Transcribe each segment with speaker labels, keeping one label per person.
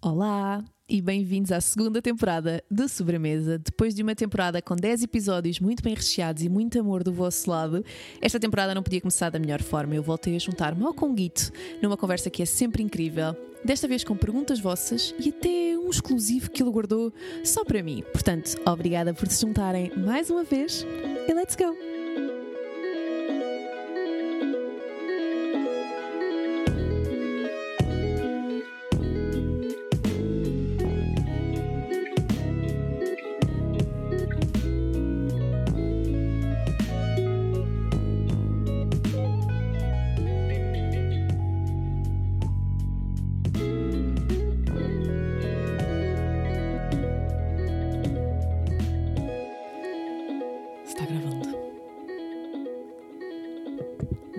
Speaker 1: Olá e bem-vindos à segunda temporada de Sobremesa. Depois de uma temporada com 10 episódios muito bem recheados e muito amor do vosso lado, esta temporada não podia começar da melhor forma. Eu voltei a juntar-me ao Conguito numa conversa que é sempre incrível. Desta vez com perguntas vossas e até um exclusivo que ele guardou só para mim. Portanto, obrigada por se juntarem mais uma vez e let's go! Está gravando.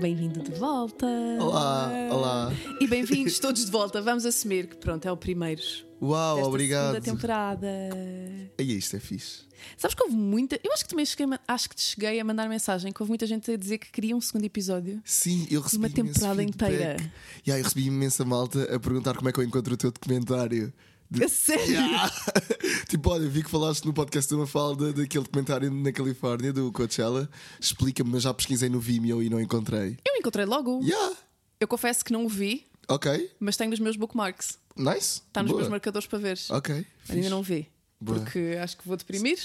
Speaker 1: Bem-vindo de volta!
Speaker 2: Olá, olá.
Speaker 1: E bem-vindos todos de volta. Vamos assumir que pronto, é o primeiro desta
Speaker 2: Uau,
Speaker 1: segunda
Speaker 2: obrigado.
Speaker 1: temporada.
Speaker 2: Aí isto é fixe.
Speaker 1: Sabes que houve muita. Eu acho que também cheguei, a ma- acho que te cheguei a mandar mensagem que houve muita gente a dizer que queria um segundo episódio.
Speaker 2: Sim, eu recebi
Speaker 1: Uma
Speaker 2: imenso
Speaker 1: temporada
Speaker 2: feedback.
Speaker 1: inteira.
Speaker 2: E aí eu recebi imensa malta a perguntar como é que eu encontro o teu documentário. De-
Speaker 1: A sério?
Speaker 2: Yeah. tipo, olha, vi que falaste no podcast da Mafalda daquele documentário na Califórnia do Coachella. Explica-me, mas já pesquisei no Vimeo e não encontrei.
Speaker 1: Eu encontrei logo. um.
Speaker 2: Yeah,
Speaker 1: Eu confesso que não o vi,
Speaker 2: ok,
Speaker 1: mas tenho nos meus bookmarks.
Speaker 2: nice.
Speaker 1: Está Tá nos
Speaker 2: Boa.
Speaker 1: meus marcadores para ver.
Speaker 2: Ok,
Speaker 1: Ainda
Speaker 2: fixe.
Speaker 1: não vi.
Speaker 2: Boa.
Speaker 1: Porque acho que vou deprimir.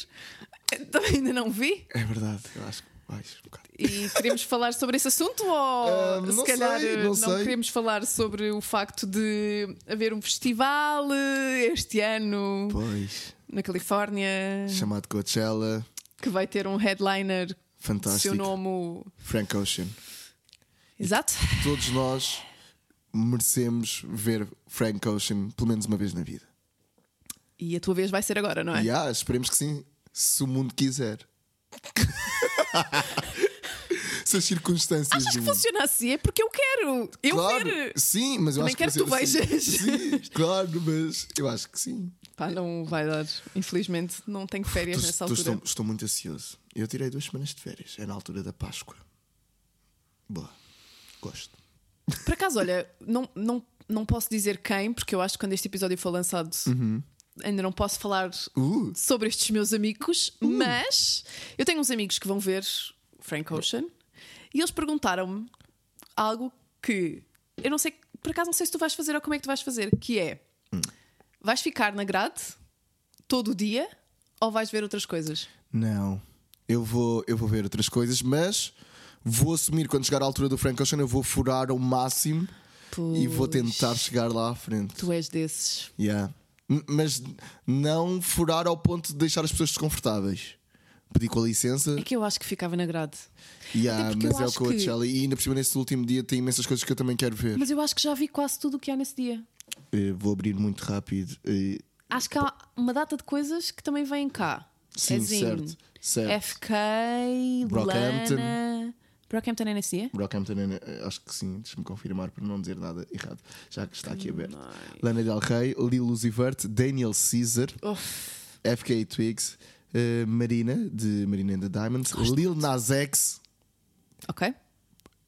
Speaker 1: Então ainda não vi.
Speaker 2: É verdade, eu acho que vais um bocado.
Speaker 1: E queremos falar sobre esse assunto ou
Speaker 2: Ah, não
Speaker 1: se calhar
Speaker 2: sei,
Speaker 1: eh,
Speaker 2: não sei.
Speaker 1: queremos falar sobre o facto de haver um festival eh, este ano
Speaker 2: Pois,
Speaker 1: na Califórnia
Speaker 2: chamado Coachella,
Speaker 1: que vai ter um headliner do seu
Speaker 2: fantástico.
Speaker 1: nome.
Speaker 2: Frank Ocean.
Speaker 1: Exato.
Speaker 2: todos nós merecemos ver Frank Ocean pelo menos uma vez na vida.
Speaker 1: E a tua vez vai ser agora, não é?
Speaker 2: E ah, esperemos que sim, se o mundo quiser. se as circunstâncias.
Speaker 1: Achas
Speaker 2: do
Speaker 1: que
Speaker 2: mundo.
Speaker 1: funciona assim? É porque eu quero. Eu
Speaker 2: claro,
Speaker 1: ver.
Speaker 2: sim, mas eu
Speaker 1: Também
Speaker 2: acho que
Speaker 1: quero que tu
Speaker 2: vai ser assim.
Speaker 1: vejas.
Speaker 2: Sim, claro, mas eu acho que sim.
Speaker 1: Pá, não vai dar. Infelizmente, não tenho férias
Speaker 2: Tô-
Speaker 1: nessa
Speaker 2: tô-
Speaker 1: altura.
Speaker 2: estou, estou muito ansioso. Eu tirei duas semanas de férias, é na altura da Páscoa. Boa, gosto.
Speaker 1: Por acaso, olha, não, não, não posso dizer quem, porque eu acho que quando este episódio for lançado
Speaker 2: Uhum.
Speaker 1: ainda não posso falar
Speaker 2: Uh,
Speaker 1: sobre estes meus amigos,
Speaker 2: Hum.
Speaker 1: mas eu tenho uns amigos que vão ver Frank Ocean e eles perguntaram-me algo que eu não sei, por acaso não sei se tu vais fazer ou como é que tu vais fazer, que é
Speaker 2: Hum.
Speaker 1: vais ficar na grade todo o dia ou vais ver outras coisas?
Speaker 2: Não. Eu vou, eu vou ver outras coisas, mas vou assumir quando chegar à altura do Frank Ocean, eu vou furar ao máximo e vou tentar chegar lá à frente.
Speaker 1: Tu és desses.
Speaker 2: Yeah. N- Mas não furar ao ponto de deixar as pessoas desconfortáveis. Pedi com a licença,
Speaker 1: É que eu acho que ficava na grade.
Speaker 2: yeah,
Speaker 1: porque
Speaker 2: mas
Speaker 1: eu
Speaker 2: é o
Speaker 1: acho
Speaker 2: que eu
Speaker 1: que-
Speaker 2: achei. E ainda por cima, nesse último dia, tem imensas coisas que eu também quero ver.
Speaker 1: Mas eu acho que já vi quase tudo o que há nesse dia.
Speaker 2: Eh, vou abrir muito rápido. Eh,
Speaker 1: Acho que há uma data de coisas que também vêm cá. É
Speaker 2: sim,
Speaker 1: As in
Speaker 2: certo. certo.
Speaker 1: é FK,
Speaker 2: Brockhampton.
Speaker 1: Lana. Brockhampton é nesse dia?
Speaker 2: Brockhampton, eh, acho que sim, deixa-me confirmar para não dizer nada errado, já que está aqui
Speaker 1: Hum,
Speaker 2: aberto. Lana Del Rey, Lil Uzi Vert, Daniel Caesar,
Speaker 1: Uf,
Speaker 2: FK Twigs, eh, Marina, de Marina and the Diamonds, Lil Nas X,
Speaker 1: ok.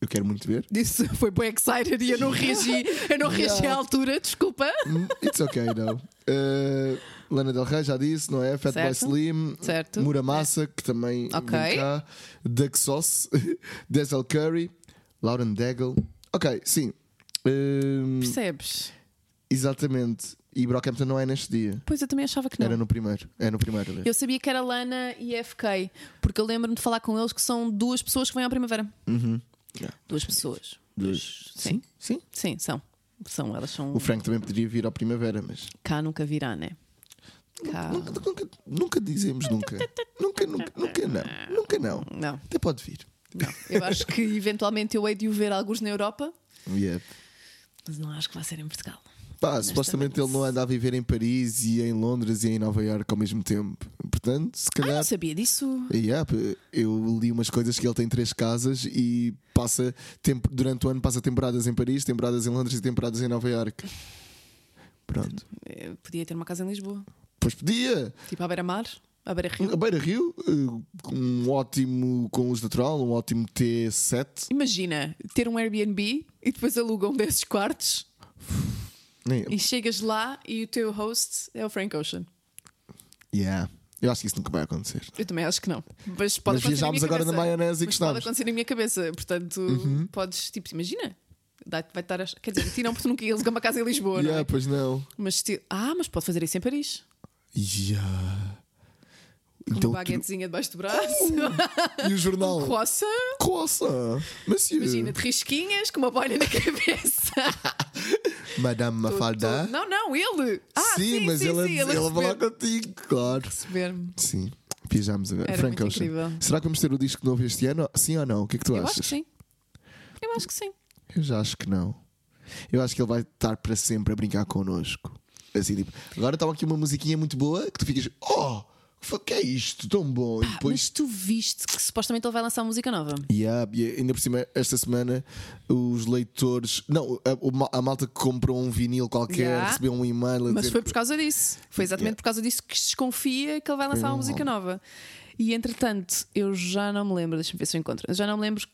Speaker 2: eu quero muito ver.
Speaker 1: Disse, foi bem excited e eu não reagi. Eu não reagi à altura, desculpa.
Speaker 2: Hum, It's okay, não. Eh, Lana Del Rey, já disse, não é? Fatboy
Speaker 1: Certo.
Speaker 2: Slim,
Speaker 1: Certo.
Speaker 2: Muramassa, que também
Speaker 1: Ok.
Speaker 2: vem cá, Duck Sauce, Denzel Curry, Lauren Daigle. Ok, sim. Hum,
Speaker 1: Percebes?
Speaker 2: exatamente. E Brockhampton não é neste dia.
Speaker 1: Pois eu também achava que não.
Speaker 2: Era no primeiro. É no primeiro. aliás.
Speaker 1: Eu sabia que era Lana e FK, porque eu lembro-me de falar com eles que são duas pessoas que vêm à primavera.
Speaker 2: Uhum. Yeah.
Speaker 1: Duas pessoas.
Speaker 2: Dois.
Speaker 1: Sim.
Speaker 2: Sim.
Speaker 1: Sim, são. São, elas são.
Speaker 2: O Frank também poderia vir à primavera, mas.
Speaker 1: Cá nunca virá, né? Cá.
Speaker 2: Nunca, nunca, nunca dizemos nunca. Nunca, nunca, nunca não. Nunca não.
Speaker 1: Não.
Speaker 2: Até pode vir.
Speaker 1: Não, eu acho que eventualmente eu hei de o ver alguns na Europa,
Speaker 2: Yep.
Speaker 1: mas não acho que vai ser em Portugal.
Speaker 2: Pá, supostamente ele não anda a viver em Paris e em Londres e em Nova Iorque ao mesmo tempo. Portanto, se
Speaker 1: Ah, não
Speaker 2: calhar.
Speaker 1: sabia disso.
Speaker 2: Yep, eu li umas coisas que ele tem três casas e passa tempo, durante o ano passa temporadas em Paris, temporadas em Londres e temporadas em Nova Iorque. Pronto.
Speaker 1: Eu podia ter uma casa em Lisboa,
Speaker 2: Pois podia!
Speaker 1: tipo à beira-mar, à beira-rio.
Speaker 2: A Beira Rio, eh, com um ótimo com luz natural, um ótimo T7.
Speaker 1: Imagina ter um Airbnb e depois alugam desses quartos
Speaker 2: Nem eu.
Speaker 1: um E chegas lá e o teu host é o Frank Ocean.
Speaker 2: Yeah. Eu acho que isso nunca vai acontecer.
Speaker 1: Eu também acho que não. Mas pode
Speaker 2: Mas
Speaker 1: acontecer
Speaker 2: viajámos
Speaker 1: na minha
Speaker 2: agora
Speaker 1: cabeça.
Speaker 2: na maionese e
Speaker 1: Mas
Speaker 2: gostámos. Uhum.
Speaker 1: Pode acontecer na minha cabeça. Portanto, podes, tipo, imagina. Dá- Vai estar a... Quer dizer, a ti não, porque tu nunca ias alugar uma casa em Lisboa, não
Speaker 2: yeah,
Speaker 1: é?
Speaker 2: pois não.
Speaker 1: Mas ti- Ah, mas pode fazer isso em Paris.
Speaker 2: Yeah.
Speaker 1: Com
Speaker 2: Então, Uh,
Speaker 1: uma baguetezinha debaixo do braço,
Speaker 2: tu- E o jornal?
Speaker 1: um croissant,
Speaker 2: Coça! eh, Monsieur!
Speaker 1: imagina, de risquinhas, com uma boina na cabeça.
Speaker 2: Madame Mafalda?
Speaker 1: Todo- Não, não, ele. Ah, sim,
Speaker 2: mas
Speaker 1: sim,
Speaker 2: ele, é
Speaker 1: sim,
Speaker 2: ele vai falar contigo, claro.
Speaker 1: receber-me.
Speaker 2: Sim, viajámos agora.
Speaker 1: Era
Speaker 2: Frank
Speaker 1: muito
Speaker 2: Ocean.
Speaker 1: incrível.
Speaker 2: Será que vamos ter o disco novo este ano? Sim ou não? O que é que tu
Speaker 1: Eu
Speaker 2: achas?
Speaker 1: acho que sim. Eu acho que sim.
Speaker 2: Eu já acho que não. Eu acho que ele vai estar para sempre a brincar connosco. Assim, tipo, agora estava aqui uma musiquinha muito boa que tu ficas, oh, o que é isto? Tão bom.
Speaker 1: Ah,
Speaker 2: E depois
Speaker 1: Mas tu viste que supostamente ele vai lançar música nova.
Speaker 2: Yeah, e ainda por cima, esta semana, os leitores. Não, a, o ma- a malta que comprou um vinil qualquer
Speaker 1: Yeah.
Speaker 2: recebeu um e-mail a
Speaker 1: Mas
Speaker 2: dizer.
Speaker 1: foi por causa disso. Foi exatamente por causa disso que se desconfia que ele vai lançar uma música
Speaker 2: um
Speaker 1: nova. E entretanto, eu já não me lembro, deixa-me ver se eu encontro. Eu já não me lembro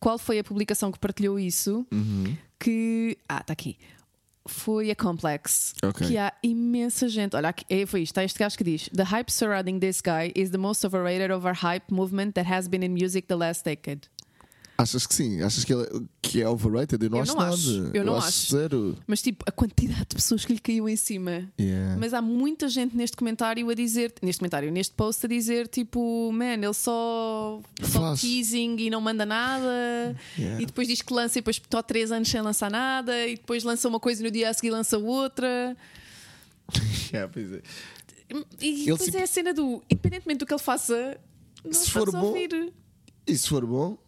Speaker 1: qual foi a publicação que partilhou isso.
Speaker 2: Uhum.
Speaker 1: Que. Ah, está aqui. Foi a Complex.
Speaker 2: Ok.
Speaker 1: Que há imensa gente. Olha, aqui, é, foi isto. Está este gajo que diz: The hype surrounding this guy is the most overrated, overhyped movement that has been in music the last decade.
Speaker 2: Achas que sim? Achas que, ele, que é overrated? Eu não
Speaker 1: Eu
Speaker 2: acho
Speaker 1: não
Speaker 2: nada.
Speaker 1: acho. Eu não acho.
Speaker 2: zero.
Speaker 1: Mas tipo, a quantidade de pessoas que lhe caiu em cima.
Speaker 2: Yeah.
Speaker 1: Mas há muita gente neste comentário a dizer, neste comentário, neste post a dizer tipo, man, ele só, só
Speaker 2: Faz.
Speaker 1: teasing e não manda nada.
Speaker 2: Yeah.
Speaker 1: E depois diz que lança e depois está três anos sem lançar nada. E depois lança uma coisa e no dia a seguir lança outra.
Speaker 2: Yeah, pois é.
Speaker 1: E
Speaker 2: Ele
Speaker 1: depois
Speaker 2: se-
Speaker 1: é a cena do, independentemente do que ele faça, não
Speaker 2: Se
Speaker 1: se
Speaker 2: for
Speaker 1: for
Speaker 2: bom-
Speaker 1: ouvir.
Speaker 2: E se for bom,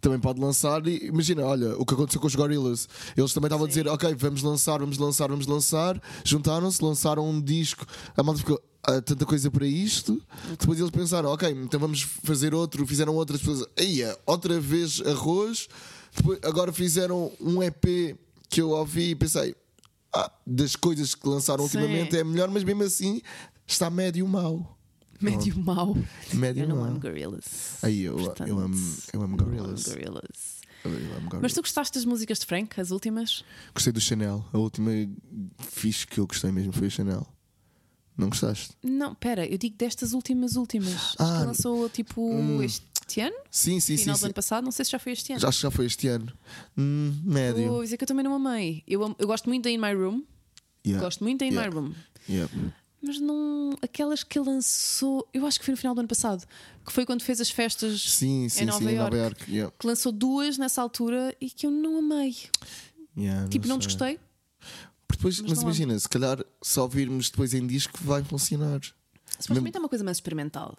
Speaker 2: também pode lançar. E, imagina, olha, o que aconteceu com os Gorillaz. Eles também estavam a dizer, ok, vamos lançar, vamos lançar, vamos lançar. Juntaram-se, lançaram um disco. A malta ficou. "Ah, tanta coisa para isto,
Speaker 1: Uhum.
Speaker 2: depois eles pensaram, ok, então vamos fazer outro. Fizeram outras pessoas, eia, outra vez arroz. Depois, agora fizeram um EP que eu ouvi e pensei, ah, das coisas que lançaram
Speaker 1: Sim.
Speaker 2: ultimamente é melhor, mas mesmo assim está médio mau.
Speaker 1: Médio mau.
Speaker 2: Médio
Speaker 1: Eu não
Speaker 2: mau.
Speaker 1: amo gorillas.
Speaker 2: Aí eu,
Speaker 1: Portanto,
Speaker 2: eu amo, eu amo
Speaker 1: não amo
Speaker 2: Gorillaz.
Speaker 1: gorillas.
Speaker 2: Eu amo Gorillaz.
Speaker 1: Mas tu gostaste das músicas de Frank, as últimas?
Speaker 2: um Gostei do Chanel. A última fixe que eu gostei mesmo foi a Chanel. Não gostaste?
Speaker 1: Não, pera, eu digo destas últimas últimas. Acho
Speaker 2: Ah,
Speaker 1: que lançou tipo este ano,
Speaker 2: Sim, sim, sim.
Speaker 1: final do
Speaker 2: sim.
Speaker 1: ano passado, não sei se já foi este ano.
Speaker 2: Já- Acho que já foi este ano. Hum, médio.
Speaker 1: Vou dizer que eu também não amei. Eu, amo- eu gosto muito da In My Room,
Speaker 2: Yeah,
Speaker 1: gosto muito da In
Speaker 2: Yeah.
Speaker 1: My Room,
Speaker 2: yeah.
Speaker 1: mas não aquelas que ele lançou, eu acho que foi no final do ano passado, que foi quando fez as festas
Speaker 2: Sim, sim,
Speaker 1: É Nova
Speaker 2: sim, em Nova
Speaker 1: Iorque.
Speaker 2: York. Yeah.
Speaker 1: que lançou duas nessa altura e que eu não amei.
Speaker 2: Yeah,
Speaker 1: tipo, não
Speaker 2: sei.
Speaker 1: desgostei.
Speaker 2: Porque Depois, mas
Speaker 1: não amo.
Speaker 2: imagina, se calhar se ouvirmos depois em disco vai funcionar.
Speaker 1: Supostamente é uma coisa mais experimental.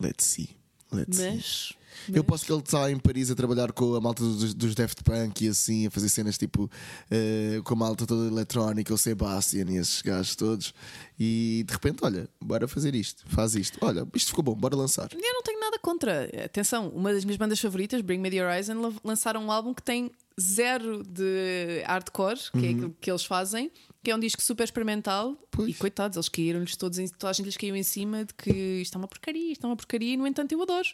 Speaker 2: Let's see. Let's see.
Speaker 1: Mas.
Speaker 2: Eu posso que ele está em Paris a trabalhar com a malta dos, dos Daft Punk e assim, a fazer cenas tipo eh, com a malta toda eletrónica, o Sebastian e esses gajos todos. E de repente, olha, bora fazer isto, faz isto. Olha, isto ficou bom, bora lançar.
Speaker 1: Eu não tenho nada contra. Atenção, uma das minhas bandas favoritas, Bring Me the Horizon, la- lançaram um álbum que tem zero de hardcore, que é aquilo que eles fazem, que é um disco super experimental.
Speaker 2: Pois.
Speaker 1: E coitados, eles caíram-lhes todos, em- toda a gente lhes caiu em cima de que isto é uma porcaria, isto é uma porcaria, e no entanto eu adoro.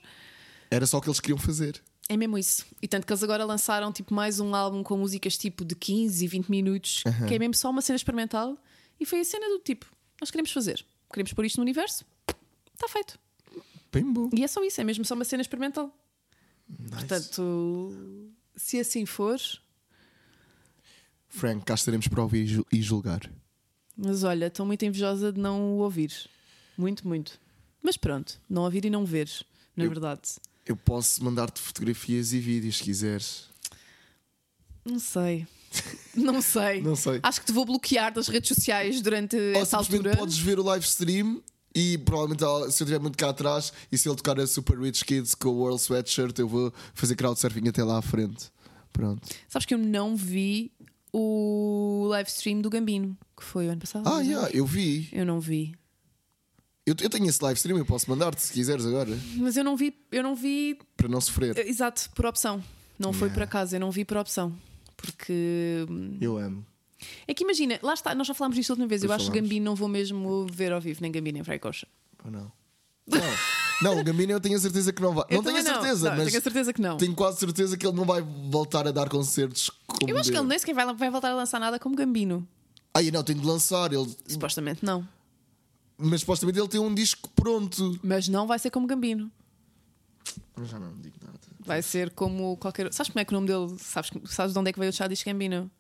Speaker 2: Era só o que eles queriam fazer.
Speaker 1: É mesmo isso. E tanto que eles agora lançaram tipo mais um álbum com músicas tipo de 15 e 20 minutos, que é mesmo só uma cena experimental. E foi a cena do tipo: nós queremos fazer, queremos pôr isto no universo, está feito.
Speaker 2: Bem bom.
Speaker 1: E é só isso, é mesmo só uma cena experimental.
Speaker 2: Nice.
Speaker 1: Portanto, se assim for,
Speaker 2: Frank, cá estaremos para ouvir e ju- e julgar.
Speaker 1: mas olha, estou muito invejosa de não o ouvir. Muito, muito. Mas pronto, não ouvir e não ver, na
Speaker 2: Eu-
Speaker 1: verdade.
Speaker 2: Eu posso mandar-te fotografias e vídeos se quiseres.
Speaker 1: Não sei. Não sei.
Speaker 2: Não sei.
Speaker 1: Acho que te vou bloquear das redes sociais durante
Speaker 2: Ou
Speaker 1: essa
Speaker 2: simplesmente
Speaker 1: altura.
Speaker 2: podes ver o live stream e provavelmente ah, se eu estiver muito cá atrás e se ele tocar a Super Rich Kids com o World Sweatshirt, eu vou fazer crowdsurfing até lá à frente. Pronto.
Speaker 1: Sabes que eu não vi o live stream do Gambino, que foi o ano passado.
Speaker 2: Ah,
Speaker 1: não é?
Speaker 2: yeah, eu vi.
Speaker 1: Eu não vi.
Speaker 2: Eu, eu tenho esse live stream, eu posso mandar-te se quiseres agora,
Speaker 1: Mas eu não vi, eu não vi
Speaker 2: para não sofrer.
Speaker 1: eh, exato, por opção. Não foi
Speaker 2: Yeah.
Speaker 1: por acaso, eu não vi por opção. Porque hum,
Speaker 2: Eu amo.
Speaker 1: É que imagina, lá está, nós já falámos disto a última vez. Eu
Speaker 2: Pois
Speaker 1: acho que
Speaker 2: falámos.
Speaker 1: Gambino não vou mesmo ver ao vivo, nem Gambino nem Frank Ocean.
Speaker 2: Ou não? Não. Não, o Gambino eu tenho a certeza que não vai.
Speaker 1: Eu
Speaker 2: não tenho a
Speaker 1: também
Speaker 2: certeza,
Speaker 1: não,
Speaker 2: mas
Speaker 1: Tenho a certeza que não.
Speaker 2: tenho um quase certeza que ele não vai voltar a dar concertos como.
Speaker 1: Eu acho que
Speaker 2: deu.
Speaker 1: ele nem sequer vai, vai voltar a lançar nada como Gambino.
Speaker 2: Ai, não, tem de lançar. Ele...
Speaker 1: Supostamente não.
Speaker 2: Mas supostamente ele tem um disco pronto.
Speaker 1: Mas não vai ser como Gambino.
Speaker 2: Mas já não digo nada.
Speaker 1: Vai ser como qualquer. Sabes como é que o nome dele. Sabes, sabes de onde é que veio o Childish Gambino?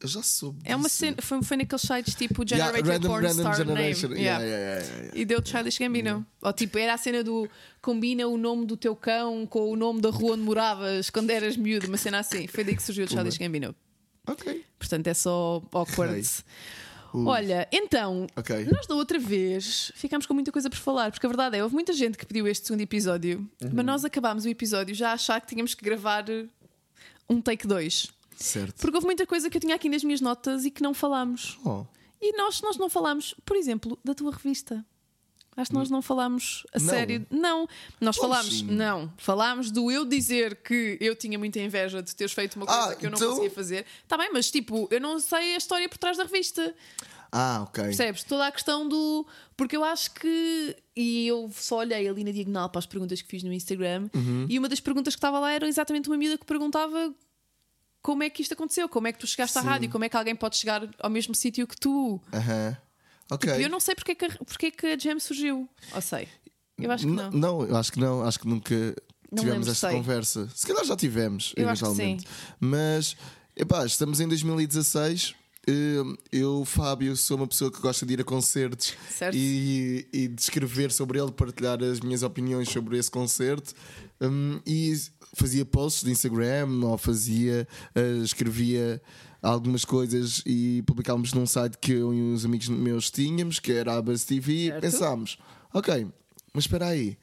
Speaker 2: Eu já soube.
Speaker 1: É uma
Speaker 2: disso.
Speaker 1: cena. Foi, foi naqueles sites tipo
Speaker 2: Yeah,
Speaker 1: Generated
Speaker 2: random,
Speaker 1: Porn
Speaker 2: random
Speaker 1: Star
Speaker 2: generation.
Speaker 1: Name.
Speaker 2: Yeah,
Speaker 1: Yeah.
Speaker 2: yeah, yeah, yeah, yeah.
Speaker 1: E deu Childish Gambino. Ou tipo, era a cena do combina o nome do teu cão com o nome da rua onde moravas quando eras miúdo, uma cena assim. Foi daí que surgiu o Childish Gambino.
Speaker 2: Ok.
Speaker 1: Portanto, é só awkward.
Speaker 2: Ui.
Speaker 1: Olha, então,
Speaker 2: Ok.
Speaker 1: nós da outra vez ficámos com muita coisa por falar, porque a verdade é, houve muita gente que pediu este segundo episódio,
Speaker 2: Uhum.
Speaker 1: mas nós acabámos o episódio já a achar que tínhamos que gravar eh, um take 2.
Speaker 2: Certo.
Speaker 1: Porque houve muita coisa que eu tinha aqui nas minhas notas e que não falámos.
Speaker 2: Oh.
Speaker 1: E nós, nós não falámos, por exemplo, da tua revista. Acho que nós não falámos a
Speaker 2: Não.
Speaker 1: sério. Não, nós
Speaker 2: Oh,
Speaker 1: falámos,
Speaker 2: sim.
Speaker 1: não, falámos do eu dizer que eu tinha muita inveja de teres feito uma coisa
Speaker 2: Ah,
Speaker 1: que eu não
Speaker 2: então-
Speaker 1: conseguia fazer. Está bem, mas tipo, eu não sei a história por trás da revista.
Speaker 2: Ah, ok.
Speaker 1: Percebes? Toda a questão do. Porque eu acho que. E eu só olhei ali na diagonal para as perguntas que fiz no Instagram
Speaker 2: Uhum.
Speaker 1: e uma das perguntas que estava lá era exatamente uma miúda que perguntava como é que isto aconteceu, como é que tu chegaste à rádio, como é que alguém pode chegar ao mesmo sítio que tu.
Speaker 2: Aham. Ok.
Speaker 1: E eu não sei porque é que a, porque é que a Jam surgiu. Ou sei. Eu acho que não.
Speaker 2: N- eu acho que não. Acho que nunca tivemos
Speaker 1: lembro,
Speaker 2: esta
Speaker 1: sei.
Speaker 2: conversa. Se calhar já tivemos,
Speaker 1: Eu acho que
Speaker 2: eventualmente. Mas, epá, estamos em 2016. Hum, Eu, Fábio, sou uma pessoa que gosta de ir a concertos
Speaker 1: Certo.
Speaker 2: e, e de escrever sobre ele, partilhar as minhas opiniões sobre esse concerto. Hum, e fazia posts de Instagram ou fazia, eh, escrevia algumas coisas e publicávamos num site que eu e uns amigos meus tínhamos, que era a Buzz TV, e
Speaker 1: Certo.
Speaker 2: pensámos: ok, mas espera aí.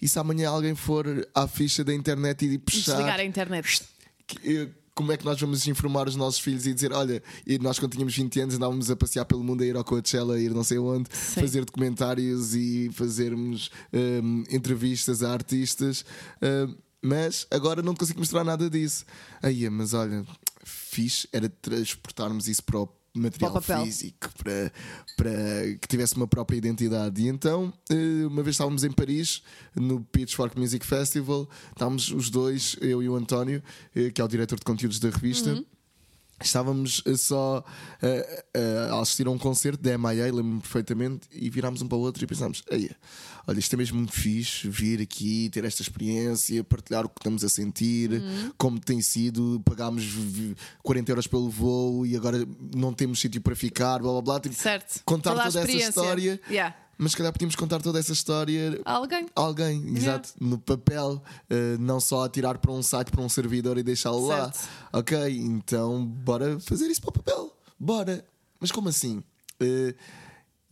Speaker 2: E se amanhã alguém for à ficha da internet e
Speaker 1: Desligar
Speaker 2: puxar
Speaker 1: a internet.
Speaker 2: que, eh, como é que nós vamos informar os nossos filhos e dizer: olha, e nós quando tínhamos 20 anos andávamos a passear pelo mundo, a ir ao Coachella, a ir não sei onde,
Speaker 1: Sim.
Speaker 2: fazer documentários e fazermos ehm, entrevistas a artistas, ehm, mas agora não te consigo mostrar nada disso. Aí, mas olha, fixe era transportarmos isso para o material
Speaker 1: Para o papel.
Speaker 2: físico, para, para que tivesse uma própria identidade. E então, eh, uma vez estávamos em Paris, no Pitchfork Music Festival, estávamos os dois, eu e o António, eh, que é o diretor de conteúdos da revista.
Speaker 1: Uhum.
Speaker 2: Estávamos eh, só eh, eh, a assistir a um concerto da MIA, lembro-me perfeitamente, e virámos um para o outro e pensámos: "Eia, olha, isto é mesmo muito fixe, vir aqui, ter esta experiência, partilhar o que estamos a sentir,
Speaker 1: Uhum.
Speaker 2: como tem sido. Pagámos vi- 40 euros pelo voo e agora não temos sítio para ficar, blá blá blá. Tipo,
Speaker 1: Certo.
Speaker 2: Contar
Speaker 1: a
Speaker 2: toda essa
Speaker 1: experiência.
Speaker 2: história.
Speaker 1: Yeah.
Speaker 2: Mas se calhar podíamos contar toda essa história
Speaker 1: A alguém.
Speaker 2: a alguém, exato, no papel, eh, não só a tirar para um site, para um servidor e deixá-lo lá.
Speaker 1: Certo.
Speaker 2: Ok, então bora fazer isso para o papel. Bora. Mas como assim? Eh,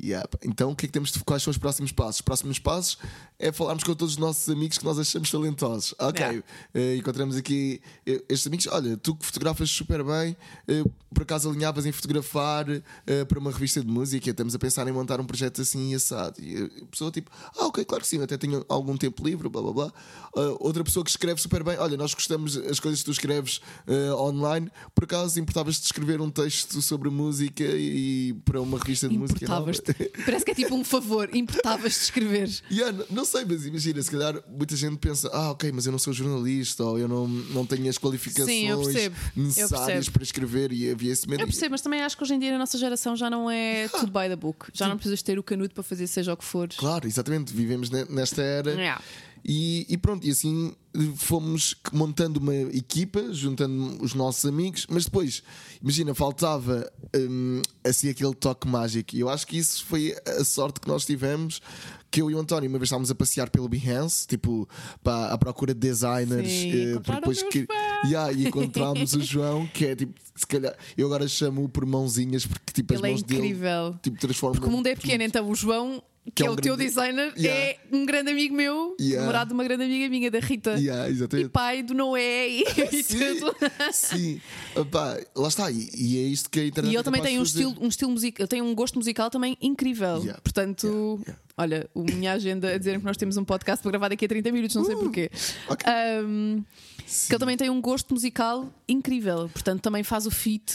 Speaker 2: yeah, pá, Então o que é que temos de, quais são os próximos passos? Os próximos passos é falarmos com todos os nossos amigos que nós achamos talentosos. Ok,
Speaker 1: Yeah.
Speaker 2: eh, encontramos aqui eh, estes amigos. Olha, tu que fotografas super bem, eh, por acaso alinhavas em fotografar eh, para uma revista de música? Estamos a pensar em montar um projeto assim e assado. E eh, a pessoa tipo, ah, ok, claro que sim, eu até tenho algum tempo livre, blá blá blá. Eh, outra pessoa que escreve super bem, olha, nós gostamos as coisas que tu escreves eh, online, por acaso importavas-te de escrever um texto sobre música e, para uma revista de música? nova?"
Speaker 1: Importavas-te. Parece que é tipo um favor. Importavas-te escrever.
Speaker 2: Yeah, n- não sei, mas imagina, se calhar muita gente pensa, ah, ok, mas eu não sou jornalista ou eu não, não tenho as qualificações
Speaker 1: Sim, eu percebo. Eu
Speaker 2: necessárias
Speaker 1: percebo.
Speaker 2: para escrever e havia esse medo.
Speaker 1: Eu percebo, mas também acho que hoje em dia na nossa geração já não é tudo by the book. Já não precisas ter o canudo para fazer seja o que for.
Speaker 2: Claro, exatamente, vivemos ne- nesta era.
Speaker 1: Yeah.
Speaker 2: E, e pronto, e assim fomos montando uma equipa, juntando os nossos amigos, mas depois, imagina, faltava hum, assim aquele toque mágico. E eu acho que isso foi a sorte que nós tivemos. Que eu e o António, uma vez estávamos a passear pelo Behance, tipo, para, à procura de designers,
Speaker 1: Sim,
Speaker 2: eh,
Speaker 1: encontraram
Speaker 2: depois
Speaker 1: meus
Speaker 2: que.
Speaker 1: fãs.
Speaker 2: Yeah, e encontramos o João, que é tipo, se calhar, eu agora chamo-o por mãozinhas, porque tipo, as
Speaker 1: Ele é
Speaker 2: mãos dele
Speaker 1: incrível.
Speaker 2: tipo, transformam.
Speaker 1: Porque o mundo é pequeno, então o João, que,
Speaker 2: Que é
Speaker 1: é,
Speaker 2: um
Speaker 1: o teu
Speaker 2: grande-
Speaker 1: designer,
Speaker 2: Yeah.
Speaker 1: é um grande amigo meu,
Speaker 2: Yeah.
Speaker 1: namorado de uma grande amiga minha, da Rita.
Speaker 2: Yeah,
Speaker 1: E
Speaker 2: exatamente.
Speaker 1: pai do Noé e, e
Speaker 2: Sim,
Speaker 1: tudo.
Speaker 2: sim. Epá, lá está. E, e é isto que a internet
Speaker 1: E
Speaker 2: é
Speaker 1: ele também
Speaker 2: capaz
Speaker 1: tem
Speaker 2: de
Speaker 1: um
Speaker 2: fazer.
Speaker 1: estilo, um estilo musical, tem um gosto musical também incrível.
Speaker 2: Yeah,
Speaker 1: Portanto,
Speaker 2: yeah, yeah.
Speaker 1: olha, a minha agenda a dizer que nós temos um podcast para gravar daqui a 30 minutos, não sei porquê.
Speaker 2: Uh, ok.
Speaker 1: Ahm,
Speaker 2: Sim.
Speaker 1: que ele também tem um gosto musical incrível, portanto também faz o fit.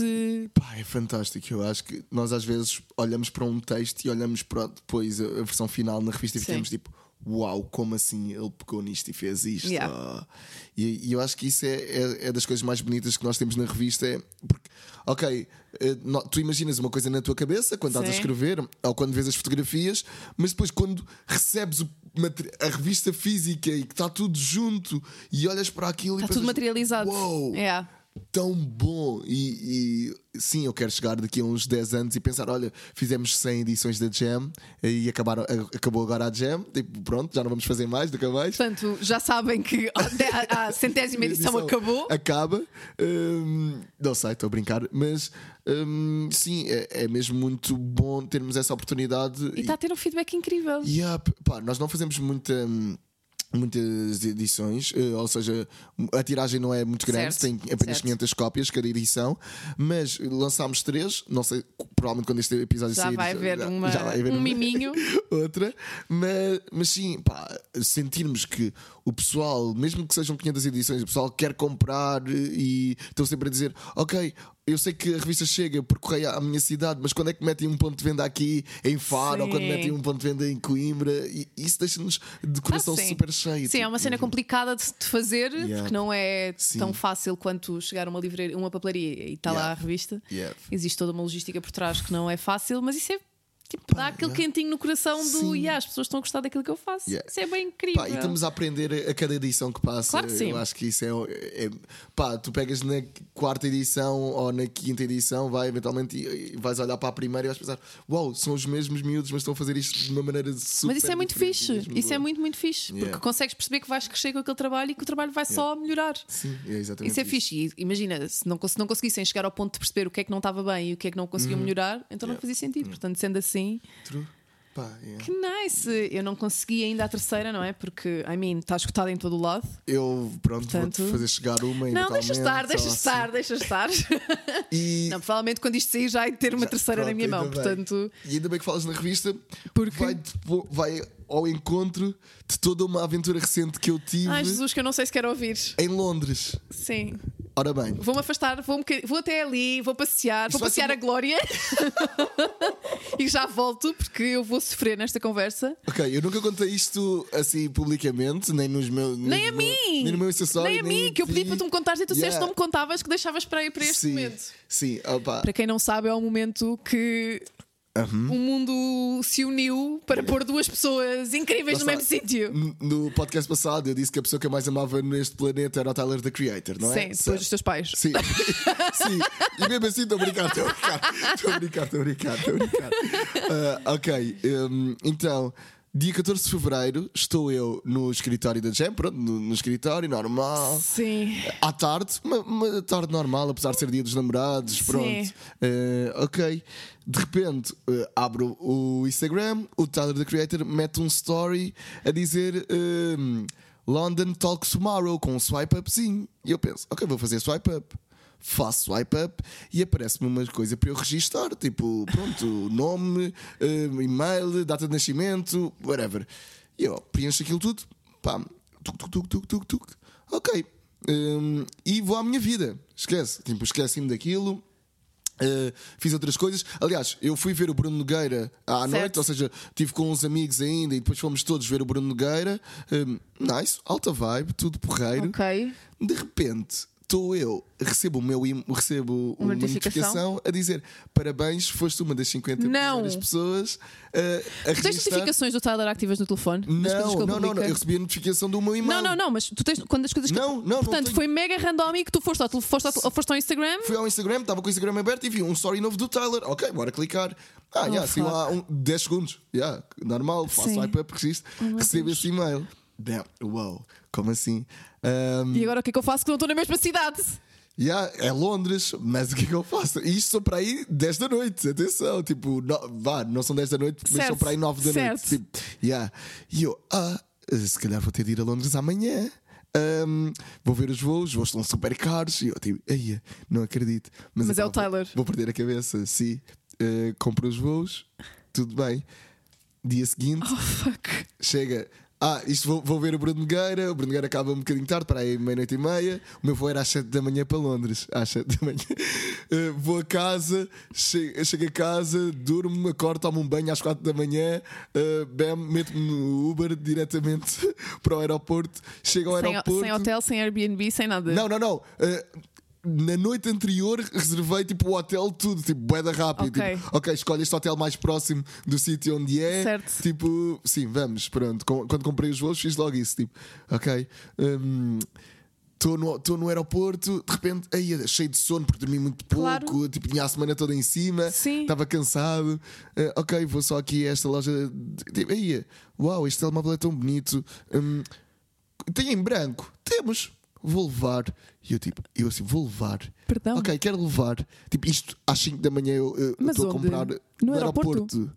Speaker 2: Pá, é fantástico. Eu acho que nós às vezes olhamos para um texto e olhamos para depois a a versão final na revista e
Speaker 1: Sim.
Speaker 2: ficamos tipo, uau, como assim ele pegou nisto e fez isto?
Speaker 1: Yeah.
Speaker 2: Ah. E, e eu acho que isso é, é, é das coisas mais bonitas que nós temos na revista. É porque, ok, eh, no- tu imaginas uma coisa na tua cabeça quando estás a
Speaker 1: Sim.
Speaker 2: escrever ou quando vês as fotografias, mas depois quando recebes o mate- a revista física e que está tudo junto e olhas para aquilo e
Speaker 1: Está tudo
Speaker 2: pensas,
Speaker 1: materializado.
Speaker 2: Uou,
Speaker 1: É.
Speaker 2: tão bom! E, e, sim, eu quero chegar daqui a uns 10 anos e pensar: olha, fizemos 100 edições da Jam e acabaram, a- acabou agora a Jam, tipo, pronto, já não vamos fazer mais, nunca mais.
Speaker 1: Portanto, já sabem que a de- a, a centésima edição acabou.
Speaker 2: Acaba. Hum, não sei, estou a brincar, mas hum, sim, é, é mesmo muito bom termos essa oportunidade.
Speaker 1: E está a ter um feedback incrível.
Speaker 2: Yeah, p- pá, nós não fazemos muita, hum, muitas edições, eh, ou seja, a tiragem não é muito grande,
Speaker 1: Certo,
Speaker 2: tem apenas
Speaker 1: certo.
Speaker 2: 500 cópias cada edição, mas lançámos três, não sei, provavelmente quando este episódio
Speaker 1: Já
Speaker 2: sair
Speaker 1: vai haver
Speaker 2: já-
Speaker 1: uma-
Speaker 2: já vai haver
Speaker 1: um
Speaker 2: uma-
Speaker 1: miminho.
Speaker 2: outra, mas, mas sim, pá, sentirmos que o pessoal, mesmo que sejam 500 edições, o pessoal quer comprar eh, e estão sempre a dizer: Ok, eu sei que a revista chega por correio à minha cidade, mas quando é que metem um ponto de venda aqui em Faro ou quando
Speaker 1: Sim.
Speaker 2: metem um ponto de venda em Coimbra? E isso deixa-nos de
Speaker 1: Ah,
Speaker 2: coração
Speaker 1: sim.
Speaker 2: super cheio.
Speaker 1: Sim, é
Speaker 2: tipo,
Speaker 1: uma cena complicada de, de fazer, porque não é
Speaker 2: Sim.
Speaker 1: tão fácil quanto chegar a uma, livraria, uma papelaria e está lá a
Speaker 2: Yeah.
Speaker 1: revista.
Speaker 2: Yeah.
Speaker 1: Existe toda uma logística por trás que não é fácil, mas isso é tipo, dá aquele quentinho no coração do
Speaker 2: Sim.
Speaker 1: e as pessoas estão a gostar daquilo que eu faço.
Speaker 2: Yeah.
Speaker 1: Isso é bem incrível.
Speaker 2: Pá, e estamos a aprender a cada edição que passa.
Speaker 1: Claro que sim.
Speaker 2: Eu acho que isso é, é- Pá, tu pegas na quarta edição ou na quinta edição, vai eventualmente e, e vais olhar para a primeira e vais pensar: Uau, são os mesmos miúdos, mas estão a fazer isto de uma maneira super.
Speaker 1: Mas isso é muito
Speaker 2: diferente,
Speaker 1: fixe,
Speaker 2: mesmo
Speaker 1: isso é
Speaker 2: bom."
Speaker 1: muito, muito fixe,
Speaker 2: Yeah.
Speaker 1: porque consegues perceber que vais crescer com aquele trabalho e que o trabalho vai só melhorar.
Speaker 2: Sim, é exatamente.
Speaker 1: Isso é fixe. E imagina, se não, cons- se não conseguissem chegar ao ponto de perceber o que é que não estava bem e o que é que não conseguiam melhorar, então não
Speaker 2: Uhum. Yeah. Uhum.
Speaker 1: fazia sentido. Portanto, sendo assim,
Speaker 2: True. Pá, yeah.
Speaker 1: que nice! Eu não consegui ainda a terceira, não é? Porque, I mean, está escutada em todo o lado.
Speaker 2: Eu, pronto,
Speaker 1: Portanto-
Speaker 2: vou-te fazer chegar uma
Speaker 1: Não, deixa estar, deixa
Speaker 2: eventualmente,
Speaker 1: estar, deixa estar.
Speaker 2: ou assim. E,
Speaker 1: Não, provavelmente quando isto sair já hei de ter uma
Speaker 2: Já,
Speaker 1: terceira na
Speaker 2: pronto,
Speaker 1: minha mão,
Speaker 2: ainda bem.
Speaker 1: portanto.
Speaker 2: E ainda bem que falas na revista,
Speaker 1: Porque-
Speaker 2: vai, depo- vai ao encontro de toda uma aventura recente que eu tive
Speaker 1: Ai Jesus, que eu não sei se quero ouvir.
Speaker 2: em Londres.
Speaker 1: Sim.
Speaker 2: Ora bem,
Speaker 1: Vou-me afastar, vou, um boca- vou até ali, vou passear, vou
Speaker 2: vai ser
Speaker 1: passear
Speaker 2: uma-
Speaker 1: a Glória e já volto porque eu vou sofrer nesta conversa.
Speaker 2: ok, eu nunca contei isto assim publicamente, nem nos meus.
Speaker 1: Nem a mim!
Speaker 2: Nem no meu acessório.
Speaker 1: Nem a mim, que eu pedi para tu me contares e tu disseste
Speaker 2: Yeah.
Speaker 1: que não me contavas, que deixavas para ir para este
Speaker 2: sim,
Speaker 1: momento.
Speaker 2: Sim, opa.
Speaker 1: Para quem não sabe, é o momento que
Speaker 2: Uhum.
Speaker 1: o mundo se uniu para pôr duas pessoas incríveis no
Speaker 2: Lá
Speaker 1: mesmo
Speaker 2: está.
Speaker 1: sítio.
Speaker 2: N- No podcast passado eu disse que a pessoa que eu mais amava neste planeta era o Tyler the Creator, não
Speaker 1: Sim,
Speaker 2: é?
Speaker 1: depois
Speaker 2: Certo.
Speaker 1: dos teus pais.
Speaker 2: Sim, sim. E mesmo assim estou a brincar, estou a brincar, estou a brincar, estou a brincar, estou a brincar. Ah, ok, hum, então, dia 14 de fevereiro estou eu no escritório da Jam, pronto, no, no escritório normal.
Speaker 1: Sim.
Speaker 2: À tarde, uma, uma tarde normal, apesar de ser dia dos namorados, pronto. Eh, ok. De repente eh, abro o Instagram, o Tyler the Creator mete um story a dizer ehm, London Talks Tomorrow com um swipe upzinho. E eu penso, ok, vou fazer swipe up. Faço swipe up e aparece-me uma coisa para eu registar, tipo, pronto, nome, ehm, e-mail, data de nascimento, whatever. E eu preencho aquilo tudo, pá, tuc, tuc, tuc, tuc, tuc, tuc. Ok. Ehm, e vou à minha vida. Esquece. Tipo, esqueci-me daquilo. Uh, fiz outras coisas. Aliás, eu fui ver o Bruno Nogueira à
Speaker 1: Certo.
Speaker 2: noite, ou seja, estive com uns amigos ainda e depois fomos todos ver o Bruno Nogueira. Um, nice, alta vibe, tudo porreiro.
Speaker 1: Ok.
Speaker 2: De repente, estou eu, recebo, o meu, im- recebo
Speaker 1: Uma
Speaker 2: uma,
Speaker 1: notificação.
Speaker 2: notificação. a dizer parabéns, foste uma das 50
Speaker 1: Não.
Speaker 2: primeiras pessoas uh, a
Speaker 1: Tu tens
Speaker 2: registrar.
Speaker 1: notificações do Tyler ativas no telefone? Das coisas que
Speaker 2: Não,
Speaker 1: ele
Speaker 2: não, não, não,
Speaker 1: publica?
Speaker 2: eu recebi a notificação do meu e-mail.
Speaker 1: Não, não, não, mas tu tens quando as coisas que-
Speaker 2: Não, não, não
Speaker 1: Portanto,
Speaker 2: tenho.
Speaker 1: foi mega randómico, tu foste ao, tele- foste ao, foste ao Instagram.
Speaker 2: Fui ao Instagram, estava com o Instagram aberto e vi um story novo do Tyler. Ok, bora clicar. Ah, já, assim
Speaker 1: Oh, fuck.
Speaker 2: lá um, 10 segundos. Yeah, normal, faço
Speaker 1: Sim.
Speaker 2: swipe up, registro, recebo esse e-mail. Damn, wow, como assim? Ahm,
Speaker 1: E agora o que é que eu faço que não estou na mesma cidade?
Speaker 2: yeah, é Londres, mas o que é que eu faço? E isto são para aí 10 da noite, atenção. Tipo, no, vá, não são 10 da noite, mas
Speaker 1: Certo,
Speaker 2: são para aí 9 da
Speaker 1: certo.
Speaker 2: noite. Tipo, yeah. E eu, ah, se calhar vou ter de ir a Londres amanhã. Ahm, vou ver os voos, os voos estão super caros. E eu, tipo, eia, não acredito.
Speaker 1: Mas é o
Speaker 2: epá, vou-
Speaker 1: Tyler.
Speaker 2: Vou perder a cabeça, sim. eh, Ah, compro os voos, tudo bem. Dia seguinte,
Speaker 1: Oh fuck.
Speaker 2: chega Ah, isto vou, vou ver o Bruno Nogueira. O Bruno Nogueira acaba um bocadinho tarde, para aí meia-noite e meia. O meu voo era às 7 da manhã para Londres, às 7 da manhã. Eh, vou a casa, chego, chego a casa, durmo, acordo, tomo um banho às 4 da manhã, eh, bem, meto-me no Uber diretamente para o aeroporto. Chego ao
Speaker 1: Sem,
Speaker 2: aeroporto.
Speaker 1: sem hotel, sem Airbnb, sem nada.
Speaker 2: Não, não, não. Eh, na noite anterior reservei tipo o hotel tudo, tipo boeda rápido.
Speaker 1: Ok.
Speaker 2: Tipo, ok, escolhe este hotel mais próximo do sítio onde é.
Speaker 1: Certo.
Speaker 2: Tipo, sim, vamos, pronto. Com- quando comprei os voos fiz logo isso, tipo, ok. Estou no, tô no aeroporto, de repente, aí, cheio de sono porque dormi muito pouco,
Speaker 1: Claro.
Speaker 2: tipo, tinha a semana toda em cima,
Speaker 1: Sim.
Speaker 2: estava cansado. Eh, ok, vou só aqui a esta loja. de- Tipo, aí, uau, este telemóvel é tão bonito. Hum, tem em branco? Temos. Vou levar. E eu tipo, eu assim, vou levar.
Speaker 1: Perdão.
Speaker 2: Ok, quero levar. Tipo, isto às 5 da manhã eu eu
Speaker 1: Mas
Speaker 2: estou a
Speaker 1: onde?
Speaker 2: comprar
Speaker 1: No aeroporto?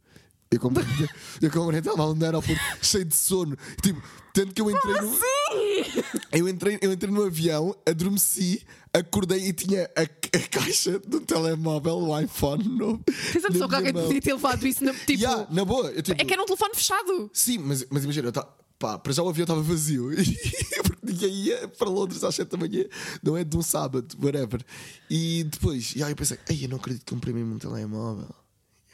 Speaker 2: Eu comprei, eu comprei telemóvel no aeroporto cheio de sono. Tipo, tanto que eu entrei no. Eu entrei, eu entrei no avião, adormeci, acordei e tinha a, a caixa do telemóvel, o iPhone novo.
Speaker 1: Tens a
Speaker 2: na
Speaker 1: pessoa que
Speaker 2: minha
Speaker 1: alguém
Speaker 2: mão.
Speaker 1: podia ter levado isso na, tipo.
Speaker 2: Yeah, na boa. Eu, tipo,
Speaker 1: É que era um telefone fechado.
Speaker 2: Sim, mas, mas imagina, eu ta- pá, para já o avião estava vazio, porque ninguém ia para Londres às 7 da manhã, não é de um sábado, whatever. E depois, e aí eu pensei, ei, eu não acredito que comprei mesmo um telemóvel.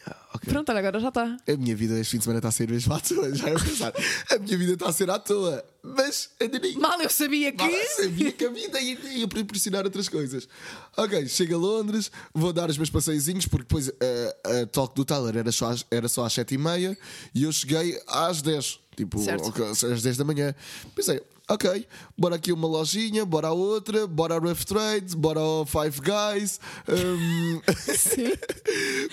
Speaker 2: Yeah, ok.
Speaker 1: Pronto, olha, agora já está.
Speaker 2: A minha vida este fim de semana está a ser mesmo à toa, já é eu pensar. A minha vida está a ser à toa, mas ainda nem.
Speaker 1: Mal eu sabia que.
Speaker 2: Mal eu sabia que a vida é ia, ia proporcionar outras coisas. Ok, chego a Londres, vou dar os meus passeiozinhos, porque depois eh, a, a talk do Tyler era só, às, era só às 7 e meia e eu cheguei às 10, tipo,
Speaker 1: Certo.
Speaker 2: ok, às 10 da manhã. Pensei, ok, bora aqui a uma lojinha, bora a outra, bora a Rough Trade, bora ao Five Guys. hum,
Speaker 1: Sim.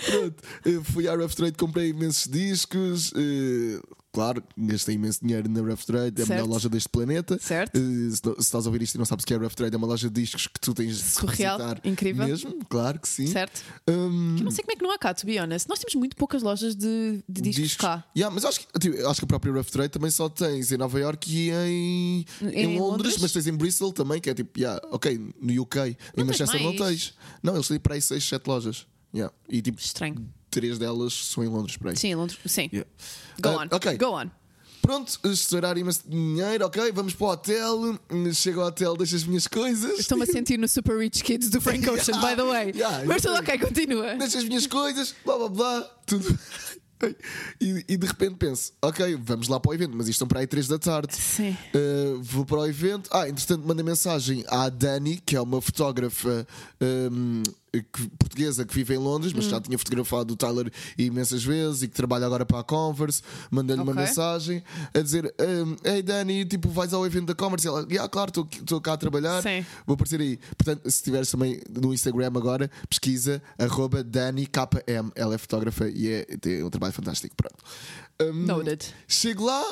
Speaker 2: Pronto, eh, fui à Rough Trade, comprei imensos discos. eh, Claro, gastei imenso dinheiro na Rough Trade, é a
Speaker 1: Certo.
Speaker 2: melhor loja deste planeta.
Speaker 1: Certo.
Speaker 2: Eh, Se, não- se estás a ouvir isto e não sabes o que é Rough Trade, é uma loja de discos que tu tens de
Speaker 1: Surreal,
Speaker 2: visitar
Speaker 1: incrível.
Speaker 2: Mesmo, claro que sim.
Speaker 1: Certo?
Speaker 2: Hum,
Speaker 1: Eu não sei como é que não há cá, to be honest. Nós temos muito poucas lojas de, de discos, cá.
Speaker 2: Yeah, mas acho que, tipo, acho que a própria Rough Trade também só tens em Nova York e em,
Speaker 1: Em
Speaker 2: em Londres,
Speaker 1: Londres?
Speaker 2: mas tens em Bristol também, que é tipo, yeah, ok, no UK. em
Speaker 1: tens
Speaker 2: Manchester não
Speaker 1: mais?
Speaker 2: tens. Não, eles têm para aí 6, 7 lojas. Yeah. E tipo,
Speaker 1: Estranho.
Speaker 2: três delas são em Londres, por aí.
Speaker 1: Sim, em Londres. Sim.
Speaker 2: Yeah.
Speaker 1: Go
Speaker 2: Ah,
Speaker 1: on.
Speaker 2: ok.
Speaker 1: Go on.
Speaker 2: Pronto, estourar imenso dinheiro, ok, vamos para o hotel. Chego ao hotel, deixo as minhas coisas.
Speaker 1: Estou-me a sentir no Super Rich Kids do Frank Ocean,
Speaker 2: Yeah,
Speaker 1: by the way.
Speaker 2: yeah,
Speaker 1: Mas tudo ok, continua.
Speaker 2: Deixo as minhas coisas, blá blá blá, tudo. E, e de repente penso, ok, vamos lá para o evento, mas isto são para aí 3 da tarde.
Speaker 1: Sim.
Speaker 2: Uh, vou para o evento. Ah, entretanto, manda mensagem à Dani, que é uma fotógrafa um, que- portuguesa que vive em Londres,
Speaker 1: Hum.
Speaker 2: mas já tinha fotografado o Tyler imensas vezes e que trabalha agora para a Converse. Mandando uma
Speaker 1: Ok.
Speaker 2: mensagem a dizer: um, Ei, Dani, tipo, vais ao evento da Converse? E ela, ah, claro, estou aqui- estou cá a trabalhar,
Speaker 1: Sim.
Speaker 2: vou aparecer aí. Portanto, se estiveres também no Instagram agora, pesquisa arroba Dani KM. Ela é fotógrafa e é, tem um trabalho fantástico. Pronto. Um,
Speaker 1: Noted.
Speaker 2: Chego lá,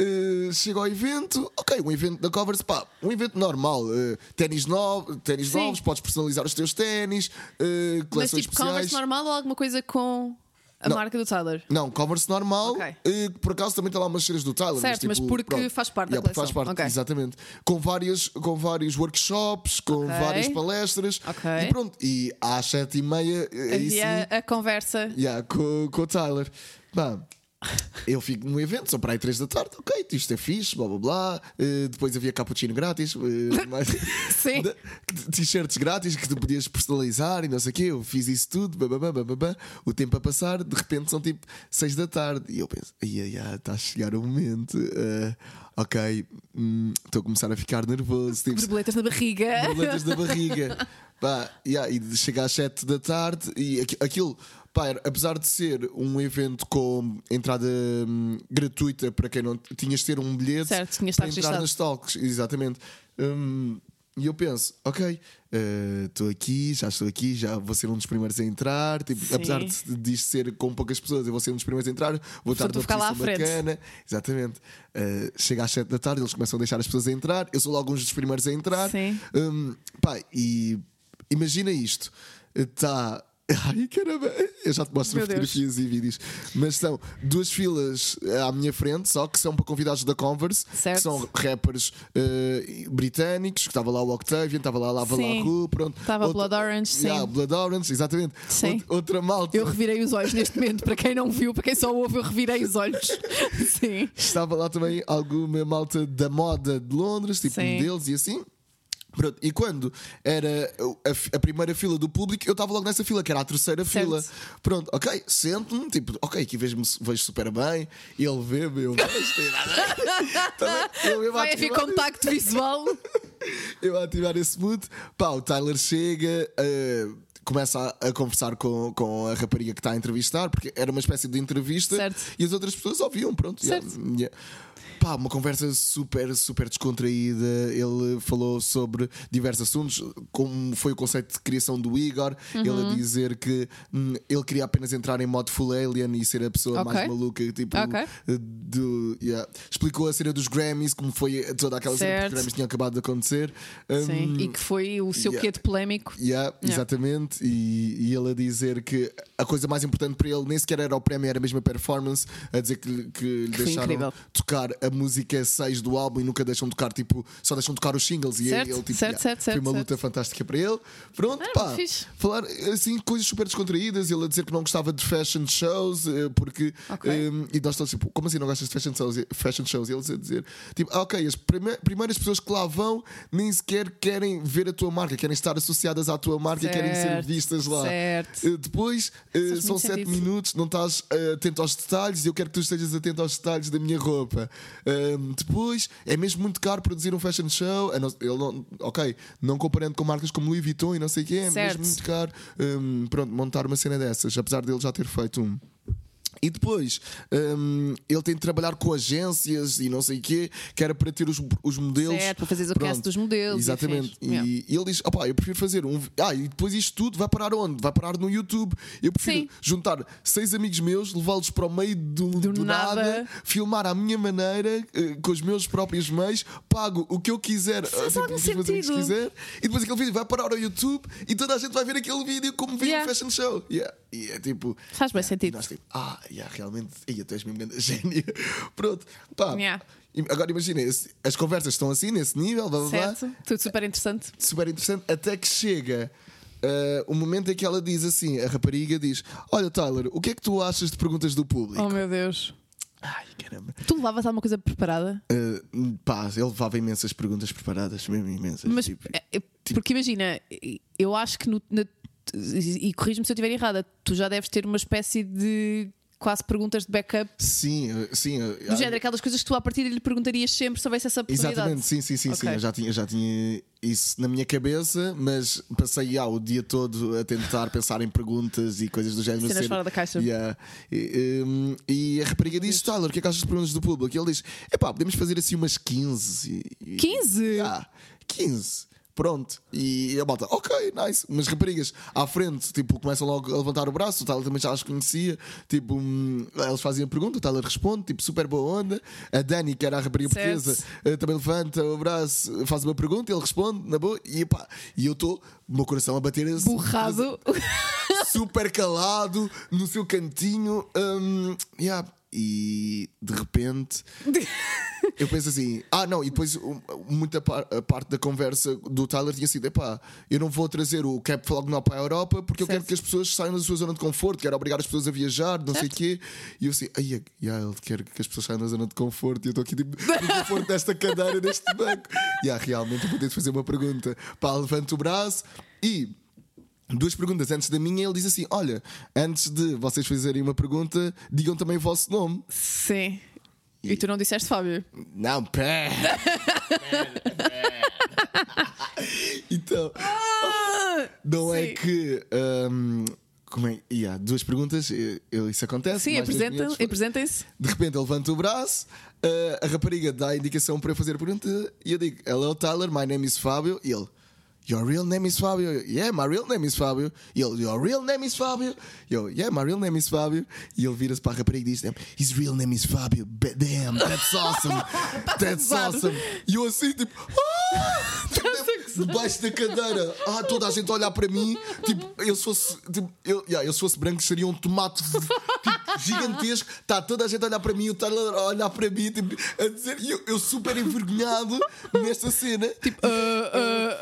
Speaker 2: eh, chego ao evento, ok, um evento da Covers, pá, um evento normal. eh, ténis novos, ténis
Speaker 1: Sim.
Speaker 2: novos, podes personalizar os teus ténis, eh,
Speaker 1: Mas
Speaker 2: coleções
Speaker 1: tipo,
Speaker 2: especiais.
Speaker 1: Converse normal ou alguma coisa com a marca do Tyler?
Speaker 2: Não, Covers normal,
Speaker 1: Ok.
Speaker 2: eh, que por acaso também está lá umas cheiras do Tyler.
Speaker 1: Certo, mas
Speaker 2: tipo,
Speaker 1: porque faz parte da
Speaker 2: Yeah, porque faz
Speaker 1: coleção.
Speaker 2: parte,
Speaker 1: Ok.
Speaker 2: exatamente. Com, várias, com vários workshops, com
Speaker 1: Ok.
Speaker 2: várias palestras.
Speaker 1: Ok.
Speaker 2: E pronto, e às sete e meia, eh, aí sim,
Speaker 1: Havia a conversa.
Speaker 2: Yeah, com, com o Tyler. Pá, eu fico num evento, são para aí 3 da tarde, ok, isto é fixe, blá blá blá. Eh, depois havia cappuccino grátis, eh, mais-
Speaker 1: Sim.
Speaker 2: de- t-shirts grátis que tu podias personalizar e não sei o quê. Eu fiz isso tudo, bababá, bababá. o tempo a passar, de repente são tipo 6 da tarde. E eu penso, ai ai ai, está a chegar o momento, eh, ok, hum, estou a começar a ficar nervoso. Tipo,
Speaker 1: Borboletas na barriga.
Speaker 2: borboletas da barriga. Pá, yeah, e chega às 7 da tarde e aqui- aquilo, pá, era- apesar de ser um evento com entrada hum, gratuita para quem não tinhas de ter um bilhete
Speaker 1: Certo, tinhas de estar
Speaker 2: para
Speaker 1: registado.
Speaker 2: entrar nas talks, exatamente. Hum, e eu penso, ok, eh, estou aqui, já estou aqui, já vou ser um dos primeiros a entrar. Tipo,
Speaker 1: Sim.
Speaker 2: apesar de, disto ser com poucas pessoas, eu vou ser um dos primeiros a entrar, vou estar
Speaker 1: Portanto, vou
Speaker 2: numa
Speaker 1: ficar lá à
Speaker 2: posição
Speaker 1: frente.
Speaker 2: bacana. né? Exatamente. Eh, chega às 7 da tarde, eles começam a deixar as pessoas a entrar, eu sou logo um dos primeiros a entrar.
Speaker 1: Sim.
Speaker 2: Hum, pá, e imagina isto: está Ai, caramba! Eu já te mostro
Speaker 1: Meu Deus.
Speaker 2: fotografias e vídeos. Mas são duas filas eh, à minha frente, só que são para convidados da Converse,
Speaker 1: Certo.
Speaker 2: que são rappers eh, britânicos, que estava lá o Octavian, estava lá a Lava
Speaker 1: Sim.
Speaker 2: Larue, pronto.
Speaker 1: Estava
Speaker 2: Outra-
Speaker 1: Blood Orange, sim.
Speaker 2: Yeah, Blood Orange, exatamente.
Speaker 1: Sim.
Speaker 2: Out- Outra malta.
Speaker 1: Eu revirei os olhos neste momento, para quem não viu, para quem só ouve, eu revirei os olhos. Sim.
Speaker 2: Estava lá também alguma malta da moda de Londres, tipo
Speaker 1: Sim.
Speaker 2: modelos e assim. Pronto, E quando era a, fi- a primeira fila do público, eu estava logo nessa fila, que era a terceira fila. Pronto, ok, sento-me, tipo, ok, aqui vejo-me vejo super bem, ele vê-me, eu vejo, tem nada. Também, eu, eu, a
Speaker 1: Vai haver
Speaker 2: ativar,
Speaker 1: contacto visual.
Speaker 2: eu a ativar esse mood, pá, o Tyler chega, eh, começa a, a conversar com, com a rapariga que está a entrevistar, porque era uma espécie de entrevista
Speaker 1: Certo.
Speaker 2: e as outras pessoas ouviam, pronto. já-
Speaker 1: Certo.
Speaker 2: Yeah. Pá, uma conversa super, super descontraída. Ele falou sobre diversos assuntos, como foi o conceito de criação do Igor.
Speaker 1: Uhum.
Speaker 2: Ele a dizer que hum, ele queria apenas entrar em modo full alien e ser a pessoa
Speaker 1: Ok.
Speaker 2: mais maluca, tipo,
Speaker 1: Ok.
Speaker 2: do. yeah. Explicou a cena dos Grammys, como foi toda aquela cena que
Speaker 1: Certo.
Speaker 2: os Grammys tinham acabado de acontecer.
Speaker 1: Sim.
Speaker 2: Hum,
Speaker 1: E que foi o seu
Speaker 2: yeah.
Speaker 1: quê de polémico.
Speaker 2: Yeah, Exatamente, e, e ele a dizer que a coisa mais importante para ele nem sequer era o prémio, era mesmo a performance, a dizer que, lhe- que lhe
Speaker 1: foi
Speaker 2: deixaram
Speaker 1: incrível.
Speaker 2: tocar a música 6 do álbum e nunca deixam tocar, tipo, só deixam tocar os singles. e
Speaker 1: Certo,
Speaker 2: ele, tipo,
Speaker 1: certo, certo,
Speaker 2: foi
Speaker 1: certo,
Speaker 2: uma
Speaker 1: certo.
Speaker 2: luta fantástica para ele. Pronto,
Speaker 1: Ah,
Speaker 2: pá,
Speaker 1: fixe.
Speaker 2: falar assim, coisas super descontraídas, ele a dizer que não gostava de fashion shows, eh, porque.
Speaker 1: Ok.
Speaker 2: eh, um, e nós todos tipo, como assim não gostas de fashion shows? E- Fashion shows? E eles a dizer, tipo, ah, ok, as prime- primeiras pessoas que lá vão nem sequer querem ver a tua marca, querem estar associadas à tua marca e é querem ser
Speaker 1: Certo,
Speaker 2: vistas lá.
Speaker 1: certo.
Speaker 2: Eh, Depois eh,
Speaker 1: muito
Speaker 2: são 7
Speaker 1: sentido.
Speaker 2: minutos, não estás eh, atento aos detalhes e eu quero que tu estejas atento aos detalhes da minha roupa. Um, depois é mesmo muito caro produzir um fashion show. Eu não- ele não- ok, não comparando com marcas como Louis Vuitton e não sei o quê, é
Speaker 1: Certo.
Speaker 2: mesmo muito caro um, pronto, montar uma cena dessas, apesar dele já ter feito um. E depois hum, ele tem de trabalhar com agências e não sei o quê, que era para ter os, os modelos.
Speaker 1: Certo, para fazeres o cast dos modelos e
Speaker 2: Exatamente.
Speaker 1: afins. Yeah.
Speaker 2: E ele diz: opá, eu prefiro fazer um. Ah, e depois isto tudo vai parar onde? Vai parar no YouTube. Eu prefiro
Speaker 1: Sim.
Speaker 2: juntar seis amigos meus, levá-los para o meio do,
Speaker 1: Do
Speaker 2: do nada.
Speaker 1: nada.
Speaker 2: filmar à minha maneira, eh, com os meus próprios meios, pago o que eu quiser, eh,
Speaker 1: Faz
Speaker 2: tipo,
Speaker 1: algum
Speaker 2: o que os meus amigos
Speaker 1: sentido.
Speaker 2: quiser, e depois aquele vídeo vai parar ao YouTube e toda a gente vai ver aquele vídeo como viu
Speaker 1: Yeah.
Speaker 2: um fashion show. Yeah. E é tipo.
Speaker 1: Faz bem
Speaker 2: E
Speaker 1: sentido.
Speaker 2: nós tipo, ah, yeah, realmente, ia, tu és mesmo grande gênio. Pronto, pá.
Speaker 1: Yeah.
Speaker 2: E Agora imagina, esse- as conversas estão assim, nesse nível, blá blá blá,
Speaker 1: Certo? Tudo super interessante.
Speaker 2: super interessante, até que chega. ah, o momento em que ela diz assim, a rapariga diz: Olha, Tyler, o que é que tu achas de perguntas do público?
Speaker 1: Oh meu Deus.
Speaker 2: Ai, caramba.
Speaker 1: Tu levavas alguma coisa preparada?
Speaker 2: Ah, pá, ele levava imensas perguntas preparadas, mesmo imensas.
Speaker 1: Mas
Speaker 2: tipo,
Speaker 1: é, é, porque imagina, eu acho que no- na- e, e corrijo-me se eu estiver errada, tu já deves ter uma espécie de quase perguntas de backup
Speaker 2: sim, ah, sim. ah,
Speaker 1: do género, aquelas coisas que tu à partida lhe perguntarias sempre se houvesse essa oportunidade.
Speaker 2: Exatamente, sim, sim, sim, sim.
Speaker 1: Ok.
Speaker 2: Eu já tinha, já tinha isso na minha cabeça, mas passei ah, o dia todo a tentar pensar em perguntas e coisas do género.
Speaker 1: Cenas
Speaker 2: sendo-
Speaker 1: fora da caixa.
Speaker 2: Yeah. E, um, e a rapariga diz: Tyler, o que é que achas de perguntas do público? E ele diz: Epá, podemos fazer assim umas 15. E-
Speaker 1: 15?
Speaker 2: Ah, 15. Pronto, e a malta, ok, nice. Umas raparigas à frente, tipo, começam logo a levantar o braço. O Tyler também já as conhecia. Tipo, hum, eles fazem a pergunta, o Tyler responde, tipo, super boa onda. A Dani, que era a rapariga
Speaker 1: Certo.
Speaker 2: portuguesa, eh, também levanta o braço, faz uma pergunta, ele responde, na boa, e pá, e eu estou, o meu coração a bater assim,
Speaker 1: Borrado.
Speaker 2: super calado, no seu cantinho. hum, yeah. E de repente eu penso assim, ah não, e depois um, muita par- a parte da conversa do Tyler tinha sido, epá, eu não vou trazer o Cap Flog Now para a Europa porque eu
Speaker 1: Certo.
Speaker 2: quero que as pessoas saiam da sua zona de conforto, quero obrigar as pessoas a viajar, não sei o quê. E eu assim, ai, yeah, ele quer que as pessoas saiam da zona de conforto e eu estou aqui tipo, no conforto desta cadeira, deste banco. E ah, realmente eu vou ter de fazer uma pergunta. Pá, levanta o braço e. Duas perguntas antes da minha, ele diz assim: Olha, antes de vocês fazerem uma pergunta, digam também o vosso nome.
Speaker 1: Sim. E tu não disseste Fábio?
Speaker 2: Não, pé! então, não é
Speaker 1: Ah, Sim.
Speaker 2: que. hum, como é? E há duas perguntas, eh, eu- isso acontece.
Speaker 1: Sim,
Speaker 2: mais dois
Speaker 1: apresentam-
Speaker 2: minutos.
Speaker 1: apresentem-se.
Speaker 2: De repente ele levanta o braço, eh, a rapariga dá a indicação para eu fazer a pergunta e eu digo: Hello Tyler, my name is Fábio. E ele: Your real name is Fábio. Eu, Yeah, my real name is Fábio. E ele, Your real name is Fábio. E eu, Yeah, my real name is Fábio. E ele vira-se para a rapariga e diz: His real name is Fábio. Ba- Damn, that's awesome. that's
Speaker 1: gozar.
Speaker 2: awesome. E eu assim, tipo, "Ah!" Tipo, debaixo da cadeira. Ah, toda a gente a olhar para mim. Tipo, eu se fosse, tipo, eu, yeah, eu se fosse branco, seria um tomate tipo, gigantesco. Está toda a gente a olhar para mim, o Tyler a olhar para mim, tipo, a dizer, e eu, eu super envergonhado nesta cena. Tipo,
Speaker 1: uh,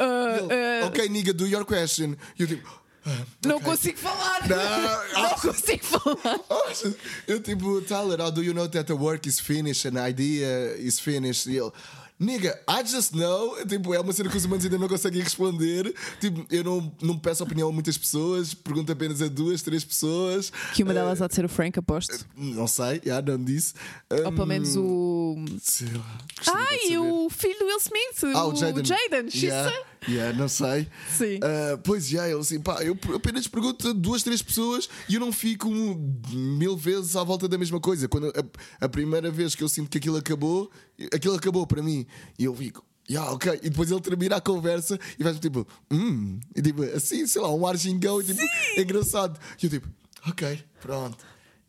Speaker 2: ok, nigga, do your question. E eu tipo, "Tá,
Speaker 1: Não consigo falar!
Speaker 2: Não.
Speaker 1: Não
Speaker 2: Ah.
Speaker 1: consigo falar!
Speaker 2: Eu tipo, Tyler, how do you know that the work is finished and the idea is finished? E ele, nigga, I just know. Tipo, é uma cena que os humanos ainda não conseguem responder. Tipo, eu não, não peço opinião a muitas pessoas, pergunto apenas a duas, três pessoas.
Speaker 1: Que uma delas há de ser o Frank, aposto.
Speaker 2: Não sei, já não disse.
Speaker 1: Ou pelo menos o.
Speaker 2: Hum, Sei lá, gostaria de
Speaker 1: Ai,
Speaker 2: saber.
Speaker 1: o filho do Will Smith!
Speaker 2: Ah,
Speaker 1: o Jaden!
Speaker 2: Yeah,
Speaker 1: Xissa.
Speaker 2: yeah, não sei.
Speaker 1: Sim.
Speaker 2: Ah, pois já, ele assim, pá, eu apenas pergunto a duas, três pessoas e eu não fico mil vezes à volta da mesma coisa. Quando a, a primeira vez que eu sinto que aquilo acabou, aquilo acabou para mim. E eu fico. Yeah, ok. E depois ele termina a conversa e faz tipo, hum, e tipo, assim, sei lá, um ar gingão e tipo, é engraçado. E eu tipo, ok, pronto.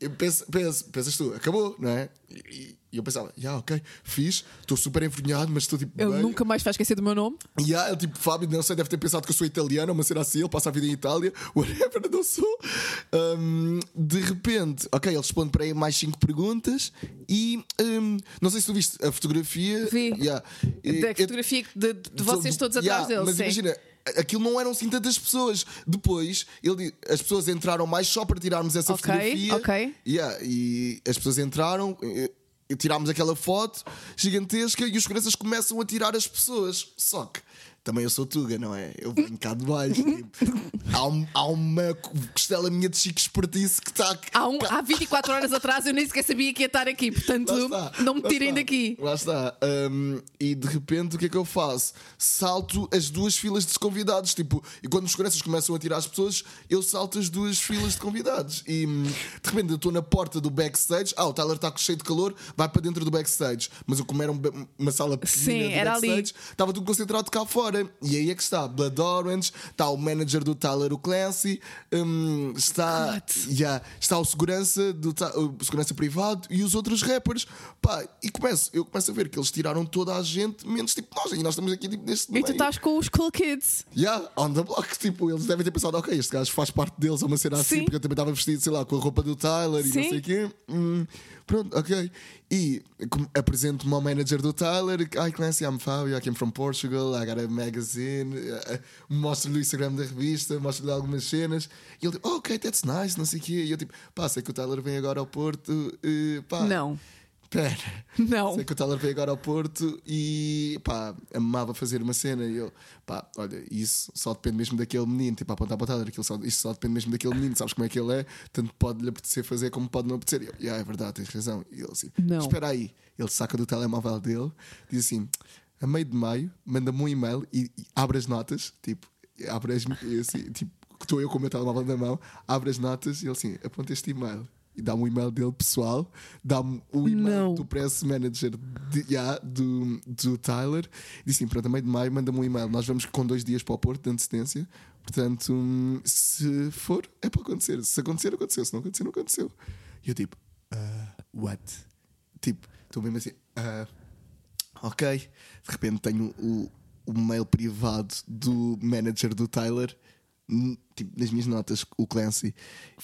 Speaker 2: Eu penso, penso, pensas tu, acabou, não é? E, e eu pensava, já, ok, fiz, estou super envergonhado, mas estou tipo.
Speaker 1: Ele
Speaker 2: bem."
Speaker 1: nunca mais vai esquecer do meu nome.
Speaker 2: E há, ele tipo, Fábio, não sei, deve ter pensado que eu sou italiano, mas será assim, ele passa a vida em Itália, whatever, não sou. Hum, de repente, ok, ele responde para aí mais cinco perguntas e hum, não sei se tu viste a fotografia.
Speaker 1: Vi.
Speaker 2: Yeah. E-
Speaker 1: Da
Speaker 2: eu-
Speaker 1: fotografia de, de vocês
Speaker 2: do-
Speaker 1: todos
Speaker 2: Yeah,
Speaker 1: atrás dele.
Speaker 2: Mas
Speaker 1: sim.
Speaker 2: imagina, a- aquilo não eram assim tantas pessoas. Depois, ele, di- as pessoas entraram mais só para tirarmos essa
Speaker 1: Ok,
Speaker 2: fotografia.
Speaker 1: ok.
Speaker 2: Yeah, e as pessoas entraram, e- e tirámos aquela foto gigantesca e os crianças começam a tirar as pessoas. Só que. Também eu sou Tuga, não é? Eu vou um bocado mais. Tipo, há, um- há uma costela minha de chico espertice que tá está
Speaker 1: Há, um, há 24 horas atrás eu nem sequer sabia que ia estar aqui, portanto
Speaker 2: Lá está,
Speaker 1: não me
Speaker 2: lá
Speaker 1: tirem
Speaker 2: está,
Speaker 1: daqui.
Speaker 2: Lá está. Um, e de repente o que é que eu faço? Salto as duas filas de convidados. Tipo, e quando os seguranças começam a tirar as pessoas, eu salto as duas filas de convidados. E hum, de repente eu estou na porta do backstage. Ah, o Tyler está cheio de calor, vai para dentro do backstage. Mas eu como era um ba- uma sala pequena
Speaker 1: Sim,
Speaker 2: do
Speaker 1: era ali.
Speaker 2: backstage, estava tudo concentrado cá fora. E aí é que está Blood Orange, está o manager do Tyler, o Clancy, hum, está, yeah, está o segurança, do, Ty- o segurança privado e os outros rappers. Pá, e começo, eu começo a ver que eles tiraram toda a gente, menos tipo nós. E nós estamos aqui tipo, neste
Speaker 1: E tu tá
Speaker 2: meio.
Speaker 1: estás com os Cool Kids.
Speaker 2: Yeah, on the block. Tipo, eles devem ter pensado, ok, este gajo faz parte deles, é uma cena assim,
Speaker 1: Sim.
Speaker 2: porque eu também estava vestido, sei lá, com a roupa do Tyler e
Speaker 1: Sim.
Speaker 2: não sei o quê. Hum, pronto, ok. E com- apresento-me ao manager do Tyler. Hi, Clancy, I'm Fabio, I came from Portugal, I got a magazine. Eh, eh, Mostro-lhe o Instagram da revista, mostro-lhe algumas cenas. E ele, tipo, ok, that's nice, não sei o quê. E eu, tipo, pá, sei que o Tyler vem agora ao Porto. eh, pá,
Speaker 1: Não,
Speaker 2: Pera.
Speaker 1: não.
Speaker 2: Sei que o Tyler veio agora ao Porto e pá, amava fazer uma cena e eu, pá, olha, isso só depende mesmo daquele menino, tipo, a apontar para o Tyler, aquilo só, isto só depende mesmo daquele menino, sabes como é que ele é, tanto pode-lhe apetecer fazer como pode não apetecer. E eu, yeah, é verdade, tens razão. E ele assim,
Speaker 1: Não.
Speaker 2: espera aí. Ele saca do telemóvel dele, diz assim, a meio de maio, manda-me um e-mail e, e abre as notas, tipo, abre as, eu assim, tipo, estou eu com o meu telemóvel na mão, abre as notas e ele assim, aponta este e-mail. E dá-me o e-mail dele pessoal, dá-me um o e-mail
Speaker 1: Não.
Speaker 2: do press manager de- yeah, do, do Tyler e disse assim: pronto, a meio de maio, manda-me um e-mail. Nós vamos com dois dias para o Porto de antecedência. Portanto, hum, se for, é para acontecer. Se acontecer, aconteceu. Se não acontecer, não aconteceu. E eu tipo, ah, what? Tipo, estou mesmo assim, ah, ok. De repente tenho o, o mail privado do manager do Tyler. n- Tipo, nas minhas notas, o Clancy.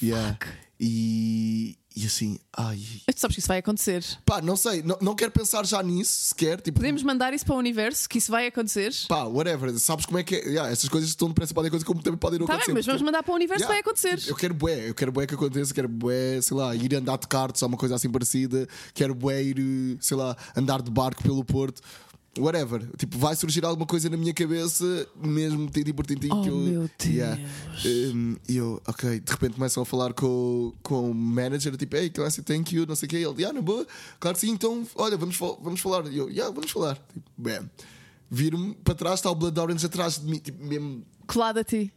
Speaker 2: Yeah. E, e assim, ai,
Speaker 1: Mas tu sabes que isso vai acontecer.
Speaker 2: Pá, não sei, não, não quero pensar já nisso sequer. Tipo,
Speaker 1: Podemos mandar isso para o universo, que isso vai acontecer.
Speaker 2: pá, whatever. Sabes como é que é? Yeah, essas coisas estão depressa podem acontecer como também podem não
Speaker 1: Está
Speaker 2: acontecer.
Speaker 1: Tá bem, mas vamos
Speaker 2: portanto,
Speaker 1: mandar para o universo,
Speaker 2: yeah,
Speaker 1: vai acontecer.
Speaker 2: Eu quero bué, eu quero bué que aconteça, quero bué, sei lá, ir andar de cartas ou uma coisa assim parecida, quero bué ir, eh, sei lá, andar de barco pelo Porto. Whatever, tipo, vai surgir alguma coisa na minha cabeça, mesmo tintim por tintim
Speaker 1: Oh,
Speaker 2: que eu.
Speaker 1: meu Deus.
Speaker 2: Um, e eu, ok, de repente começam a falar com, o- com o manager, tipo, hey, Clancy, thank you, não sei o quê. Ele, ah, na boa, claro que sim, então, olha, vamos, fal- vamos falar. E eu, yeah, vamos falar. Tipo, bem, viro-me para trás, está o Blood Orange atrás de mim, tipo, mesmo
Speaker 1: Colado a ti.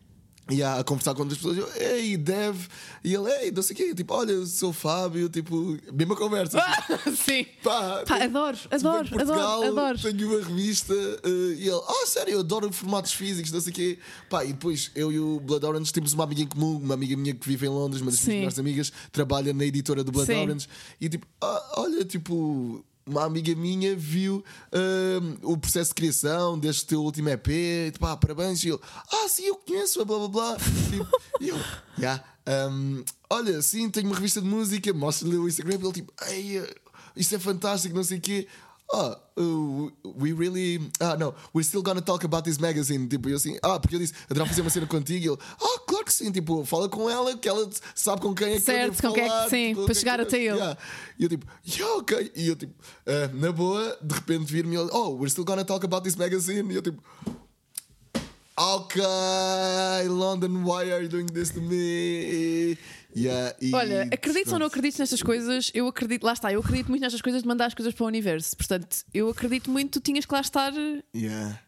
Speaker 2: E a, a conversar com outras pessoas, eu, ei, Dev, e ele, ei, não sei o quê, tipo, olha, eu sou o Fábio, tipo, mesma conversa. assim.
Speaker 1: Sim.
Speaker 2: Pá,
Speaker 1: Ah! Pá, adoro,
Speaker 2: Banco
Speaker 1: adoro,
Speaker 2: de Portugal,
Speaker 1: adoro, adoro.
Speaker 2: Tenho uma revista eh, e ele, ah, sério, eu adoro formatos físicos, não sei o quê. Pá, e depois eu e o Blood Orange temos uma amiga em comum, uma amiga minha que vive em Londres, uma das
Speaker 1: Sim.
Speaker 2: minhas melhores amigas, trabalha na editora do Blood
Speaker 1: Sim.
Speaker 2: Orange. E tipo, ah, olha, tipo. Uma amiga minha viu ahm, o processo de criação deste teu último EP, e, tipo, ah, parabéns. E ele, ah, sim, eu conheço, blá blá blá. Tipo, e eu, "Ya." Ahm, olha, sim, tenho uma revista de música, mostra-lhe o Instagram. E ele, tipo, ei, isso é fantástico, não sei o quê. Ah, uh, we really. Ah, não, we're still gonna talk about this magazine. Tipo, eu assim, ah, porque eu disse, adorava fazer uma cena contigo. E ele, ah, claro que sim, tipo, fala com ela, que ela sabe com quem é que eu
Speaker 1: Certo,
Speaker 2: devo
Speaker 1: com quem é que-
Speaker 2: falar,
Speaker 1: sim,
Speaker 2: tipo,
Speaker 1: para
Speaker 2: quem-
Speaker 1: chegar até ele.
Speaker 2: Yeah. E eu tipo, yeah, ok. E eu tipo, ah, na boa, de repente vir-me e ele, oh, we're still gonna talk about this magazine. E eu tipo, ok, London, why are you doing this to me? Yeah, e,
Speaker 1: Olha, acredito ou não acredito nestas coisas, eu acredito, lá está, eu acredito muito nestas coisas de mandar as coisas para o universo. Portanto, eu acredito muito, tu tinhas que lá estar,
Speaker 2: Yeah.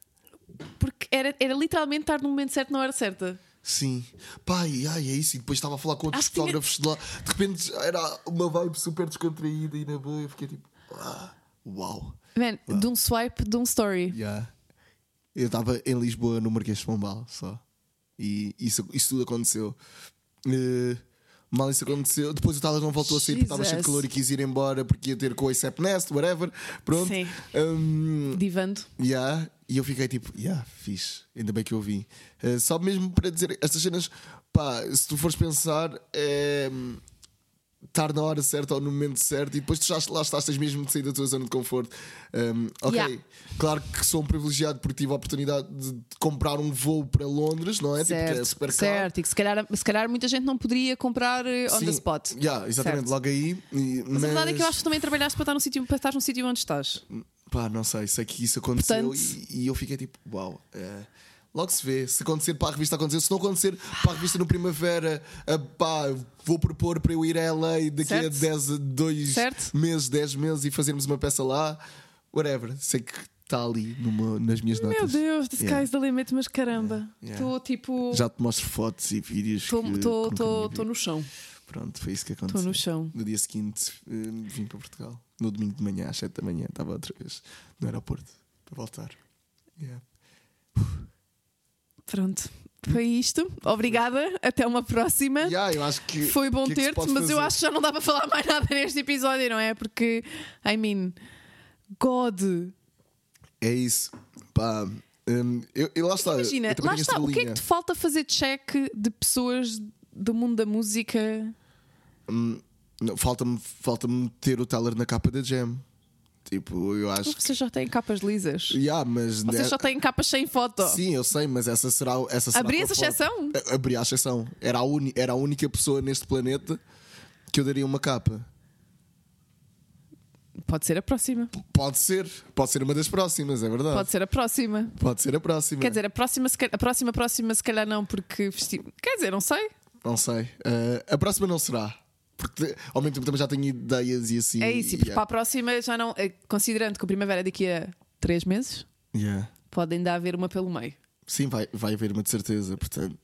Speaker 1: porque era, era literalmente estar no momento certo, na hora certa.
Speaker 2: Sim, pai, ai, é isso. E depois estava a falar com outros
Speaker 1: Acho que tinha-
Speaker 2: fotógrafos de lá. De repente era uma vibe super descontraída e na boa eu fiquei tipo, ah, uau.
Speaker 1: Man, de um swipe, de um story.
Speaker 2: Yeah. Eu estava em Lisboa no Marquês de Pombal só. E isso, isso tudo aconteceu. Eh, mal isso aconteceu. Depois o Tyler não voltou a sair porque estava cheio de
Speaker 1: Jesus.
Speaker 2: calor e quis ir embora porque ia ter com o ASAP Nest, whatever. Pronto. Hum,
Speaker 1: Sim.
Speaker 2: Ahm,
Speaker 1: Divando.
Speaker 2: Yeah. E eu fiquei tipo, yeah, fixe, ainda bem que eu vi. Eh, só mesmo para dizer, estas cenas, pá, se tu fores pensar, é, estar na hora certa ou no momento certo e depois tu já lá estás, tens mesmo de sair da tua zona de conforto. Um, ok,
Speaker 1: Yeah.
Speaker 2: claro que sou um privilegiado porque tive a oportunidade de comprar um voo para Londres, não é? Tipo, que é super caro.
Speaker 1: certo. E que se calhar, se calhar muita gente não poderia comprar eh, on the
Speaker 2: Sim,
Speaker 1: spot.
Speaker 2: Yeah, exatamente,
Speaker 1: Certo.
Speaker 2: logo aí. e-
Speaker 1: Mas a verdade é que eu
Speaker 2: mas-
Speaker 1: acho que também trabalhaste para estar no sítio, para estar no sítio onde estás.
Speaker 2: Pá, não sei, sei que isso aconteceu
Speaker 1: Portanto-
Speaker 2: e, e eu fiquei tipo, uau. eh, logo se vê, se acontecer para a revista acontecer, se não acontecer para a revista no primavera, eh, pá, vou propor para eu ir a LA daqui
Speaker 1: Certo.
Speaker 2: a 10, 2
Speaker 1: Certo.
Speaker 2: meses, 10 meses e fazermos uma peça lá, whatever. Sei que está ali numa- nas minhas
Speaker 1: Meu
Speaker 2: notas.
Speaker 1: Deus, the
Speaker 2: Yeah.
Speaker 1: sky's the limit, mas caramba. Estou
Speaker 2: Yeah.
Speaker 1: tipo.
Speaker 2: Já te mostro fotos e vídeos. que nunca tinha
Speaker 1: Estou
Speaker 2: visto.
Speaker 1: no chão.
Speaker 2: Pronto, foi isso que aconteceu.
Speaker 1: Estou no chão.
Speaker 2: No dia seguinte eh, vim para Portugal. No domingo de manhã, às 7 da manhã, estava outra vez no aeroporto para voltar. Yeah.
Speaker 1: Pronto. Foi isto. Obrigada. Até uma próxima.
Speaker 2: Yeah, eu acho que-
Speaker 1: Foi bom
Speaker 2: que é que se
Speaker 1: ter-te,
Speaker 2: pode
Speaker 1: mas eu
Speaker 2: fazer?
Speaker 1: acho que já não dá para falar mais nada neste episódio, não é? Porque, I mean, God.
Speaker 2: É isso. Pá, hum, eu, eu lá está.
Speaker 1: Imagina,
Speaker 2: eu também
Speaker 1: lá
Speaker 2: tenho
Speaker 1: está,
Speaker 2: esta
Speaker 1: o que é que
Speaker 2: linha.
Speaker 1: te falta fazer check de pessoas do mundo da música?
Speaker 2: Hum, não, Falta-me falta ter o Tyler na capa da Jam. Tipo, eu acho.
Speaker 1: Vocês já têm capas lisas.
Speaker 2: Yeah, mas.
Speaker 1: Vocês
Speaker 2: é-
Speaker 1: só têm capas sem foto.
Speaker 2: Sim, eu sei, mas essa será. Essa será
Speaker 1: Abri
Speaker 2: com a
Speaker 1: essa
Speaker 2: foto.
Speaker 1: exceção?
Speaker 2: A- Abri a exceção. Era a, uni- era a única pessoa neste planeta que eu daria uma capa.
Speaker 1: Pode ser a próxima.
Speaker 2: Pode ser. Pode ser uma das próximas, é verdade.
Speaker 1: Pode ser a próxima.
Speaker 2: Pode ser a próxima.
Speaker 1: Quer dizer, a próxima, se calhar, a próxima, próxima, se calhar não, porque vesti... Quer dizer, não sei.
Speaker 2: Não sei. Eh, a próxima não será. Porque ao mesmo tempo também já tenho ideias e assim.
Speaker 1: É isso, e porque
Speaker 2: yeah.
Speaker 1: para a próxima já não. eh, Considerando que a primavera é daqui a três meses,
Speaker 2: Yeah.
Speaker 1: pode ainda haver uma pelo meio.
Speaker 2: Sim, vai, vai haver uma de certeza. Portanto,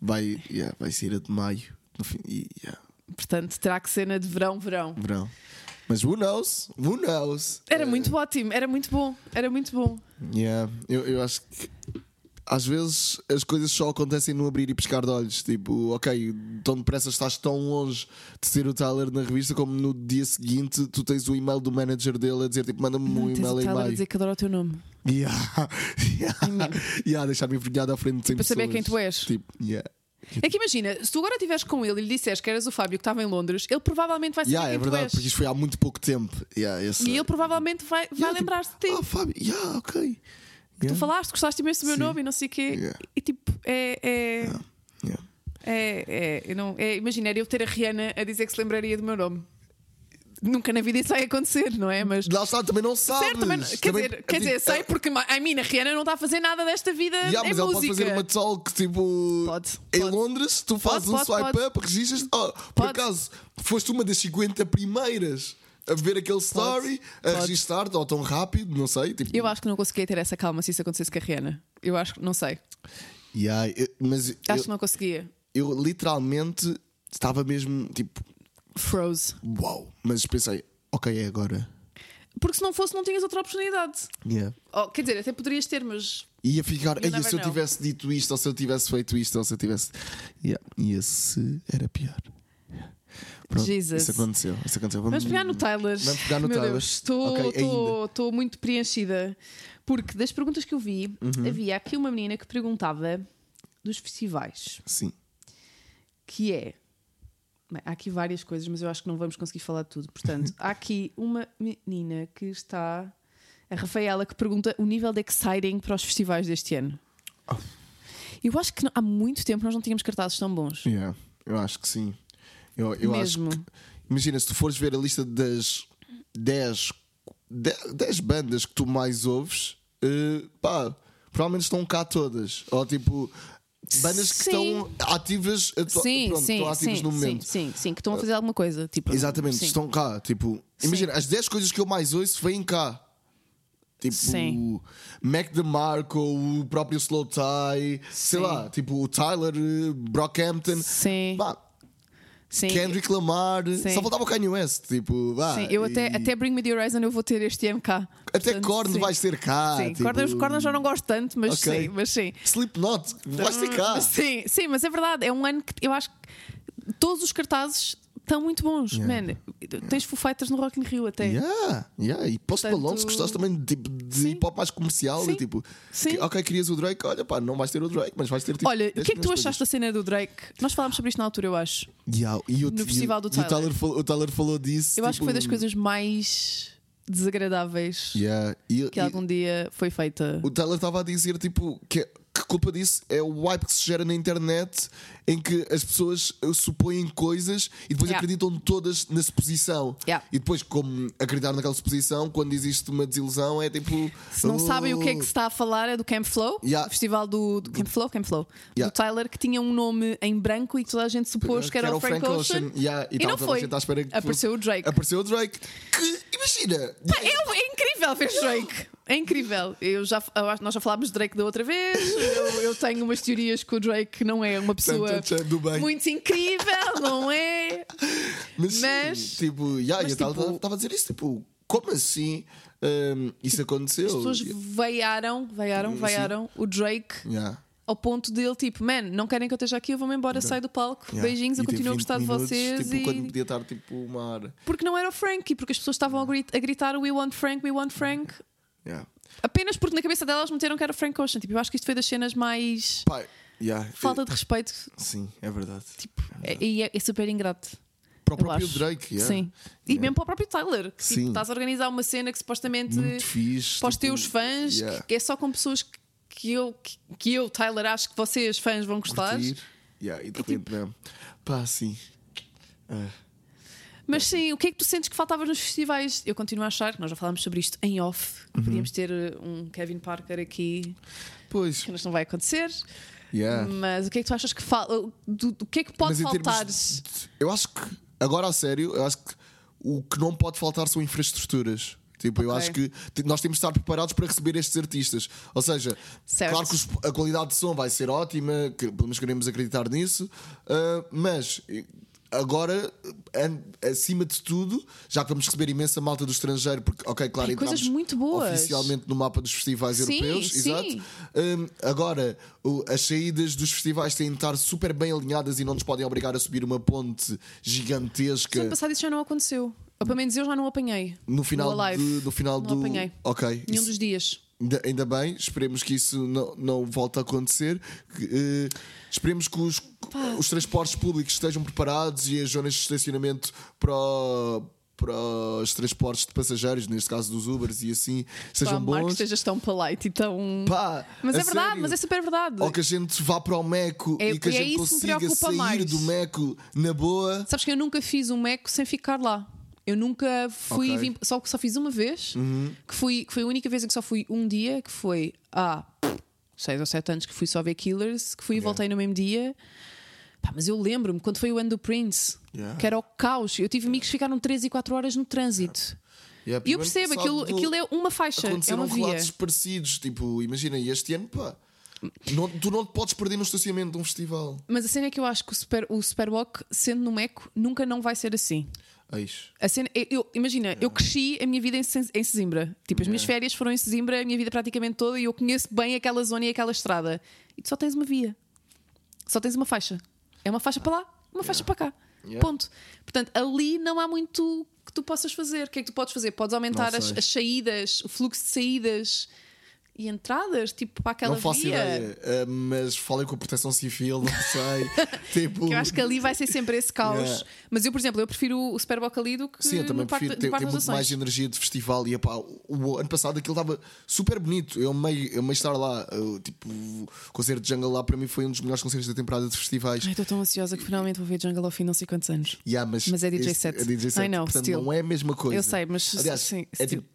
Speaker 2: vai, yeah, vai sair a de maio. No fim, e, yeah,
Speaker 1: Portanto, terá que ser na de verão, verão.
Speaker 2: verão. Mas who knows? Who knows?
Speaker 1: Era
Speaker 2: Eh,
Speaker 1: muito ótimo, era muito bom, era muito bom.
Speaker 2: Yeah, eu, eu acho que às vezes as coisas só acontecem no abrir e pescar de olhos. Tipo, ok, tão depressa estás tão longe de ser o Tyler na revista como no dia seguinte tu tens o e-mail do manager dele a dizer tipo, manda-me um
Speaker 1: Tens
Speaker 2: e-mail
Speaker 1: o
Speaker 2: em
Speaker 1: Tyler a
Speaker 2: maio.
Speaker 1: dizer que adora o teu nome.
Speaker 2: Yeah. Yeah. Yeah, deixar-me envergonhado à frente de 100
Speaker 1: Para saber
Speaker 2: pessoas.
Speaker 1: quem tu és.
Speaker 2: Tipo, yeah.
Speaker 1: É que imagina, se tu agora estiveres com ele e lhe disseres que eras o Fábio que estava em Londres, ele provavelmente vai saber
Speaker 2: Yeah, é
Speaker 1: quem
Speaker 2: verdade,
Speaker 1: tu
Speaker 2: porque
Speaker 1: és.
Speaker 2: isto foi há muito pouco tempo. Yeah, eu sei.
Speaker 1: E ele provavelmente vai, vai
Speaker 2: Yeah, tipo,
Speaker 1: lembrar-se de ti.
Speaker 2: Ah, Fábio, yeah, ok.
Speaker 1: Tu
Speaker 2: Yeah,
Speaker 1: falaste, gostaste imenso do meu
Speaker 2: Sim.
Speaker 1: nome e não sei o quê.
Speaker 2: Yeah.
Speaker 1: E tipo, é. é...
Speaker 2: yeah.
Speaker 1: É, é, eu não, é, imagina, era eu ter a Rihanna a dizer que se lembraria do meu nome. Nunca na vida isso vai acontecer, não é? Mas.
Speaker 2: Lá está, também não sabes.
Speaker 1: Certo, também, quer
Speaker 2: Também- é tipo,
Speaker 1: dizer, quer dizer, sei porque a mina Rihanna não está a fazer nada desta vida
Speaker 2: eh, Yeah,
Speaker 1: em
Speaker 2: mas ela pode
Speaker 1: música.
Speaker 2: fazer uma talk tipo
Speaker 1: Pode,
Speaker 2: em
Speaker 1: pode.
Speaker 2: Londres, tu fazes um
Speaker 1: pode,
Speaker 2: swipe
Speaker 1: pode.
Speaker 2: up, registras, oh, por
Speaker 1: Pode.
Speaker 2: acaso foste uma das 50 primeiras a ver aquele story,
Speaker 1: pode.
Speaker 2: a registar-te, ou tão rápido, não sei. Tipo,
Speaker 1: Eu acho que não conseguia ter essa calma se isso acontecesse com a Rihanna. Eu acho que não sei.
Speaker 2: Yeah, eu- mas eu,
Speaker 1: Acho que não conseguia.
Speaker 2: eu literalmente estava mesmo tipo,
Speaker 1: Froze.
Speaker 2: uau. Mas pensei, ok, é agora.
Speaker 1: Porque se não fosse, não tinhas outra oportunidade.
Speaker 2: Yeah.
Speaker 1: Oh, quer dizer, até poderias ter, mas.
Speaker 2: Ia ficar,
Speaker 1: You
Speaker 2: "Ei,
Speaker 1: never
Speaker 2: se eu
Speaker 1: know."
Speaker 2: tivesse dito isto, ou se eu tivesse feito isto, ou se eu tivesse. Yeah. E esse era pior. Pronto,
Speaker 1: Jesus.
Speaker 2: Isso aconteceu. Isso aconteceu.
Speaker 1: Vamos pegar no Tyler.
Speaker 2: Vamos pegar no
Speaker 1: Meu
Speaker 2: Tyler.
Speaker 1: Deus, estou,
Speaker 2: Ok,
Speaker 1: estou, estou muito preenchida. Porque das perguntas que eu vi,
Speaker 2: Uhum.
Speaker 1: havia aqui uma menina que perguntava dos festivais.
Speaker 2: Sim.
Speaker 1: que é. Bem, há aqui várias coisas, mas eu acho que não vamos conseguir falar de tudo. Portanto, há aqui uma menina que está. A Rafaela que pergunta o nível de exciting para os festivais deste ano.
Speaker 2: Oh.
Speaker 1: Eu acho que não- há muito tempo nós não tínhamos cartazes tão bons.
Speaker 2: Yeah. Eu acho que sim. Eu, eu acho
Speaker 1: Mesmo.
Speaker 2: Imagina, se tu fores ver a lista das 10, de- 10 bandas que tu mais ouves, eh, pá, provavelmente estão cá todas. Ou tipo, bandas que
Speaker 1: Sim.
Speaker 2: estão ativas, atua-
Speaker 1: sim,
Speaker 2: pronto,
Speaker 1: sim,
Speaker 2: estão ativas
Speaker 1: sim,
Speaker 2: no momento. Ah.
Speaker 1: sim, sim, sim, que estão a fazer alguma coisa. Tipo,
Speaker 2: Exatamente,
Speaker 1: sim.
Speaker 2: estão cá. Tipo, imagina, as 10 coisas que eu mais ouço vêm cá. Tipo,
Speaker 1: Sim.
Speaker 2: o Mac DeMarco, o próprio Slow Tie, sei
Speaker 1: Sim.
Speaker 2: lá, tipo o Tyler, eh, Brockhampton,
Speaker 1: Sim,
Speaker 2: pá,
Speaker 1: sim.
Speaker 2: Kendrick Lamar, eh,
Speaker 1: Sim.
Speaker 2: só faltava o Kanye West. Tipo, vá,
Speaker 1: Sim, eu até,
Speaker 2: e-
Speaker 1: até Bring Me the Horizon eu vou ter este MK.
Speaker 2: Até
Speaker 1: Portanto,
Speaker 2: corno
Speaker 1: sim.
Speaker 2: vais ter cá.
Speaker 1: Sim, é
Speaker 2: tipo,
Speaker 1: cordas, cordas já não gosto tanto, mas
Speaker 2: Ok.
Speaker 1: sim, mas sim.
Speaker 2: Slipknot, vais ter cá.
Speaker 1: Sim, sim, mas é verdade. É um ano que eu acho que todos os cartazes estão muito bons.
Speaker 2: Yeah.
Speaker 1: Man, tens Foo Fighters no Rock in Rio até.
Speaker 2: Yeah, yeah. E Post
Speaker 1: Portanto-
Speaker 2: Malone, se gostaste também de, tipo, de hip hop mais comercial
Speaker 1: Sim.
Speaker 2: e tipo,
Speaker 1: Sim.
Speaker 2: que- ok, querias o Drake, olha pá, não vais ter o Drake, mas vais ter tipo.
Speaker 1: Olha, o
Speaker 2: 10
Speaker 1: que é que tu
Speaker 2: milhões de
Speaker 1: achaste da cena do Drake? Nós falámos sobre isto na altura, eu acho.
Speaker 2: coisas. Yeah, e o,
Speaker 1: no
Speaker 2: e o-
Speaker 1: festival do
Speaker 2: e
Speaker 1: Tyler?
Speaker 2: O Tyler, falou, o Tyler falou disso.
Speaker 1: Eu acho que foi
Speaker 2: tipo,
Speaker 1: das coisas mais desagradáveis
Speaker 2: Yeah, e,
Speaker 1: que
Speaker 2: e-
Speaker 1: algum dia foi feita.
Speaker 2: O Tyler estava a dizer tipo que, que culpa disso é o hype que se gera na internet em que as pessoas eh, supõem coisas e depois
Speaker 1: Yeah.
Speaker 2: acreditam todas na suposição.
Speaker 1: Yeah.
Speaker 2: E depois, como acreditar naquela suposição, quando existe uma desilusão, é tipo.
Speaker 1: Se não
Speaker 2: "Oh."
Speaker 1: sabem o que é que se está a falar, é do Camp Flow,
Speaker 2: Yeah.
Speaker 1: o festival do, do Camp Flow, Camp Flow,
Speaker 2: Yeah.
Speaker 1: do Tyler, que tinha um nome em branco e que toda a gente
Speaker 2: "Oh,
Speaker 1: supôs que era, o Frank, Ocean.
Speaker 2: Yeah, E,
Speaker 1: E
Speaker 2: estava
Speaker 1: não
Speaker 2: toda a
Speaker 1: foi.
Speaker 2: gente à espera que fosse-
Speaker 1: Apareceu o Drake.
Speaker 2: Apareceu o Drake. Que, imagina!
Speaker 1: Pá, eu- é incrível ver Drake. É incrível. Eu já, eu acho- nós já falámos de Drake da outra vez. Eu, eu tenho umas teorias que o Drake não é uma pessoa
Speaker 2: Tanto Chan do bem.
Speaker 1: muito incrível, não é?
Speaker 2: Mas,
Speaker 1: Mas-
Speaker 2: tipo, yeah,
Speaker 1: mas,
Speaker 2: e eu
Speaker 1: tipo-
Speaker 2: estava a dizer isso, tipo, como assim hum, isso aconteceu?
Speaker 1: As pessoas veiaram, veiaram, veiaram o Drake
Speaker 2: Yeah.
Speaker 1: ao ponto dele tipo, man, não querem que eu esteja aqui, eu vou-me embora, saio do palco,
Speaker 2: Yeah.
Speaker 1: beijinhos, eu
Speaker 2: E teve
Speaker 1: continuo a
Speaker 2: 20
Speaker 1: gostar
Speaker 2: minutos,
Speaker 1: de vocês.
Speaker 2: Tipo,
Speaker 1: e...
Speaker 2: quando podia estar tipo uma hora.
Speaker 1: Porque não era o Frank e porque as pessoas estavam a grit- a gritar We want Frank, we want Frank.
Speaker 2: Yeah.
Speaker 1: Apenas porque na cabeça delas meteram que era Frank Ocean. Tipo, eu acho que isto foi das cenas mais.
Speaker 2: Pá, yeah.
Speaker 1: Falta de respeito
Speaker 2: Eh, Sim, é verdade.
Speaker 1: É- E é, é super ingrato.
Speaker 2: Para o
Speaker 1: eu
Speaker 2: próprio
Speaker 1: acho.
Speaker 2: Drake, yeah.
Speaker 1: Sim. E mesmo para o próprio Tyler, que tipo,
Speaker 2: Sim.
Speaker 1: estás a organizar uma cena que supostamente
Speaker 2: Muito fixe.
Speaker 1: para os
Speaker 2: tipo,
Speaker 1: teus fãs, que-
Speaker 2: yeah,
Speaker 1: que é só com pessoas que- que eu, que, que eu, Tyler, acho que vocês, fãs, tipo, vão gostar.
Speaker 2: curtir. Yeah, e de repente mesmo. Pá, sim. Ah,
Speaker 1: Mas sim, o que é que tu sentes que faltava nos festivais? Eu continuo a achar que nós já falámos sobre isto em off. que
Speaker 2: Uhum.
Speaker 1: Podíamos ter uh, um Kevin Parker aqui,
Speaker 2: pois.
Speaker 1: que mas não vai acontecer.
Speaker 2: Yeah.
Speaker 1: Mas o que é que tu achas que falta? Do, do que é que pode
Speaker 2: Mas em
Speaker 1: faltar?
Speaker 2: termos de- eu acho que, agora a sério, eu acho que o que não pode faltar são infraestruturas. Tipo, eu
Speaker 1: Ok.
Speaker 2: acho que te- nós temos de estar preparados para receber estes artistas. Ou seja,
Speaker 1: Certo.
Speaker 2: claro que os- a qualidade de som vai ser ótima, que, pelo menos queremos acreditar nisso, ah, mas eh, agora, an- acima de tudo, já que vamos receber imensa malta do estrangeiro, porque, ok, claro,
Speaker 1: Ai, coisas
Speaker 2: entramos
Speaker 1: muito boas.
Speaker 2: oficialmente no mapa dos festivais
Speaker 1: Sim,
Speaker 2: europeus,
Speaker 1: sim.
Speaker 2: exato. Hum, agora, o- as saídas dos festivais têm de estar super bem alinhadas e não nos podem obrigar a subir uma ponte
Speaker 1: No ano
Speaker 2: gigantesca
Speaker 1: passado isso já não aconteceu. Ou pelo menos eu já não apanhei.
Speaker 2: no final,
Speaker 1: no Alive.
Speaker 2: de- no final
Speaker 1: Não
Speaker 2: do.
Speaker 1: apanhei.
Speaker 2: Ok,
Speaker 1: Nenhum
Speaker 2: isso-
Speaker 1: dos dias.
Speaker 2: ainda, ainda bem, esperemos que isso não, não volte a acontecer. que, eh, esperemos que os, os transportes públicos estejam preparados e as zonas de estacionamento para, o- para os transportes de passageiros, neste caso dos Ubers e assim, sejam
Speaker 1: Pá, Marco,
Speaker 2: bons.
Speaker 1: estejas tão polite e tão.
Speaker 2: Pá,
Speaker 1: mas
Speaker 2: a
Speaker 1: é verdade,
Speaker 2: sério.
Speaker 1: mas é super verdade.
Speaker 2: Ou que a gente vá para o Meco
Speaker 1: É-
Speaker 2: e que a
Speaker 1: é
Speaker 2: gente
Speaker 1: isso que me
Speaker 2: consiga
Speaker 1: preocupa
Speaker 2: sair
Speaker 1: mais.
Speaker 2: do Meco na boa.
Speaker 1: Sabes que eu nunca fiz um Meco sem ficar lá. Eu nunca fui.
Speaker 2: Ok. Uhum.
Speaker 1: vim- só, só fiz uma vez, que, fui, que foi a única vez em que só fui um dia, que foi há seis ou sete anos que fui só ver Killers, que fui e voltei no mesmo dia. Pá, mas eu lembro-me quando foi o ano do Prince,
Speaker 2: Yeah.
Speaker 1: que era o caos. Eu tive amigos que ficaram 3 e 4 horas no trânsito. E eu percebo, aquilo, aquilo é uma faixa, é
Speaker 2: Aconteceram
Speaker 1: uma via.
Speaker 2: relatos parecidos, tipo, imagina, e este ano, pá. Não- tu não te podes perder no estacionamento de um festival.
Speaker 1: Mas a cena é que eu acho que o, super, o Superwalk, sendo no Meco, nunca não vai ser assim.
Speaker 2: Eis.
Speaker 1: A cena, eu, eu- imagina, eu cresci a minha vida em, Sez- em Sesimbra. Tipo, as minhas
Speaker 2: Uhum. Yeah.
Speaker 1: férias foram em Sesimbra, a minha vida praticamente toda, e eu conheço bem aquela zona e aquela estrada. E tu só tens uma via. Só tens uma faixa. É uma faixa para lá, uma faixa para cá.
Speaker 2: Yeah.
Speaker 1: Ponto. Portanto, ali não há muito que tu possas fazer. O que é que tu podes fazer? Podes aumentar
Speaker 2: Não
Speaker 1: as,
Speaker 2: sei.
Speaker 1: as saídas, o fluxo de saídas e entradas, tipo, para aquela
Speaker 2: Não faço
Speaker 1: via.
Speaker 2: ideia, eh, mas falem com a proteção civil, não sei. tipo,
Speaker 1: Que eu acho que ali vai ser sempre esse caos.
Speaker 2: Yeah.
Speaker 1: Mas eu, por exemplo, eu prefiro o Superboc ali do que
Speaker 2: Sim, eu também
Speaker 1: no Parque,
Speaker 2: prefiro.
Speaker 1: no
Speaker 2: Tem,
Speaker 1: Parque
Speaker 2: tem
Speaker 1: das
Speaker 2: muito mais
Speaker 1: Nações.
Speaker 2: energia de festival. E epá, o, o ano passado aquilo estava super bonito. Eu amei, eu amei estar lá. Eu, tipo, o concerto de Jungle lá para mim foi um dos melhores concertos da temporada de festivais.
Speaker 1: Ai, estou tão ansiosa que finalmente vou ver Jungle ao fim não sei quantos anos.
Speaker 2: Yeah, mas,
Speaker 1: Mas é DJ
Speaker 2: este-
Speaker 1: set.
Speaker 2: É DJ set.
Speaker 1: I know,
Speaker 2: portanto,
Speaker 1: still.
Speaker 2: não é a mesma coisa.
Speaker 1: Eu sei, mas
Speaker 2: Aliás,
Speaker 1: sim,
Speaker 2: é
Speaker 1: still.
Speaker 2: tipo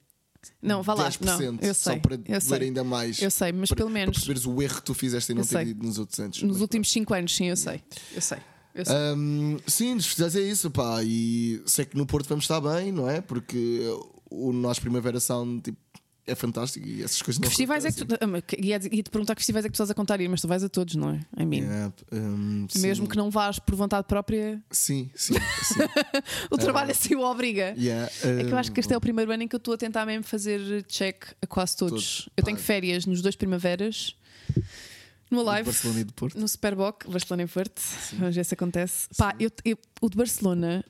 Speaker 1: Não, vá lá.
Speaker 2: 10%.
Speaker 1: Não, eu sei.
Speaker 2: Só para
Speaker 1: eu
Speaker 2: ver
Speaker 1: sei.
Speaker 2: ainda mais.
Speaker 1: Eu sei, mas
Speaker 2: para-
Speaker 1: pelo menos-
Speaker 2: Para perceberes o erro que tu fizeste e não
Speaker 1: Eu
Speaker 2: ter
Speaker 1: sei.
Speaker 2: ido nos outros anos.
Speaker 1: Nos
Speaker 2: Mas-
Speaker 1: últimos 5 anos, sim, eu sei. Eu sei. Eu sei.
Speaker 2: Hum, sim, nos festivais é isso, pá. E sei que no Porto vamos estar bem, não é? Porque o nosso Primavera Sound tipo, é fantástico e essas coisas
Speaker 1: que
Speaker 2: não
Speaker 1: festivais é que
Speaker 2: acontecem.
Speaker 1: tu. Ah, mas que- Ia ia te perguntar que festivais é que tu estás a contar ir, mas tu vais a todos, não é? I mean.
Speaker 2: Yeah, hum, sim,
Speaker 1: Mesmo que não vás por vontade própria,
Speaker 2: Sim, sim, sim.
Speaker 1: o
Speaker 2: Ah.
Speaker 1: trabalho assim o obriga.
Speaker 2: Yeah,
Speaker 1: É que eu acho que
Speaker 2: hum,
Speaker 1: este é o primeiro ano em que eu estou a tentar mesmo fazer check a quase todos.
Speaker 2: Todos.
Speaker 1: Eu tenho
Speaker 2: Pá.
Speaker 1: férias nos dois primaveras, no
Speaker 2: de
Speaker 1: Alive,
Speaker 2: Barcelona e do Porto.
Speaker 1: no Superboc, Barcelona e Porto. Vamos ver se acontece. Pá, eu, eu- o de Barcelona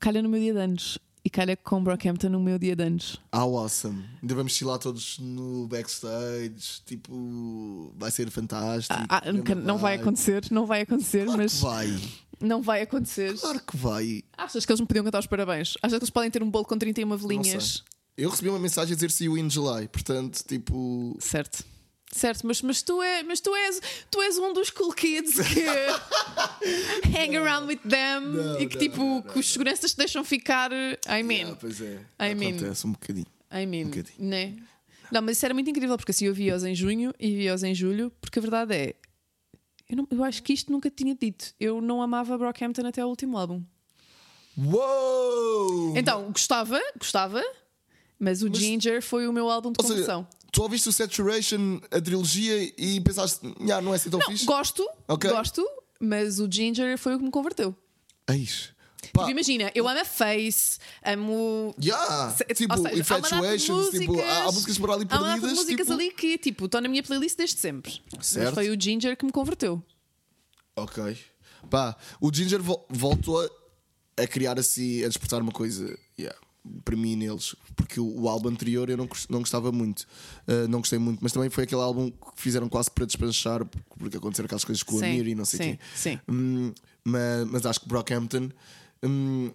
Speaker 1: calha no meu dia de anos e calha com Brockhampton no meu dia de anos.
Speaker 2: Ah, awesome. Ainda vamos chilar todos no backstage. Tipo, vai ser fantástico.
Speaker 1: Ah, ah,
Speaker 2: Grande
Speaker 1: nunca- não vai
Speaker 2: vibe.
Speaker 1: acontecer, não vai acontecer,
Speaker 2: Claro
Speaker 1: mas
Speaker 2: que vai.
Speaker 1: não vai acontecer.
Speaker 2: Claro que vai.
Speaker 1: Achas que eles me podiam cantar os parabéns? Achas que eles podem ter um bolo com 31 velinhas?
Speaker 2: Eu recebi uma mensagem a dizer se o in July. Portanto, tipo.
Speaker 1: Certo. Certo, mas, mas, tu é, mas tu és tu és um dos cool kids que hang around with them
Speaker 2: Não,
Speaker 1: e que
Speaker 2: não,
Speaker 1: tipo
Speaker 2: não,
Speaker 1: que os seguranças te deixam ficar. I mean,
Speaker 2: Ah, pois é.
Speaker 1: I mean.
Speaker 2: Acontece um bocadinho.
Speaker 1: I mean,
Speaker 2: bocadinho.
Speaker 1: né? Não, mas isso era muito incrível porque assim eu vi-os em junho e vi-os em julho, porque a verdade é, eu, não- eu acho que isto nunca te tinha dito. Eu não amava Brockhampton até o último
Speaker 2: Uhum.
Speaker 1: álbum.
Speaker 2: Uou!
Speaker 1: Então, gostava, gostava, mas o Ginger foi o meu álbum de
Speaker 2: Ou seja,
Speaker 1: conversão.
Speaker 2: tu ouviste o Saturation, a trilogia, e pensaste, "Ya, não é assim tão fixe?
Speaker 1: Gosto,
Speaker 2: Ok.
Speaker 1: gosto, mas o Ginger foi o que me converteu.
Speaker 2: Eis.
Speaker 1: Tipo,
Speaker 2: Pá,
Speaker 1: imagina, eu amo a Face, amo.
Speaker 2: yeah.
Speaker 1: se-
Speaker 2: tipo,
Speaker 1: ou seja, há uma data de
Speaker 2: infatuations, tipo, há, há músicas por
Speaker 1: há
Speaker 2: ali
Speaker 1: uma data de
Speaker 2: perdidas.
Speaker 1: músicas
Speaker 2: tipo-
Speaker 1: ali que, tipo, estão na minha playlist desde sempre. Mas
Speaker 2: Certo.
Speaker 1: foi o Ginger que me converteu.
Speaker 2: Ok. Pá, o Ginger vol- voltou a, a criar assim, a despertar uma coisa. yeah, Para mim, neles, porque o, o álbum anterior eu não, gos- não gostava muito, Uh, não gostei muito, mas também foi aquele álbum que fizeram quase para despanchar, porque aconteceram aquelas coisas com o
Speaker 1: Sim,
Speaker 2: Amir e não sei o
Speaker 1: sim,
Speaker 2: quê.
Speaker 1: sim.
Speaker 2: Hum, mas, mas acho que Brockhampton. hum,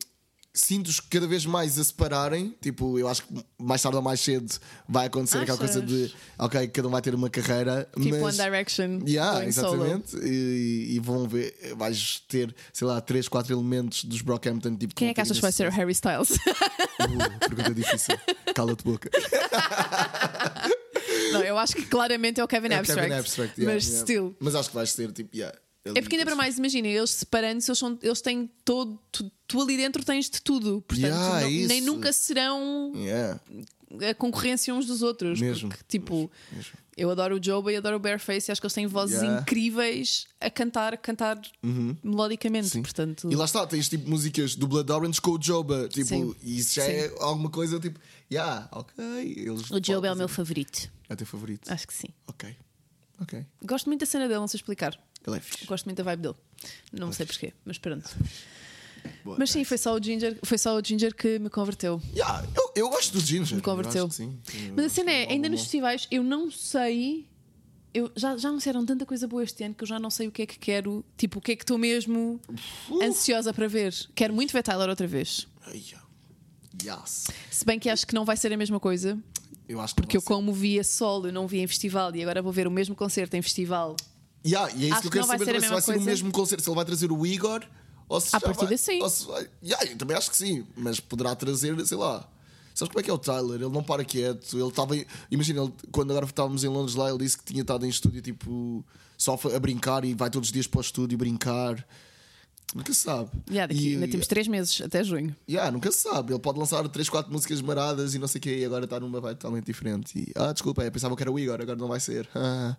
Speaker 2: Sinto-os cada vez mais a separarem. Tipo, eu acho que mais tarde ou mais cedo vai acontecer aquela
Speaker 1: Achas?
Speaker 2: coisa de ok, cada um vai ter uma carreira.
Speaker 1: Tipo One
Speaker 2: mas...
Speaker 1: Direction.
Speaker 2: Yeah,
Speaker 1: going solo.
Speaker 2: exatamente. E, e vão ver, vais ter, sei lá, 3, 4 elementos dos Brockhampton. Tipo,
Speaker 1: Quem é que achas que vai ser o Harry Styles?
Speaker 2: Uh, pergunta difícil. Cala-te boca.
Speaker 1: não, eu acho que claramente é o Kevin
Speaker 2: É o
Speaker 1: Abstract.
Speaker 2: Kevin Abstract, yeah,
Speaker 1: mas
Speaker 2: yeah.
Speaker 1: still.
Speaker 2: Mas acho que vais ter, tipo, yeah,
Speaker 1: É porque ainda para mais, imagina, eles separando-se, eles, são- eles têm todo. Tu, tu ali dentro tens de tudo. Portanto,
Speaker 2: Yeah, é
Speaker 1: não- nem
Speaker 2: isso.
Speaker 1: nunca serão
Speaker 2: Yeah.
Speaker 1: a concorrência uns dos outros.
Speaker 2: Mesmo.
Speaker 1: Porque, tipo, eu adoro o Joba e adoro o Bareface e acho que eles têm vozes
Speaker 2: Yeah. Uhum.
Speaker 1: incríveis a cantar, a cantar melodicamente. Portanto,
Speaker 2: E lá está, tens tipo músicas do Blood Orange com o Joba. Tipo,
Speaker 1: Sim.
Speaker 2: e isso já é alguma coisa tipo, yeah, ok. Eles
Speaker 1: o Joba é o
Speaker 2: podem-
Speaker 1: meu Ah. favorito.
Speaker 2: É o teu favorito.
Speaker 1: Acho que sim.
Speaker 2: Ok. Ok.
Speaker 1: Gosto muito da cena dele, não sei explicar.
Speaker 2: Ele é fixe.
Speaker 1: Gosto muito da vibe dele. Não sei porquê, mas pronto.
Speaker 2: Boa.
Speaker 1: Mas sim, foi só o Ginger, foi só o Ginger que me converteu.
Speaker 2: Yeah, eu, eu gosto do Ginger. Me
Speaker 1: converteu.
Speaker 2: Sim. Eu
Speaker 1: Mas a
Speaker 2: acho
Speaker 1: cena
Speaker 2: que
Speaker 1: é,
Speaker 2: um
Speaker 1: ainda
Speaker 2: álbum
Speaker 1: nos
Speaker 2: bom.
Speaker 1: festivais, eu não sei. Eu, já, já anunciaram tanta coisa boa este ano que eu já não sei o que é que quero. Tipo, o que é que estou mesmo ansiosa para ver. Quero muito ver Tyler outra vez.
Speaker 2: Ai, yeah. Yes.
Speaker 1: Se bem que acho que não vai ser a mesma coisa,
Speaker 2: Eu acho
Speaker 1: porque eu,
Speaker 2: não vai
Speaker 1: como vi a solo, eu não vi em festival e agora vou ver o mesmo concerto em festival.
Speaker 2: ser. Yeah, e é isso
Speaker 1: Acho
Speaker 2: que eu
Speaker 1: que
Speaker 2: quero
Speaker 1: não vai ser
Speaker 2: saber
Speaker 1: a
Speaker 2: também, se vai
Speaker 1: mesma
Speaker 2: ser o
Speaker 1: coisa.
Speaker 2: mesmo concerto, se ele vai trazer o Igor ou se
Speaker 1: À
Speaker 2: já vai-
Speaker 1: partida, sim.
Speaker 2: ou se vai- Yeah, eu também acho que sim, mas poderá trazer, sei lá. Sabes como é que é o Tyler? Ele não para quieto. Ele estava. em- Imagina, ele- quando agora estávamos em Londres lá, ele disse que tinha estado em estúdio tipo só a brincar e vai todos os dias para o estúdio brincar. Nunca se sabe.
Speaker 1: Yeah, daqui,
Speaker 2: E-
Speaker 1: ainda temos três meses até junho.
Speaker 2: Yeah, nunca se sabe. Ele pode lançar 3, 4 músicas maradas e não sei o quê, e agora está numa vibe totalmente diferente. E, ah, desculpa, eu pensava que era o Igor, agora não vai ser. Ah.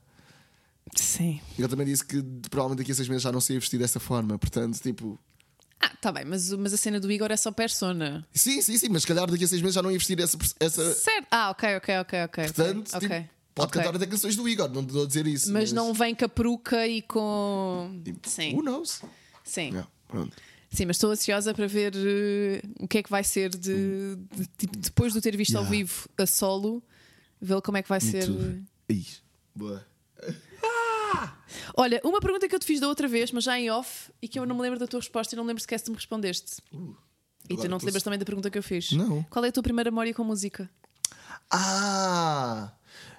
Speaker 1: Sim.
Speaker 2: Ele também disse que provavelmente daqui a seis meses já não se ia vestir dessa forma, portanto, tipo.
Speaker 1: Ah, tá bem, mas, o- mas a cena do Igor é só persona.
Speaker 2: Sim, sim, sim, mas se calhar daqui a seis meses já não ia vestir essa. essa...
Speaker 1: Certo. Ah, ok, ok, ok, ok.
Speaker 2: Eh, Portanto,
Speaker 1: ok.
Speaker 2: tipo, pode
Speaker 1: ok.
Speaker 2: cantar até canções do Igor, não estou a dizer isso.
Speaker 1: Mas não vem com a peruca e com. Sim,
Speaker 2: Who knows?
Speaker 1: sim.
Speaker 2: Yeah, pronto.
Speaker 1: Sim, mas estou ansiosa para ver eh, o que é que vai ser de, de- tipo, depois de o ter visto ao
Speaker 2: Hum. Yeah.
Speaker 1: vivo a solo, ver como é que vai ser.
Speaker 2: Tudo. Ih, boa.
Speaker 1: Olha, uma pergunta que eu te fiz da outra vez, mas já em off, e que eu não me lembro da tua resposta e não me lembro sequer se me respondeste. e tu
Speaker 2: Uh, agora
Speaker 1: não te
Speaker 2: tô-
Speaker 1: lembras também da pergunta que eu fiz?
Speaker 2: Não.
Speaker 1: Qual é a tua primeira memória com música?
Speaker 2: Ah!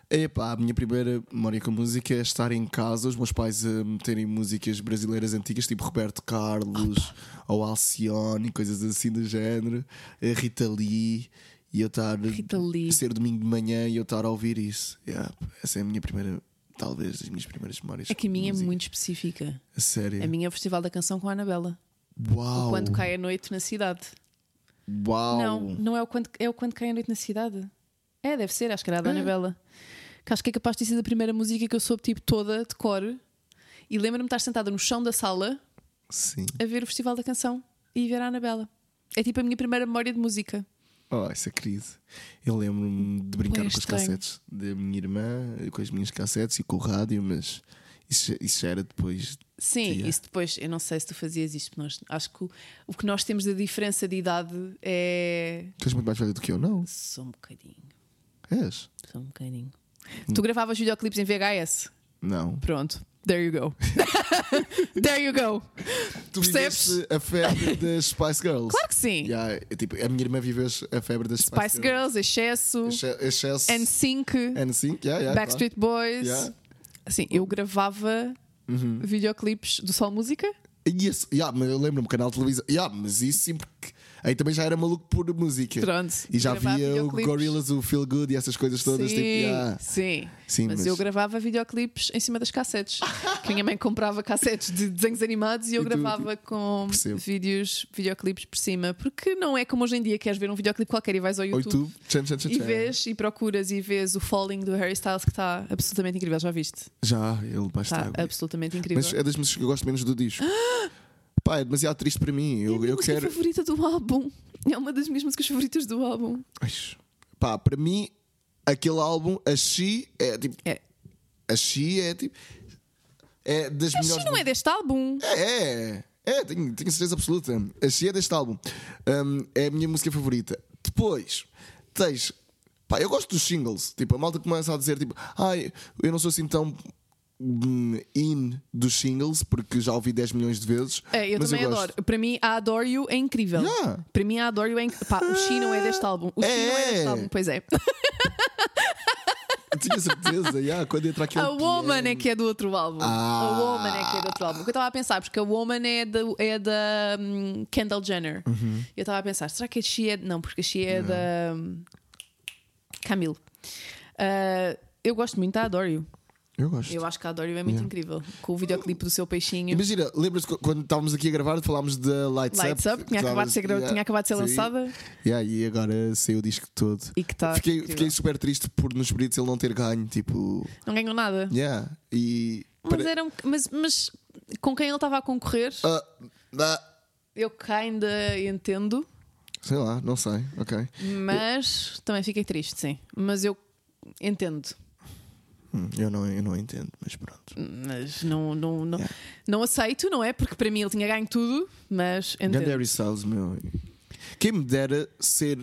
Speaker 2: Epá, a minha primeira memória com música é estar em casa, os meus pais a meterem músicas brasileiras antigas, tipo Roberto Carlos ou Alcione, coisas assim do género, a Rita Lee, e eu estar.
Speaker 1: Rita Lee.
Speaker 2: Ser domingo de manhã e eu estar a ouvir isso. Yeah, essa é a minha primeira, talvez, as minhas primeiras memórias.
Speaker 1: É que a
Speaker 2: com
Speaker 1: minha é
Speaker 2: música.
Speaker 1: muito específica.
Speaker 2: A sério.
Speaker 1: A minha é o Festival da Canção com a Anabela.
Speaker 2: Uau!
Speaker 1: Quando cai a noite na cidade.
Speaker 2: Uau!
Speaker 1: Não, não é o quando, é o quando cai a noite na cidade. É, deve ser, acho que era a da Anabela. Que acho que é capaz de ter sido a primeira música que eu soube tipo toda de cor. E lembro-me de estar sentada no chão da sala
Speaker 2: Sim.
Speaker 1: a ver o Festival da Canção e ver a Anabela. É tipo a minha primeira memória de música.
Speaker 2: Oh, essa crise. Eu lembro-me de brincar
Speaker 1: Pois,
Speaker 2: com as
Speaker 1: estranho.
Speaker 2: cassetes da minha irmã, com as minhas cassetes e com o rádio, mas isso, já- isso já era depois.
Speaker 1: Sim,
Speaker 2: Tia.
Speaker 1: isso depois, eu não sei se tu fazias isto, porque nós, acho que o, o que nós temos da diferença de idade é.
Speaker 2: Tu és muito mais velha do que eu, não?
Speaker 1: Só um bocadinho,
Speaker 2: És?
Speaker 1: só um bocadinho. Tu gravavas videoclipes em VHS?
Speaker 2: Não.
Speaker 1: Pronto, there you go. there you go.
Speaker 2: Tu
Speaker 1: Percebes?
Speaker 2: viveste a febre das Spice Girls.
Speaker 1: Claro que sim.
Speaker 2: Yeah, é tipo, a minha irmã viveu a febre das Spice,
Speaker 1: Spice Girls, Excesso,
Speaker 2: Girls. Exce- Excesso.
Speaker 1: NSYNC,
Speaker 2: NSYNC, yeah, yeah,
Speaker 1: Backstreet Boys.
Speaker 2: Yeah. Uhum.
Speaker 1: Assim, eu gravava videoclipes do Sol Música.
Speaker 2: Claro. E esse- yeah, mas eu lembro-me, canal de televisão. Yeah, mas isso sim, porque aí também já era maluco por música.
Speaker 1: Pronto.
Speaker 2: é. E já
Speaker 1: Gravar
Speaker 2: via o
Speaker 1: videoclipes.
Speaker 2: Gorillaz, o Feel Good e essas coisas todas.
Speaker 1: sim,
Speaker 2: Tipo, yeah.
Speaker 1: sim.
Speaker 2: Sim,
Speaker 1: mas,
Speaker 2: mas-
Speaker 1: eu gravava videoclipes em cima das cassetes. que minha mãe comprava cassetes de desenhos animados e eu
Speaker 2: E tu- tipo,
Speaker 1: gravava com
Speaker 2: Percebo.
Speaker 1: vídeos, videoclipes por cima. Porque não é como hoje em dia queres ver um videoclipe qualquer e vais ao
Speaker 2: Ou
Speaker 1: YouTube.
Speaker 2: YouTube, tchan, tchan, tchan,
Speaker 1: E
Speaker 2: tchan.
Speaker 1: vês e procuras e vês o Falling do Harry Styles que está absolutamente incrível, já viste?
Speaker 2: Já, ele basta.
Speaker 1: Está
Speaker 2: água.
Speaker 1: absolutamente incrível.
Speaker 2: Mas é das músicas que eu gosto menos do disco. Pá, é demasiado triste para mim.
Speaker 1: É a
Speaker 2: Eu,
Speaker 1: minha
Speaker 2: eu
Speaker 1: música
Speaker 2: quero.
Speaker 1: favorita do álbum. É uma das minhas músicas favoritas do álbum.
Speaker 2: Ai, Pá, para mim, aquele álbum, a She, é tipo.
Speaker 1: É.
Speaker 2: A She é tipo. É das
Speaker 1: A
Speaker 2: melhores.
Speaker 1: Xi não é deste álbum.
Speaker 2: É, é, é, tenho, tenho certeza absoluta. A Xia deste álbum Hum, é a minha música favorita. Depois, tens. Pá, eu gosto dos singles. Tipo, a malta começa a dizer, tipo, ai, eu não sou assim tão. hum, In dos singles, porque já ouvi 10 milhões de vezes.
Speaker 1: É, eu
Speaker 2: mas
Speaker 1: também
Speaker 2: eu gosto.
Speaker 1: adoro. Para mim, a Adore You é incrível.
Speaker 2: Yeah.
Speaker 1: Para mim, a Adore You é incrível. Pá, o Xi não é deste álbum. O Xi não é deste
Speaker 2: É.
Speaker 1: álbum, pois é.
Speaker 2: Eu tinha certeza, yeah, quando entra aquele.
Speaker 1: A Woman é que é do outro álbum. A
Speaker 2: Ah.
Speaker 1: Woman é que é do outro álbum. O que eu estava a pensar, porque a Woman é da, é da hum, Kendall Jenner.
Speaker 2: Uhum.
Speaker 1: Eu estava a pensar, será que a Xi é. Não, porque a Xi é da. hum, Camille. Ah, eu gosto muito da Adore You.
Speaker 2: Eu gosto.
Speaker 1: Eu acho que a Adore You é muito incrível. Com o videoclipe do seu peixinho.
Speaker 2: Imagina, lembras-te qu- quando estávamos aqui a gravar, falámos da Lights,
Speaker 1: Lights Up, tinha
Speaker 2: que
Speaker 1: acabado de ser, gra-
Speaker 2: estavas-
Speaker 1: tinha acabado de ser
Speaker 2: Sim.
Speaker 1: lançada
Speaker 2: Yeah, e agora saiu o disco todo.
Speaker 1: e que tá está.
Speaker 2: Fiquei, fiquei super triste por nos Brits ele não ter ganho, tipo.
Speaker 1: Não ganhou nada.
Speaker 2: Yeah. E.
Speaker 1: Mas, é- eram, mas, mas com quem ele estava a concorrer,
Speaker 2: Ah, ah,
Speaker 1: eu ainda entendo,
Speaker 2: sei lá, não sei, ok.
Speaker 1: mas também fiquei triste, sim. Mas eu entendo.
Speaker 2: Hum, eu, não, eu não entendo, mas pronto.
Speaker 1: Mas não, não, não,
Speaker 2: Yeah.
Speaker 1: não aceito, não é? Porque para mim ele tinha ganho tudo, mas
Speaker 2: Ganda
Speaker 1: entendo.
Speaker 2: Harry Styles, meu. Quem me dera ser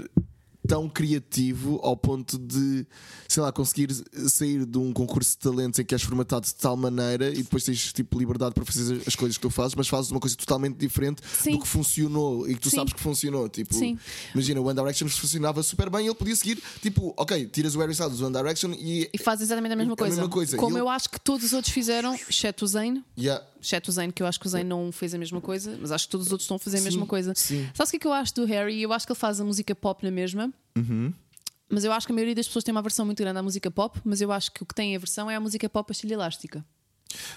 Speaker 2: tão criativo ao ponto de, sei lá, conseguir sair de um concurso de talentos em que és formatado de tal maneira e depois tens tipo liberdade para fazer as coisas que tu fazes, mas fazes uma coisa totalmente diferente
Speaker 1: Sim.
Speaker 2: do que funcionou e que tu
Speaker 1: Sim.
Speaker 2: sabes que funcionou. Tipo,
Speaker 1: Sim.
Speaker 2: imagina, o One Direction funcionava super bem e ele podia seguir, tipo, ok, tiras o Harry Styles do One Direction e.
Speaker 1: E faz exatamente a mesma
Speaker 2: A
Speaker 1: coisa.
Speaker 2: mesma coisa.
Speaker 1: Como
Speaker 2: Ele-
Speaker 1: eu acho que todos os outros fizeram, exceto o Zayn.
Speaker 2: Yeah.
Speaker 1: Exceto o Zayn, que eu acho que o Zayn não fez a mesma coisa, mas acho que todos os outros estão a fazer a mesma coisa.
Speaker 2: sim.
Speaker 1: Sabes o que é que eu acho do Harry? Eu acho que ele faz a música pop na mesma.
Speaker 2: Uhum.
Speaker 1: Mas eu acho que a maioria das pessoas tem uma versão muito grande à música pop, mas eu acho que o que tem a versão é a música pop pastilha elástica.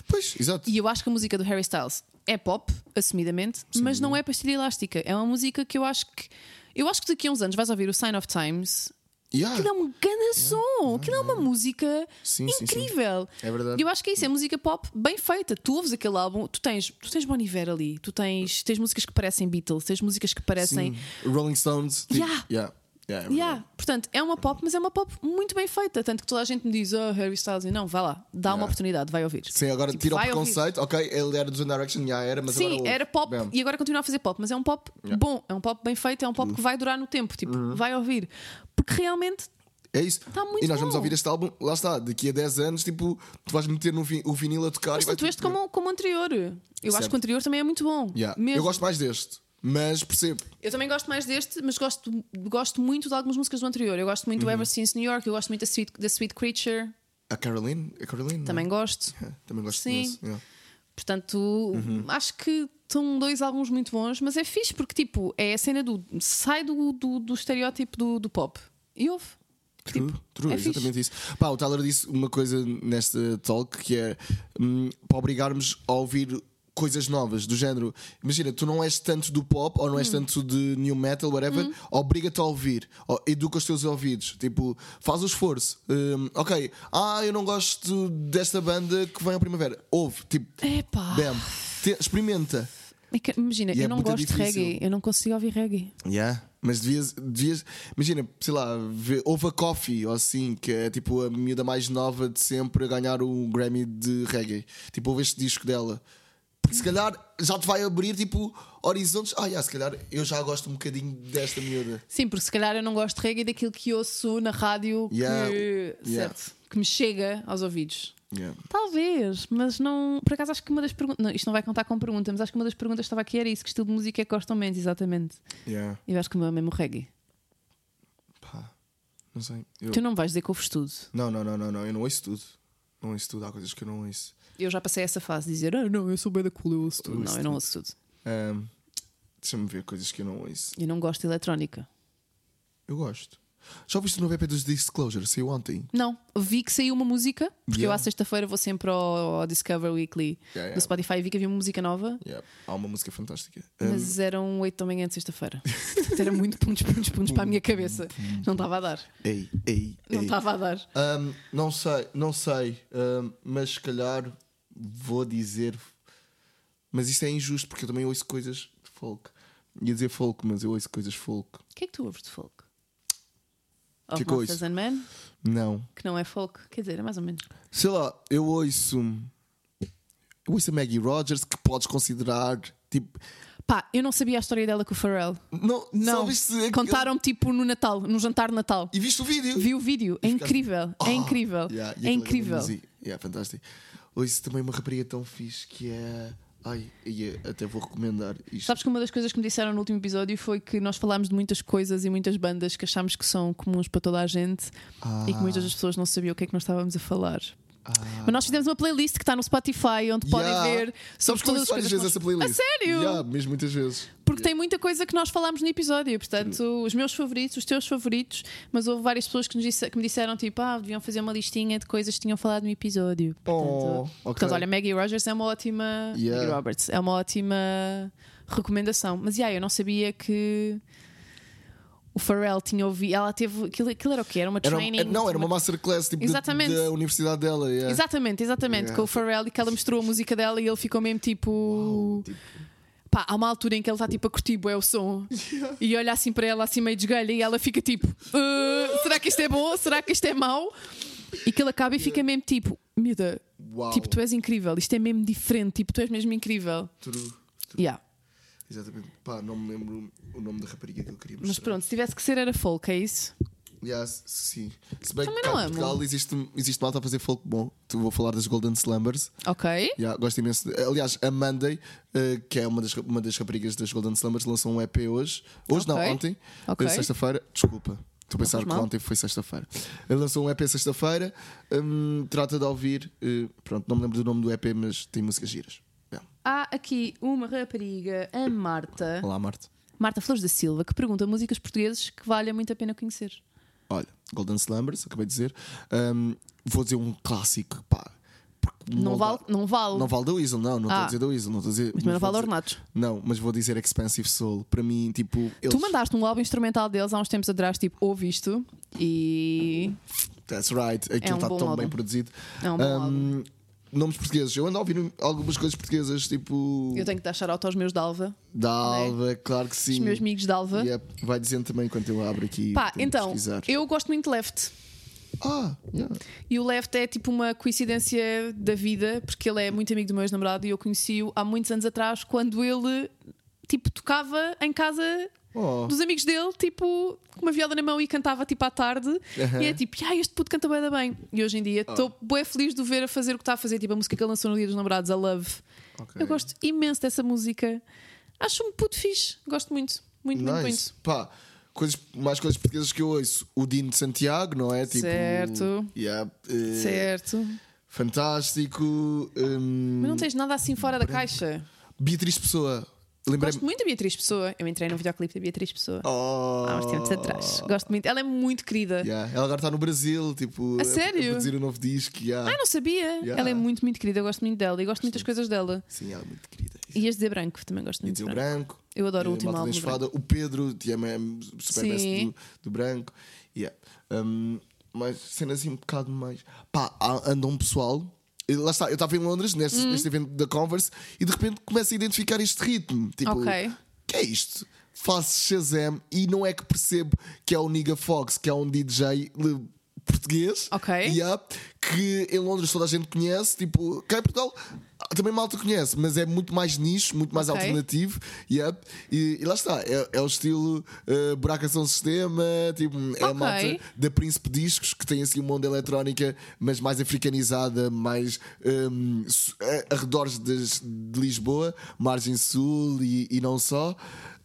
Speaker 2: Pois, exato.
Speaker 1: E eu acho que a música do Harry Styles é pop, assumidamente, mas não é pastilha elástica. É uma música que eu acho que. Eu acho que daqui a uns anos vais ouvir o Sign of Times
Speaker 2: Yeah.
Speaker 1: Aquilo é um grande som, aquilo é uma música
Speaker 2: Sim, sim, sim.
Speaker 1: incrível.
Speaker 2: É verdade.
Speaker 1: E eu acho que é isso, é música pop bem feita. Tu ouves aquele álbum, tu tens, tu tens Bon Iver ali, tu tens, tens músicas que parecem Beatles, tens músicas que parecem.
Speaker 2: Sim. Rolling Stones. Tipo,
Speaker 1: Yeah.
Speaker 2: yeah. Yeah, é
Speaker 1: Yeah,
Speaker 2: verdade.
Speaker 1: portanto, é uma pop, mas é uma pop muito bem feita. Tanto que toda a gente me diz, oh, Harry Styles, e não, vá lá, dá uma
Speaker 2: Yeah.
Speaker 1: oportunidade, vai ouvir.
Speaker 2: Sim, agora
Speaker 1: Tipo,
Speaker 2: tira o
Speaker 1: vai ouvir.
Speaker 2: preconceito. Ok, ele era dos One Direction, já era, mas agora. é
Speaker 1: Sim,
Speaker 2: ouve.
Speaker 1: era pop
Speaker 2: Bam.
Speaker 1: e agora continua a fazer pop, mas é um pop
Speaker 2: Yeah. Uhum.
Speaker 1: bom, é um pop bem feito, é um pop que vai durar no tempo, tipo, vai ouvir. Porque realmente
Speaker 2: É isso.
Speaker 1: Tá muito
Speaker 2: e nós vamos
Speaker 1: bom.
Speaker 2: ouvir este álbum, lá está, daqui a 10 anos, tipo, tu vais meter no vi- o vinil a tocar
Speaker 1: Mas
Speaker 2: e vai
Speaker 1: tanto este como, como o anterior. Eu acho
Speaker 2: Certo.
Speaker 1: que o anterior também é muito bom.
Speaker 2: Yeah.
Speaker 1: Mesmo.
Speaker 2: Eu gosto mais deste, mas percebo.
Speaker 1: Eu também gosto mais deste, mas gosto, gosto muito de algumas músicas do anterior. Eu gosto muito
Speaker 2: Uhum.
Speaker 1: do Ever Since New York, eu gosto muito da Sweet, da Sweet Creature,
Speaker 2: A Caroline? A Caroline? não?
Speaker 1: também gosto.
Speaker 2: Yeah, também gosto
Speaker 1: Sim.
Speaker 2: disso. yeah.
Speaker 1: Portanto,
Speaker 2: Uhum.
Speaker 1: acho que são dois álbuns muito bons, mas é fixe porque tipo, é a cena do. sai do, do, do estereótipo do, do pop. E ouve.
Speaker 2: True,
Speaker 1: Tipo,
Speaker 2: true,
Speaker 1: é fixe.
Speaker 2: exatamente isso. Pá, o Tyler disse uma coisa nesta talk que é hum, para obrigarmos a ouvir coisas novas do género. Imagina, tu não és tanto do pop ou não
Speaker 1: Hum.
Speaker 2: és tanto de new metal, whatever, obriga-te a ouvir, Ó, educa os teus ouvidos, tipo, faz o esforço. Hum, ok, ah, eu não gosto desta banda que vem à primavera. Ouve, tipo,
Speaker 1: Epá.
Speaker 2: bam,
Speaker 1: Ah.
Speaker 2: Te- experimenta.
Speaker 1: É que, imagina,
Speaker 2: E
Speaker 1: eu
Speaker 2: é
Speaker 1: não
Speaker 2: muito
Speaker 1: gosto de
Speaker 2: difícil.
Speaker 1: reggae, eu não consigo ouvir reggae.
Speaker 2: Yeah. Mas devias, devias, imagina, sei lá, vê, houve a Coffee ou assim, que é tipo a miúda mais nova de sempre a ganhar um Grammy de reggae. Tipo, houve este disco dela. Porque se calhar já te vai abrir tipo horizontes. Ah, yeah, se calhar eu já gosto um bocadinho desta miúda.
Speaker 1: Sim, porque se calhar eu não gosto de reggae daquilo que ouço na rádio
Speaker 2: Yeah,
Speaker 1: que,
Speaker 2: yeah.
Speaker 1: certo, que me chega aos ouvidos.
Speaker 2: Yeah.
Speaker 1: Talvez, mas não. Por acaso acho que uma das perguntas. não, Isto não vai contar com pergunta, mas acho que uma das perguntas que estava aqui era isso: que estilo de música é que gostam menos, exatamente.
Speaker 2: Yeah.
Speaker 1: Eu acho que o meu é mesmo reggae.
Speaker 2: Pá, não sei. Eu-
Speaker 1: Tu não me vais dizer que ouves tudo.
Speaker 2: Não, não, não, não, não, eu não ouço tudo. Não ouço tudo, há coisas que eu não ouço.
Speaker 1: Eu já passei essa fase de dizer: Ah, não, eu sou bem da cool, eu ouço tudo.
Speaker 2: Eu ouço
Speaker 1: não, eu não ouço tudo.
Speaker 2: Ahm, Deixa-me ver coisas que eu não ouço.
Speaker 1: Eu não gosto de eletrónica.
Speaker 2: Eu gosto. Já ouviste o novo EP dos Disclosure? Saiu ontem.
Speaker 1: Não, vi que saiu uma música, porque eu
Speaker 2: Yeah.
Speaker 1: à sexta-feira vou sempre ao, ao Discover Weekly
Speaker 2: Yeah, yeah.
Speaker 1: do Spotify e vi que havia uma música nova.
Speaker 2: Yeah, Há uma música fantástica. Um,
Speaker 1: Mas eram 8 da manhã de sexta-feira. Portanto, Hum. Era muito pontos, pontos, pontos para a minha cabeça. Não estava a dar.
Speaker 2: Ei, ei,
Speaker 1: Não
Speaker 2: ei.
Speaker 1: estava a dar.
Speaker 2: Ahm, não sei, não sei, ahm, mas se calhar vou dizer. Mas isto é injusto porque eu também ouço coisas de folk. Ia dizer folk, mas eu ouço coisas folk.
Speaker 1: O que é que tu ouves de folk? Of
Speaker 2: Que coisa?
Speaker 1: Monsters and Men,
Speaker 2: Não.
Speaker 1: que não é folk. Quer dizer, é mais ou menos.
Speaker 2: Sei lá, eu ouço. Eu ouço a Maggie Rogers, que podes considerar. Tipo.
Speaker 1: Pá, eu não sabia a história dela com o Pharrell.
Speaker 2: Não,
Speaker 1: Não,
Speaker 2: Sabes
Speaker 1: contaram-me tipo no Natal, num jantar de Natal.
Speaker 2: E viste o vídeo?
Speaker 1: Vi o vídeo, é incrível, é incrível,
Speaker 2: Oh, Yeah, e
Speaker 1: é
Speaker 2: aquela
Speaker 1: incrível.
Speaker 2: música- assim. Yeah, fantástico. Ouço também é uma rapariga tão fixe que é. Ai, e é- até vou recomendar isto.
Speaker 1: Sabes que uma das coisas que me disseram no último episódio foi que nós falámos de muitas coisas e muitas bandas que achámos que são comuns para toda a gente e
Speaker 2: Ah.
Speaker 1: que muitas das pessoas não sabiam o que é que nós estávamos a falar. Mas nós fizemos uma playlist que está no Spotify onde podem
Speaker 2: Yeah.
Speaker 1: ver sobre
Speaker 2: Sabes é que eu
Speaker 1: todas as
Speaker 2: ouço várias
Speaker 1: coisas. que
Speaker 2: vezes
Speaker 1: nós-
Speaker 2: essa playlist.
Speaker 1: A sério?
Speaker 2: Yeah, mesmo muitas vezes.
Speaker 1: Porque tem muita coisa que nós falámos no episódio, portanto, os meus favoritos, os teus favoritos, mas houve várias pessoas que, nos disse- que me disseram tipo, ah, deviam fazer uma listinha de coisas que tinham falado no episódio. Portanto,
Speaker 2: Oh, ok.
Speaker 1: portanto, olha, Maggie Rogers é uma ótima.
Speaker 2: Yeah.
Speaker 1: Maggie Roberts é uma ótima recomendação. Mas yeah, eu não sabia que o Pharrell tinha ouvido. Ela teve. Aquilo, aquilo era o quê? Era uma
Speaker 2: Era,
Speaker 1: training?
Speaker 2: era- não, era uma masterclass tipo, de-
Speaker 1: Exatamente.
Speaker 2: da universidade dela. yeah.
Speaker 1: Exatamente, exatamente.
Speaker 2: Yeah.
Speaker 1: Com o Pharrell e que ela mostrou a música dela e ele ficou mesmo tipo.
Speaker 2: Tipo,
Speaker 1: Pá, há uma altura em que ele está tipo a curtir bué o som e olha assim para ela assim meio desgalha e ela fica tipo "Ah, será que isto é bom? Será que isto é mau? E que ele acaba e fica mesmo tipo miúda,
Speaker 2: uau.
Speaker 1: tipo tu és incrível, isto é mesmo diferente, tipo tu és mesmo incrível.
Speaker 2: True.
Speaker 1: Yeah.
Speaker 2: Exatamente. Pá, não me lembro o nome da rapariga que eu queria
Speaker 1: Mas
Speaker 2: mostrar.
Speaker 1: pronto, se tivesse que ser era folk, é isso?
Speaker 2: Yes, sim. Se bem
Speaker 1: Também
Speaker 2: que cá
Speaker 1: não é,
Speaker 2: em
Speaker 1: amo.
Speaker 2: Portugal existe, existe malta a fazer folk bom. Tu vou falar das Golden Slumbers.
Speaker 1: Ok.
Speaker 2: Yeah, gosto imenso. de- Aliás, a Monday, eh, que é uma das, uma das raparigas das Golden Slumbers, lançou um EP hoje. Hoje
Speaker 1: Ok.
Speaker 2: não, ontem.
Speaker 1: Ok.
Speaker 2: Eh, Sexta-feira. Desculpa. Estou a pensar
Speaker 1: faz
Speaker 2: que
Speaker 1: mal.
Speaker 2: ontem foi sexta-feira. Ele lançou um EP sexta-feira. hum, trata de ouvir. eh, pronto, não me lembro do nome do EP, mas tem músicas giras. Yeah.
Speaker 1: Há aqui uma rapariga, a Marta,
Speaker 2: Olá, Marte.
Speaker 1: Marta Flores da Silva, que pergunta músicas portuguesas que vale muito a pena conhecer.
Speaker 2: Olha, Golden Slumbers, acabei de dizer. Hum, vou dizer um clássico. Pá, porque
Speaker 1: Não vale, não vale.
Speaker 2: Não vale da Weasel, não. Não estou
Speaker 1: Ah.
Speaker 2: a dizer da Weasel. Não estou a dizer,
Speaker 1: mas também não vale
Speaker 2: vou dizer-
Speaker 1: ornatos.
Speaker 2: Não, mas vou dizer Expensive Soul. Para mim, tipo. eles-
Speaker 1: Tu mandaste um álbum instrumental deles há uns tempos atrás, tipo, ouve isto, E.
Speaker 2: That's right. Aquilo
Speaker 1: um
Speaker 2: está
Speaker 1: bom
Speaker 2: tão
Speaker 1: álbum.
Speaker 2: bem produzido.
Speaker 1: É
Speaker 2: Hum,
Speaker 1: um bom álbum.
Speaker 2: Nomes portugueses. Eu ando a ouvir algumas coisas portuguesas, tipo.
Speaker 1: Eu tenho que dar shout-out aos meus de Alva,
Speaker 2: Da Alva, claro que sim.
Speaker 1: os meus amigos de Alva.
Speaker 2: Yep. Vai dizendo também quando eu abro aqui.
Speaker 1: Pá,
Speaker 2: tenho que
Speaker 1: então,
Speaker 2: pesquisar.
Speaker 1: eu gosto muito de Left.
Speaker 2: Ah, yeah.
Speaker 1: E o Left é tipo uma coincidência da vida, porque ele é muito amigo do meu ex-namorado e eu conheci-o há muitos anos atrás, quando ele tipo tocava em casa
Speaker 2: Oh.
Speaker 1: dos amigos dele, tipo, com uma viola na mão e cantava tipo à tarde.
Speaker 2: Aham. Oh.
Speaker 1: E é tipo, ah, este puto canta bem, da bem. E hoje em dia estou bué feliz de o ver a fazer o que está a fazer, tipo a música que ele lançou no Dia dos Namorados, a Love.
Speaker 2: ok.
Speaker 1: Eu gosto imenso dessa música. Acho um puto fixe, gosto muito, muito, muito,
Speaker 2: Nice.
Speaker 1: muito.
Speaker 2: Pá, coisas, mais coisas portuguesas que eu ouço. O Dino de Santiago, não é? Tipo,
Speaker 1: Certo.
Speaker 2: yeah, eh,
Speaker 1: Certo.
Speaker 2: Fantástico. hum,
Speaker 1: Mas não tens nada assim fora da caixa.
Speaker 2: Beatriz Pessoa. Lembrei-me.
Speaker 1: Gosto muito da Beatriz Pessoa. Eu entrei no videoclipe da Beatriz Pessoa
Speaker 2: Oh.
Speaker 1: há uns Ah, tempos atrás. Gosto muito. Ela é muito querida.
Speaker 2: Yeah, Ela agora está no Brasil, tipo,
Speaker 1: A sério?
Speaker 2: produzir um novo disco. Yeah.
Speaker 1: Ai, Ah, não sabia.
Speaker 2: Yeah.
Speaker 1: Ela é muito, muito querida. Eu gosto muito dela e gosto muito das coisas dela.
Speaker 2: Sim, ela é muito querida.
Speaker 1: E as de branco também gosto
Speaker 2: E
Speaker 1: muito. de
Speaker 2: dizer o
Speaker 1: Branco.
Speaker 2: branco.
Speaker 1: Eu adoro o
Speaker 2: eh,
Speaker 1: último
Speaker 2: Malta
Speaker 1: álbum do
Speaker 2: Desfada. O Pedro, te ama, é super
Speaker 1: Sim.
Speaker 2: best do, do branco. Yeah. Um, mas sendo assim um bocado mais. Pá, há- anda um pessoal. e Lá está, eu estava em Londres, neste,
Speaker 1: Hum.
Speaker 2: neste evento da Converse, e de repente começo a identificar este ritmo. Tipo,
Speaker 1: Ok.
Speaker 2: que é isto? Faço Shazam e não é que percebo que é o Niga Fox, que é um DJ le- português.
Speaker 1: Ok.
Speaker 2: yeah, que em Londres toda a gente conhece, tipo, cá em Portugal ah, também malta conhece, mas é muito mais nicho, muito mais
Speaker 1: Ok.
Speaker 2: alternativo. yeah, e, e lá está, é, é o estilo uh, buraca são sistema, tipo, é a
Speaker 1: Ok.
Speaker 2: malta da Príncipe Discos, que tem assim um mundo de eletrónica, mas mais africanizada, mais hum, su- a- arredores das- de Lisboa, margem sul e, e não só.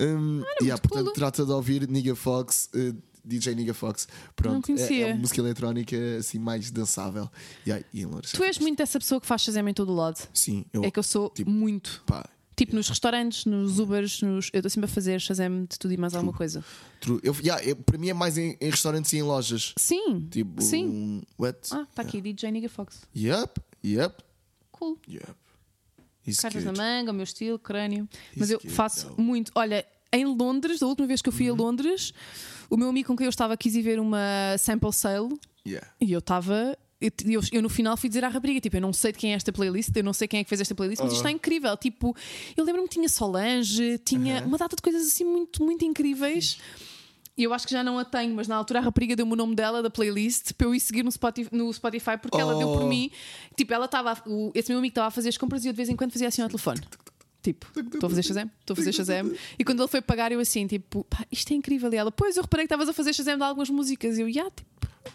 Speaker 2: Hum, e há,
Speaker 1: muito
Speaker 2: portanto,
Speaker 1: cool.
Speaker 2: trata de ouvir Niga Fox. eh, DJ Niga Fox, pronto,
Speaker 1: Não
Speaker 2: é,
Speaker 1: conhecia.
Speaker 2: é uma música eletrónica assim mais dançável. E aí, e em Louros.
Speaker 1: Tu és muito dessa pessoa que faz Shazam em todo o lado.
Speaker 2: Sim, eu
Speaker 1: É que eu sou
Speaker 2: Tipo-
Speaker 1: muito.
Speaker 2: pá,
Speaker 1: Tipo nos restaurantes, nos Ubers, nos... eu estou sempre a fazer Shazam de tudo e mais
Speaker 2: Tipo,
Speaker 1: alguma coisa.
Speaker 2: true. Eu, yeah, eu- para mim é mais em, em restaurantes e em lojas.
Speaker 1: Sim.
Speaker 2: Tipo,
Speaker 1: Sim.
Speaker 2: um, what?
Speaker 1: Ah, está aqui, DJ Nigga Fox.
Speaker 2: Yep, yep,
Speaker 1: Cool.
Speaker 2: yep. Isso
Speaker 1: Caixas na
Speaker 2: good.
Speaker 1: manga, o meu estilo, crânio. Mas eu
Speaker 2: que é
Speaker 1: faço
Speaker 2: legal. Uhum.
Speaker 1: muito. Olha, em Londres, da última vez que eu fui a Londres, o meu amigo com quem eu estava quis ir ver uma sample sale
Speaker 2: Yeah.
Speaker 1: e eu estava. Eu, eu- eu no final fui dizer à rapariga: Tipo, eu não sei de quem é esta playlist, eu não sei quem é que fez esta playlist, mas isto está incrível. Tipo, eu lembro-me que tinha Solange, tinha uma data de coisas assim muito, muito incríveis. E eu acho que já não a tenho, mas na altura a rapariga deu-me o nome dela da playlist para eu ir seguir no Spotify, no Spotify porque ela deu por
Speaker 2: Oh.
Speaker 1: mim. Tipo, ela estava. a- o- Esse meu amigo estava a fazer as compras e eu de vez em quando fazia assim ao telefone. Tipo, estou a fazer Shazam, estou a fazer Shazam. E quando ele foi pagar, eu assim, tipo, pá, isto é incrível. E ela, pois, eu reparei que estavas a fazer Shazam de algumas músicas. E eu, já, tipo,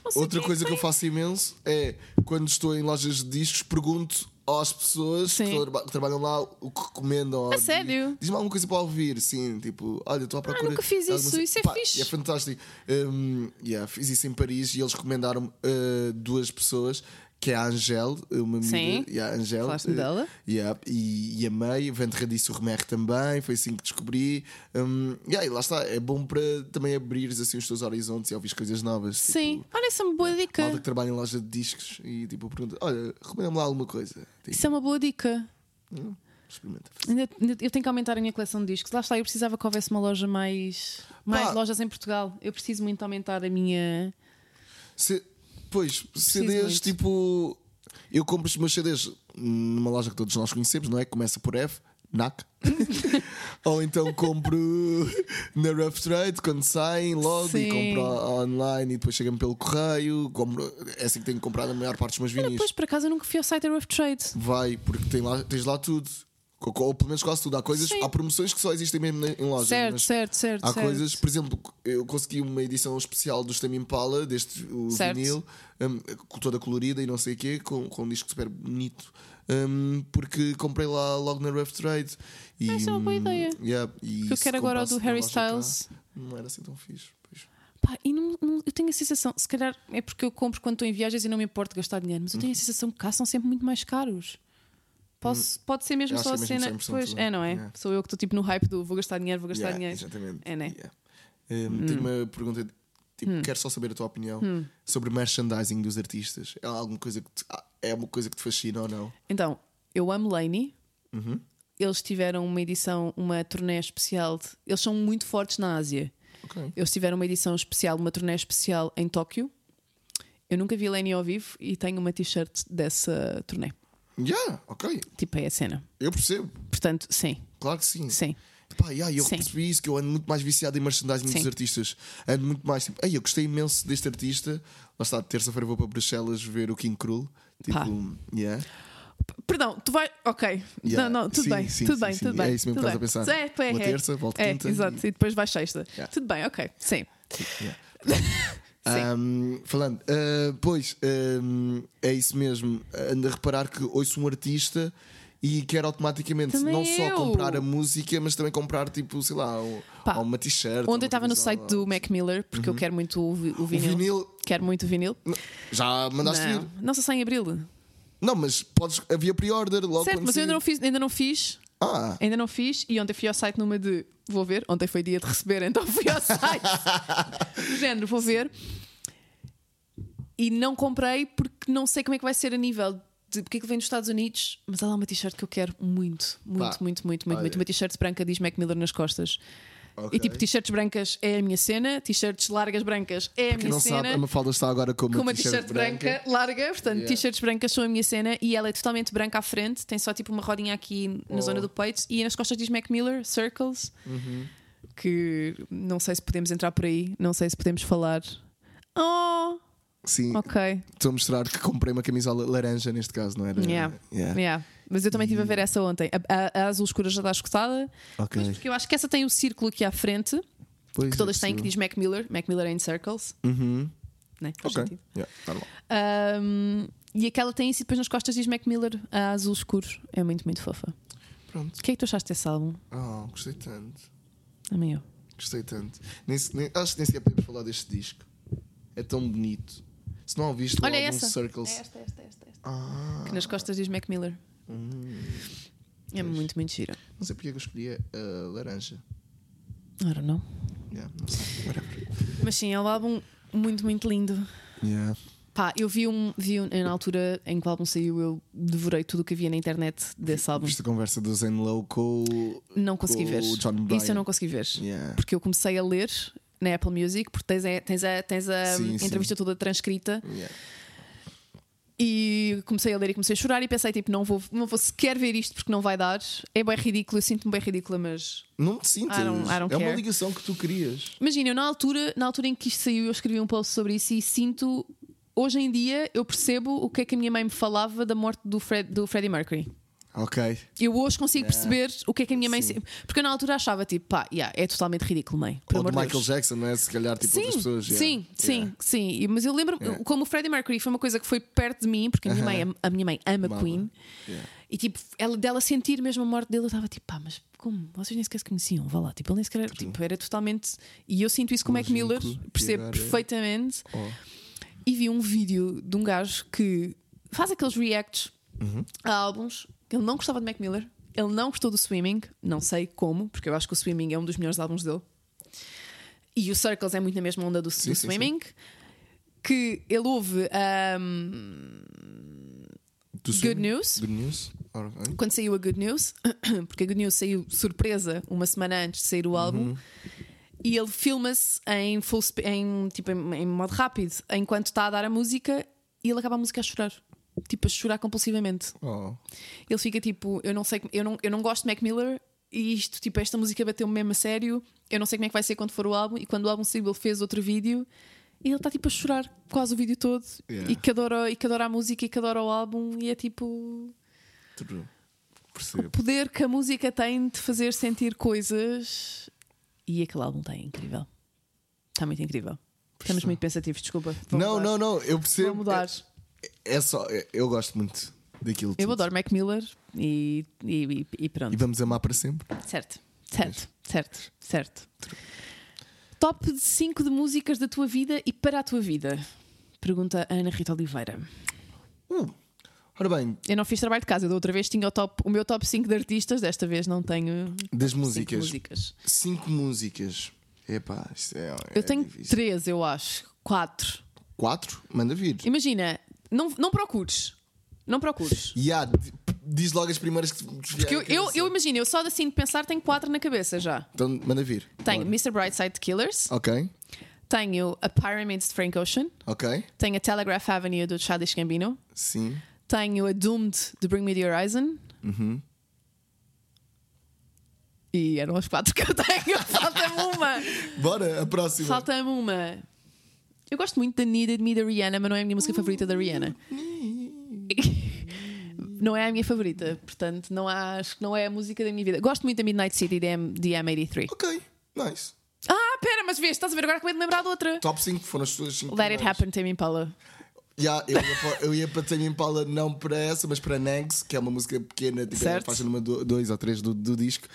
Speaker 1: não sei
Speaker 2: Outra
Speaker 1: quem é
Speaker 2: coisa que eu
Speaker 1: tem."
Speaker 2: faço imenso é quando estou em lojas de discos, pergunto às pessoas que,
Speaker 1: Sim.
Speaker 2: traba- que trabalham lá o que recomendam.
Speaker 1: A sério? Ah,
Speaker 2: Diz-me alguma coisa para ouvir, sim. Tipo, olha, estou à procura.
Speaker 1: nunca fiz
Speaker 2: de alguma
Speaker 1: isso,
Speaker 2: coisa-
Speaker 1: isso é fixe.
Speaker 2: É fantástico. Um, yeah, fiz isso em Paris e eles recomendaram uh, duas pessoas. Que é a Angel, uma amiga.
Speaker 1: Sim.
Speaker 2: Yeah, Angel,
Speaker 1: Falaste
Speaker 2: uh,
Speaker 1: dela?
Speaker 2: Yeah, e, e amei, Ventre disse o Remer também, foi assim que descobri. Um, yeah, e lá está, é bom para também abrires assim, os teus horizontes e ouvires coisas novas. tipo,
Speaker 1: Sim, olha, isso é uma boa dica.
Speaker 2: Malta que trabalha em loja de discos e tipo pergunta: Olha, recomenda-me lá alguma coisa. Tipo,
Speaker 1: Isso é uma boa dica.
Speaker 2: experimenta.
Speaker 1: Ainda- ainda- Eu tenho que aumentar a minha coleção de discos. Lá está, eu precisava que houvesse uma loja mais. Mais
Speaker 2: Pá.
Speaker 1: lojas em Portugal. Eu preciso muito aumentar a minha.
Speaker 2: Se, pois, CDs
Speaker 1: muito.
Speaker 2: tipo. Eu compro os meus CDs numa loja que todos nós conhecemos, não é? Começa por F, NAC. Ou então compro na Rough Trade quando saem logo
Speaker 1: Sim.
Speaker 2: e compro o- online e depois chega-me pelo correio. Compro, é assim que tenho comprado a maior parte dos meus vinis.
Speaker 1: Depois, por acaso, eu nunca fui ao site da Rough Trade.
Speaker 2: Vai, porque tem lá, tens lá tudo. Co- co- Ou pelo menos quase tudo. Há coisas,
Speaker 1: Sim.
Speaker 2: há promoções que só existem mesmo na- em lojas.
Speaker 1: Certo,
Speaker 2: mas-
Speaker 1: certo, certo.
Speaker 2: Há
Speaker 1: certo.
Speaker 2: coisas, por exemplo, eu consegui uma edição especial do Stem Impala, deste o
Speaker 1: Certo.
Speaker 2: vinil, hum, com toda colorida e não sei o quê, com, com um disco super bonito, hum, porque comprei lá logo na Rough Trade. E,
Speaker 1: Ah, isso é uma boa
Speaker 2: hum,
Speaker 1: ideia.
Speaker 2: yeah, e
Speaker 1: Porque eu
Speaker 2: se
Speaker 1: quero agora o
Speaker 2: comprasse
Speaker 1: do
Speaker 2: na
Speaker 1: Harry
Speaker 2: loja cá,
Speaker 1: Styles.
Speaker 2: Não era assim tão fixe. Pois.
Speaker 1: Pá, e não- não- eu tenho a sensação, se calhar é porque eu compro quando estou em viagens e não me importo de gastar dinheiro, mas eu tenho a
Speaker 2: Hum.
Speaker 1: sensação que cá são sempre muito mais caros. Posso- pode ser mesmo
Speaker 2: Hum. Eu acho
Speaker 1: só a
Speaker 2: que é
Speaker 1: cena.
Speaker 2: mesmo 100%
Speaker 1: Pois
Speaker 2: tudo.
Speaker 1: é, não é?
Speaker 2: Yeah.
Speaker 1: Sou eu que estou tipo no hype do vou gastar dinheiro, vou gastar
Speaker 2: Yeah,
Speaker 1: dinheiro.
Speaker 2: Exatamente.
Speaker 1: É, né? Hum.
Speaker 2: Yeah. Hum, Tenho uma pergunta. de- Tipo, Quero só saber a tua opinião sobre merchandising dos artistas. É alguma coisa que te- é uma coisa que te fascina ou não?
Speaker 1: Então, eu amo Laney.
Speaker 2: Uhum.
Speaker 1: Eles tiveram uma edição, uma turnê especial. de- Eles são muito fortes na Ásia.
Speaker 2: Ok.
Speaker 1: Eles tiveram uma edição especial, uma turnê especial em Tóquio. Eu nunca vi Lenny ao vivo e tenho uma t-shirt dessa turnê.
Speaker 2: Yeah, ok.
Speaker 1: Tipo, é a cena.
Speaker 2: Eu percebo,
Speaker 1: Portanto, sim,
Speaker 2: claro que sim.
Speaker 1: sim.
Speaker 2: Pá, yeah, eu
Speaker 1: Sim.
Speaker 2: percebi isso, que eu ando muito mais viciado em merchandising dos
Speaker 1: Sim.
Speaker 2: artistas. Ando muito mais tipo, ei, eu gostei imenso deste artista. Lá está, terça-feira vou para Bruxelas ver o King Krul. Tipo,
Speaker 1: Pá.
Speaker 2: yeah.
Speaker 1: P- Perdão, tu vai. Ok.
Speaker 2: Yeah,
Speaker 1: Não, não, tudo
Speaker 2: sim,
Speaker 1: bem,
Speaker 2: sim,
Speaker 1: tudo
Speaker 2: sim,
Speaker 1: bem,
Speaker 2: sim.
Speaker 1: tudo bem.
Speaker 2: É isso mesmo
Speaker 1: tudo
Speaker 2: que
Speaker 1: bem.
Speaker 2: estás a pensar.
Speaker 1: É, pá, é,
Speaker 2: Uma
Speaker 1: é.
Speaker 2: terça, volto
Speaker 1: é,
Speaker 2: quinta e-
Speaker 1: Exato, e depois vais sexta.
Speaker 2: Yeah.
Speaker 1: Tudo bem, ok. Sim.
Speaker 2: yeah.
Speaker 1: Sim.
Speaker 2: Ahm, falando, ah, pois ahm, é isso mesmo. Ando a reparar que ouço um artista e quero automaticamente
Speaker 1: Também
Speaker 2: não só
Speaker 1: eu.
Speaker 2: comprar a música, mas também comprar, tipo, sei lá, um-
Speaker 1: Pá,
Speaker 2: uma t-shirt.
Speaker 1: Ontem
Speaker 2: uma
Speaker 1: estava no
Speaker 2: camisola,
Speaker 1: site do Mac Miller, porque eu quero muito o, vi- o
Speaker 2: Uhum. O
Speaker 1: vinil.
Speaker 2: vinil.
Speaker 1: Quero muito o vinil.
Speaker 2: Já mandaste vir?
Speaker 1: Não, não sei se sai em abril.
Speaker 2: Não, mas podes, havia pre-order logo
Speaker 1: certo,
Speaker 2: quando
Speaker 1: mas eu ainda
Speaker 2: saiu.
Speaker 1: não fiz, ainda não fiz.
Speaker 2: Ah,
Speaker 1: Ainda não fiz e ontem fui ao site numa de vou ver, ontem foi dia de receber, então fui ao site. Género, vou ver. E não comprei porque não sei como é que vai ser a nível de porque é que vem dos Estados Unidos, mas há lá uma t-shirt que eu quero muito, muito,
Speaker 2: Pá,
Speaker 1: muito, muito, muito,
Speaker 2: olha.
Speaker 1: muito. Uma t-shirt branca diz Mac Miller nas costas.
Speaker 2: ok.
Speaker 1: E tipo, t-shirts brancas é a minha cena, t-shirts largas brancas é a
Speaker 2: Quem
Speaker 1: minha
Speaker 2: não
Speaker 1: cena
Speaker 2: sabe, a Mafalda está agora com uma,
Speaker 1: com uma t-shirt branca, larga, portanto,
Speaker 2: Yeah.
Speaker 1: t-shirts brancas são a minha cena e ela é totalmente branca à frente, tem só tipo uma rodinha aqui na
Speaker 2: Oh. Uhum.
Speaker 1: zona do peito e nas costas diz Mac Miller, Circles, que não sei se podemos entrar por aí, não sei se podemos falar. Oh,
Speaker 2: Sim,
Speaker 1: ok.
Speaker 2: estou a mostrar que comprei uma camisola laranja neste caso, não era?
Speaker 1: Yeah.
Speaker 2: Yeah.
Speaker 1: Yeah. Mas eu também estive a ver essa ontem. A, a- a azul escura já está escutada,
Speaker 2: Ok.
Speaker 1: mas porque eu acho que essa tem o círculo aqui à frente,
Speaker 2: Pois
Speaker 1: que todas
Speaker 2: é
Speaker 1: têm, que
Speaker 2: possível.
Speaker 1: diz Mac Miller, Mac Miller é in Circles,
Speaker 2: Uhum.
Speaker 1: né? Faz
Speaker 2: Ok.
Speaker 1: sentido.
Speaker 2: Yeah, tá normal.
Speaker 1: Um, e aquela tem isso e depois nas costas diz Mac Miller a azul escuro. É muito, muito fofa.
Speaker 2: Pronto.
Speaker 1: O que é que tu achaste desse álbum?
Speaker 2: Ah, gostei tanto.
Speaker 1: Amém eu.
Speaker 2: Gostei tanto. Nem se- nem- acho que nem sequer podemos falar deste disco. É tão bonito. Se não ouviste o
Speaker 1: Olha
Speaker 2: álbum
Speaker 1: essa.
Speaker 2: Circles.
Speaker 1: esta, esta, esta.
Speaker 2: Ah,
Speaker 1: Que nas costas diz Mac Miller.
Speaker 2: hum.
Speaker 1: É muito, muito gira.
Speaker 2: Não sei porque é que eu escolhi a laranja.
Speaker 1: I don't know.
Speaker 2: Yeah, não sei. Whatever.
Speaker 1: Mas sim, é um álbum muito, muito lindo.
Speaker 2: Yeah.
Speaker 1: Pá, eu vi um, vi um, na altura em que o álbum saiu, eu devorei tudo o que havia na internet desse álbum.
Speaker 2: Viste a conversa do Zen Low com o.
Speaker 1: Não consegui
Speaker 2: com
Speaker 1: ver.
Speaker 2: o John
Speaker 1: Isso
Speaker 2: Bryan.
Speaker 1: eu não consegui ver.
Speaker 2: Yeah.
Speaker 1: Porque eu comecei a ler na Apple Music, porque tens a, tens a, tens a
Speaker 2: Sim, sim.
Speaker 1: entrevista toda transcrita.
Speaker 2: Yeah.
Speaker 1: E comecei a ler e comecei a chorar e pensei tipo, não vou, não vou sequer ver isto porque não vai dar. É bem ridículo, eu sinto-me bem ridícula, mas
Speaker 2: Não te sintas.
Speaker 1: I don't- I don't
Speaker 2: é uma
Speaker 1: care.
Speaker 2: ligação que tu querias.
Speaker 1: imagina, eu na altura, na altura em que isto saiu, eu escrevi um post sobre isso e sinto hoje em dia eu percebo o que é que a minha mãe me falava da morte do, Fred, do Freddie Mercury.
Speaker 2: Ok.
Speaker 1: Eu hoje consigo perceber o que é que a minha mãe.
Speaker 2: Sim.
Speaker 1: se- Porque eu na altura achava tipo, pá, yeah, é totalmente ridículo, mãe. Pelo
Speaker 2: Ou do
Speaker 1: amor de
Speaker 2: Michael
Speaker 1: Deus.
Speaker 2: Jackson, não é? Se calhar, tipo,
Speaker 1: Sim,
Speaker 2: outras pessoas. yeah.
Speaker 1: sim, sim,
Speaker 2: Yeah.
Speaker 1: sim. E- Mas eu lembro,
Speaker 2: Yeah.
Speaker 1: como o Freddie Mercury foi uma coisa que foi perto de mim, porque a minha mãe, am- a minha mãe ama
Speaker 2: Amava.
Speaker 1: Queen,
Speaker 2: Yeah.
Speaker 1: e tipo, ela, dela sentir mesmo a morte dele, eu estava tipo, pá, mas como? Vocês nem sequer se conheciam, vá lá. Tipo, ele nem sequer era, tipo, era totalmente. E eu sinto isso com o Mac
Speaker 2: Lógico,
Speaker 1: Miller,
Speaker 2: e
Speaker 1: percebo
Speaker 2: agora é?
Speaker 1: perfeitamente.
Speaker 2: Oh.
Speaker 1: E vi um vídeo de um gajo que faz aqueles reacts
Speaker 2: Uhum.
Speaker 1: a álbuns que ele não gostava de Mac Miller, ele não gostou do Swimming, não sei como, porque eu acho que o Swimming é um dos melhores álbuns dele. E o Circles é muito na mesma onda do, do
Speaker 2: Sim, sim,
Speaker 1: Swimming. Que ele ouve ahm,
Speaker 2: Do
Speaker 1: Good
Speaker 2: Swing?
Speaker 1: News,
Speaker 2: Good News? Ora, bem.
Speaker 1: quando saiu a Good News, porque a Good News saiu surpresa uma semana antes de sair o álbum. E ele filma-se em full spe- em, tipo, em, em modo rápido, enquanto está a dar a música e ele acaba a música a chorar. Tipo, a chorar compulsivamente.
Speaker 2: Oh.
Speaker 1: Ele fica tipo, eu não sei, como- eu não, eu não gosto de Mac Miller e isto, tipo, esta música bateu-me mesmo a sério. Eu não sei como é que vai ser quando for o álbum. E quando o álbum saiu, ele fez outro vídeo e ele está tipo a chorar quase o vídeo todo
Speaker 2: Yeah.
Speaker 1: e, que adora, e que adora a música e que adora o álbum. E é tipo,
Speaker 2: True.
Speaker 1: o
Speaker 2: Percebo.
Speaker 1: poder que a música tem de fazer sentir coisas. E aquele álbum está incrível. Está muito incrível. Estamos muito pensativos, desculpa. Vou
Speaker 2: tá. não,
Speaker 1: mudar.
Speaker 2: não, não. Eu percebo.
Speaker 1: Vou mudar.
Speaker 2: É, é só. é- eu gosto muito daquilo.
Speaker 1: Eu
Speaker 2: tudo.
Speaker 1: adoro Mac Miller e, e- e- e
Speaker 2: E
Speaker 1: pronto.
Speaker 2: vamos amar para sempre.
Speaker 1: Certo, certo, certo, certo. Top 5 de músicas da tua vida e para a tua vida? Pergunta a Ana Rita Oliveira.
Speaker 2: Uh. Ora bem,
Speaker 1: Eu não fiz trabalho de casa, da outra vez tinha o, top, o meu top 5 de artistas, desta vez não tenho
Speaker 2: das
Speaker 1: cinco
Speaker 2: músicas.
Speaker 1: músicas.
Speaker 2: Cinco músicas. Epá, isto é.
Speaker 1: Eu
Speaker 2: é
Speaker 1: tenho
Speaker 2: difícil.
Speaker 1: três, eu acho. Quatro.
Speaker 2: Quatro? Manda vir.
Speaker 1: Imagina, não, não procures. Não procures.
Speaker 2: E há de- diz logo as primeiras que.
Speaker 1: Porque eu, eu, eu imagino, eu só assim de pensar tenho quatro na cabeça já.
Speaker 2: Então manda vir.
Speaker 1: Tenho Mr. Brightside Killers,
Speaker 2: Ok,
Speaker 1: tenho A Pyramids de Frank Ocean,
Speaker 2: ok.
Speaker 1: tenho a Telegraph Avenue do Childish Gambino,
Speaker 2: Sim.
Speaker 1: tenho a Doomed de Bring Me the Horizon.
Speaker 2: Uhum.
Speaker 1: E eram as quatro que eu tenho. Falta-me uma.
Speaker 2: Bora, a próxima.
Speaker 1: Falta-me uma. Eu gosto muito da Needed Me da Rihanna, mas não é a minha música favorita da Rihanna. Não é a minha favorita, portanto, não há- acho que não é a música da minha vida. Gosto muito da Midnight City de, M, de M83.
Speaker 2: Ok, nice.
Speaker 1: Ah, pera, mas vês, estás a ver agora acabei de lembrar de outra.
Speaker 2: Top 5 foram as tuas 5.
Speaker 1: Let It Happen, Tame Impala.
Speaker 2: Yeah, eu, ia para, eu ia para Tame Impala não para essa, mas para Nags, que é uma música pequena, tipo é a
Speaker 1: Certo.
Speaker 2: faixa número 2 ou 3 do, do disco.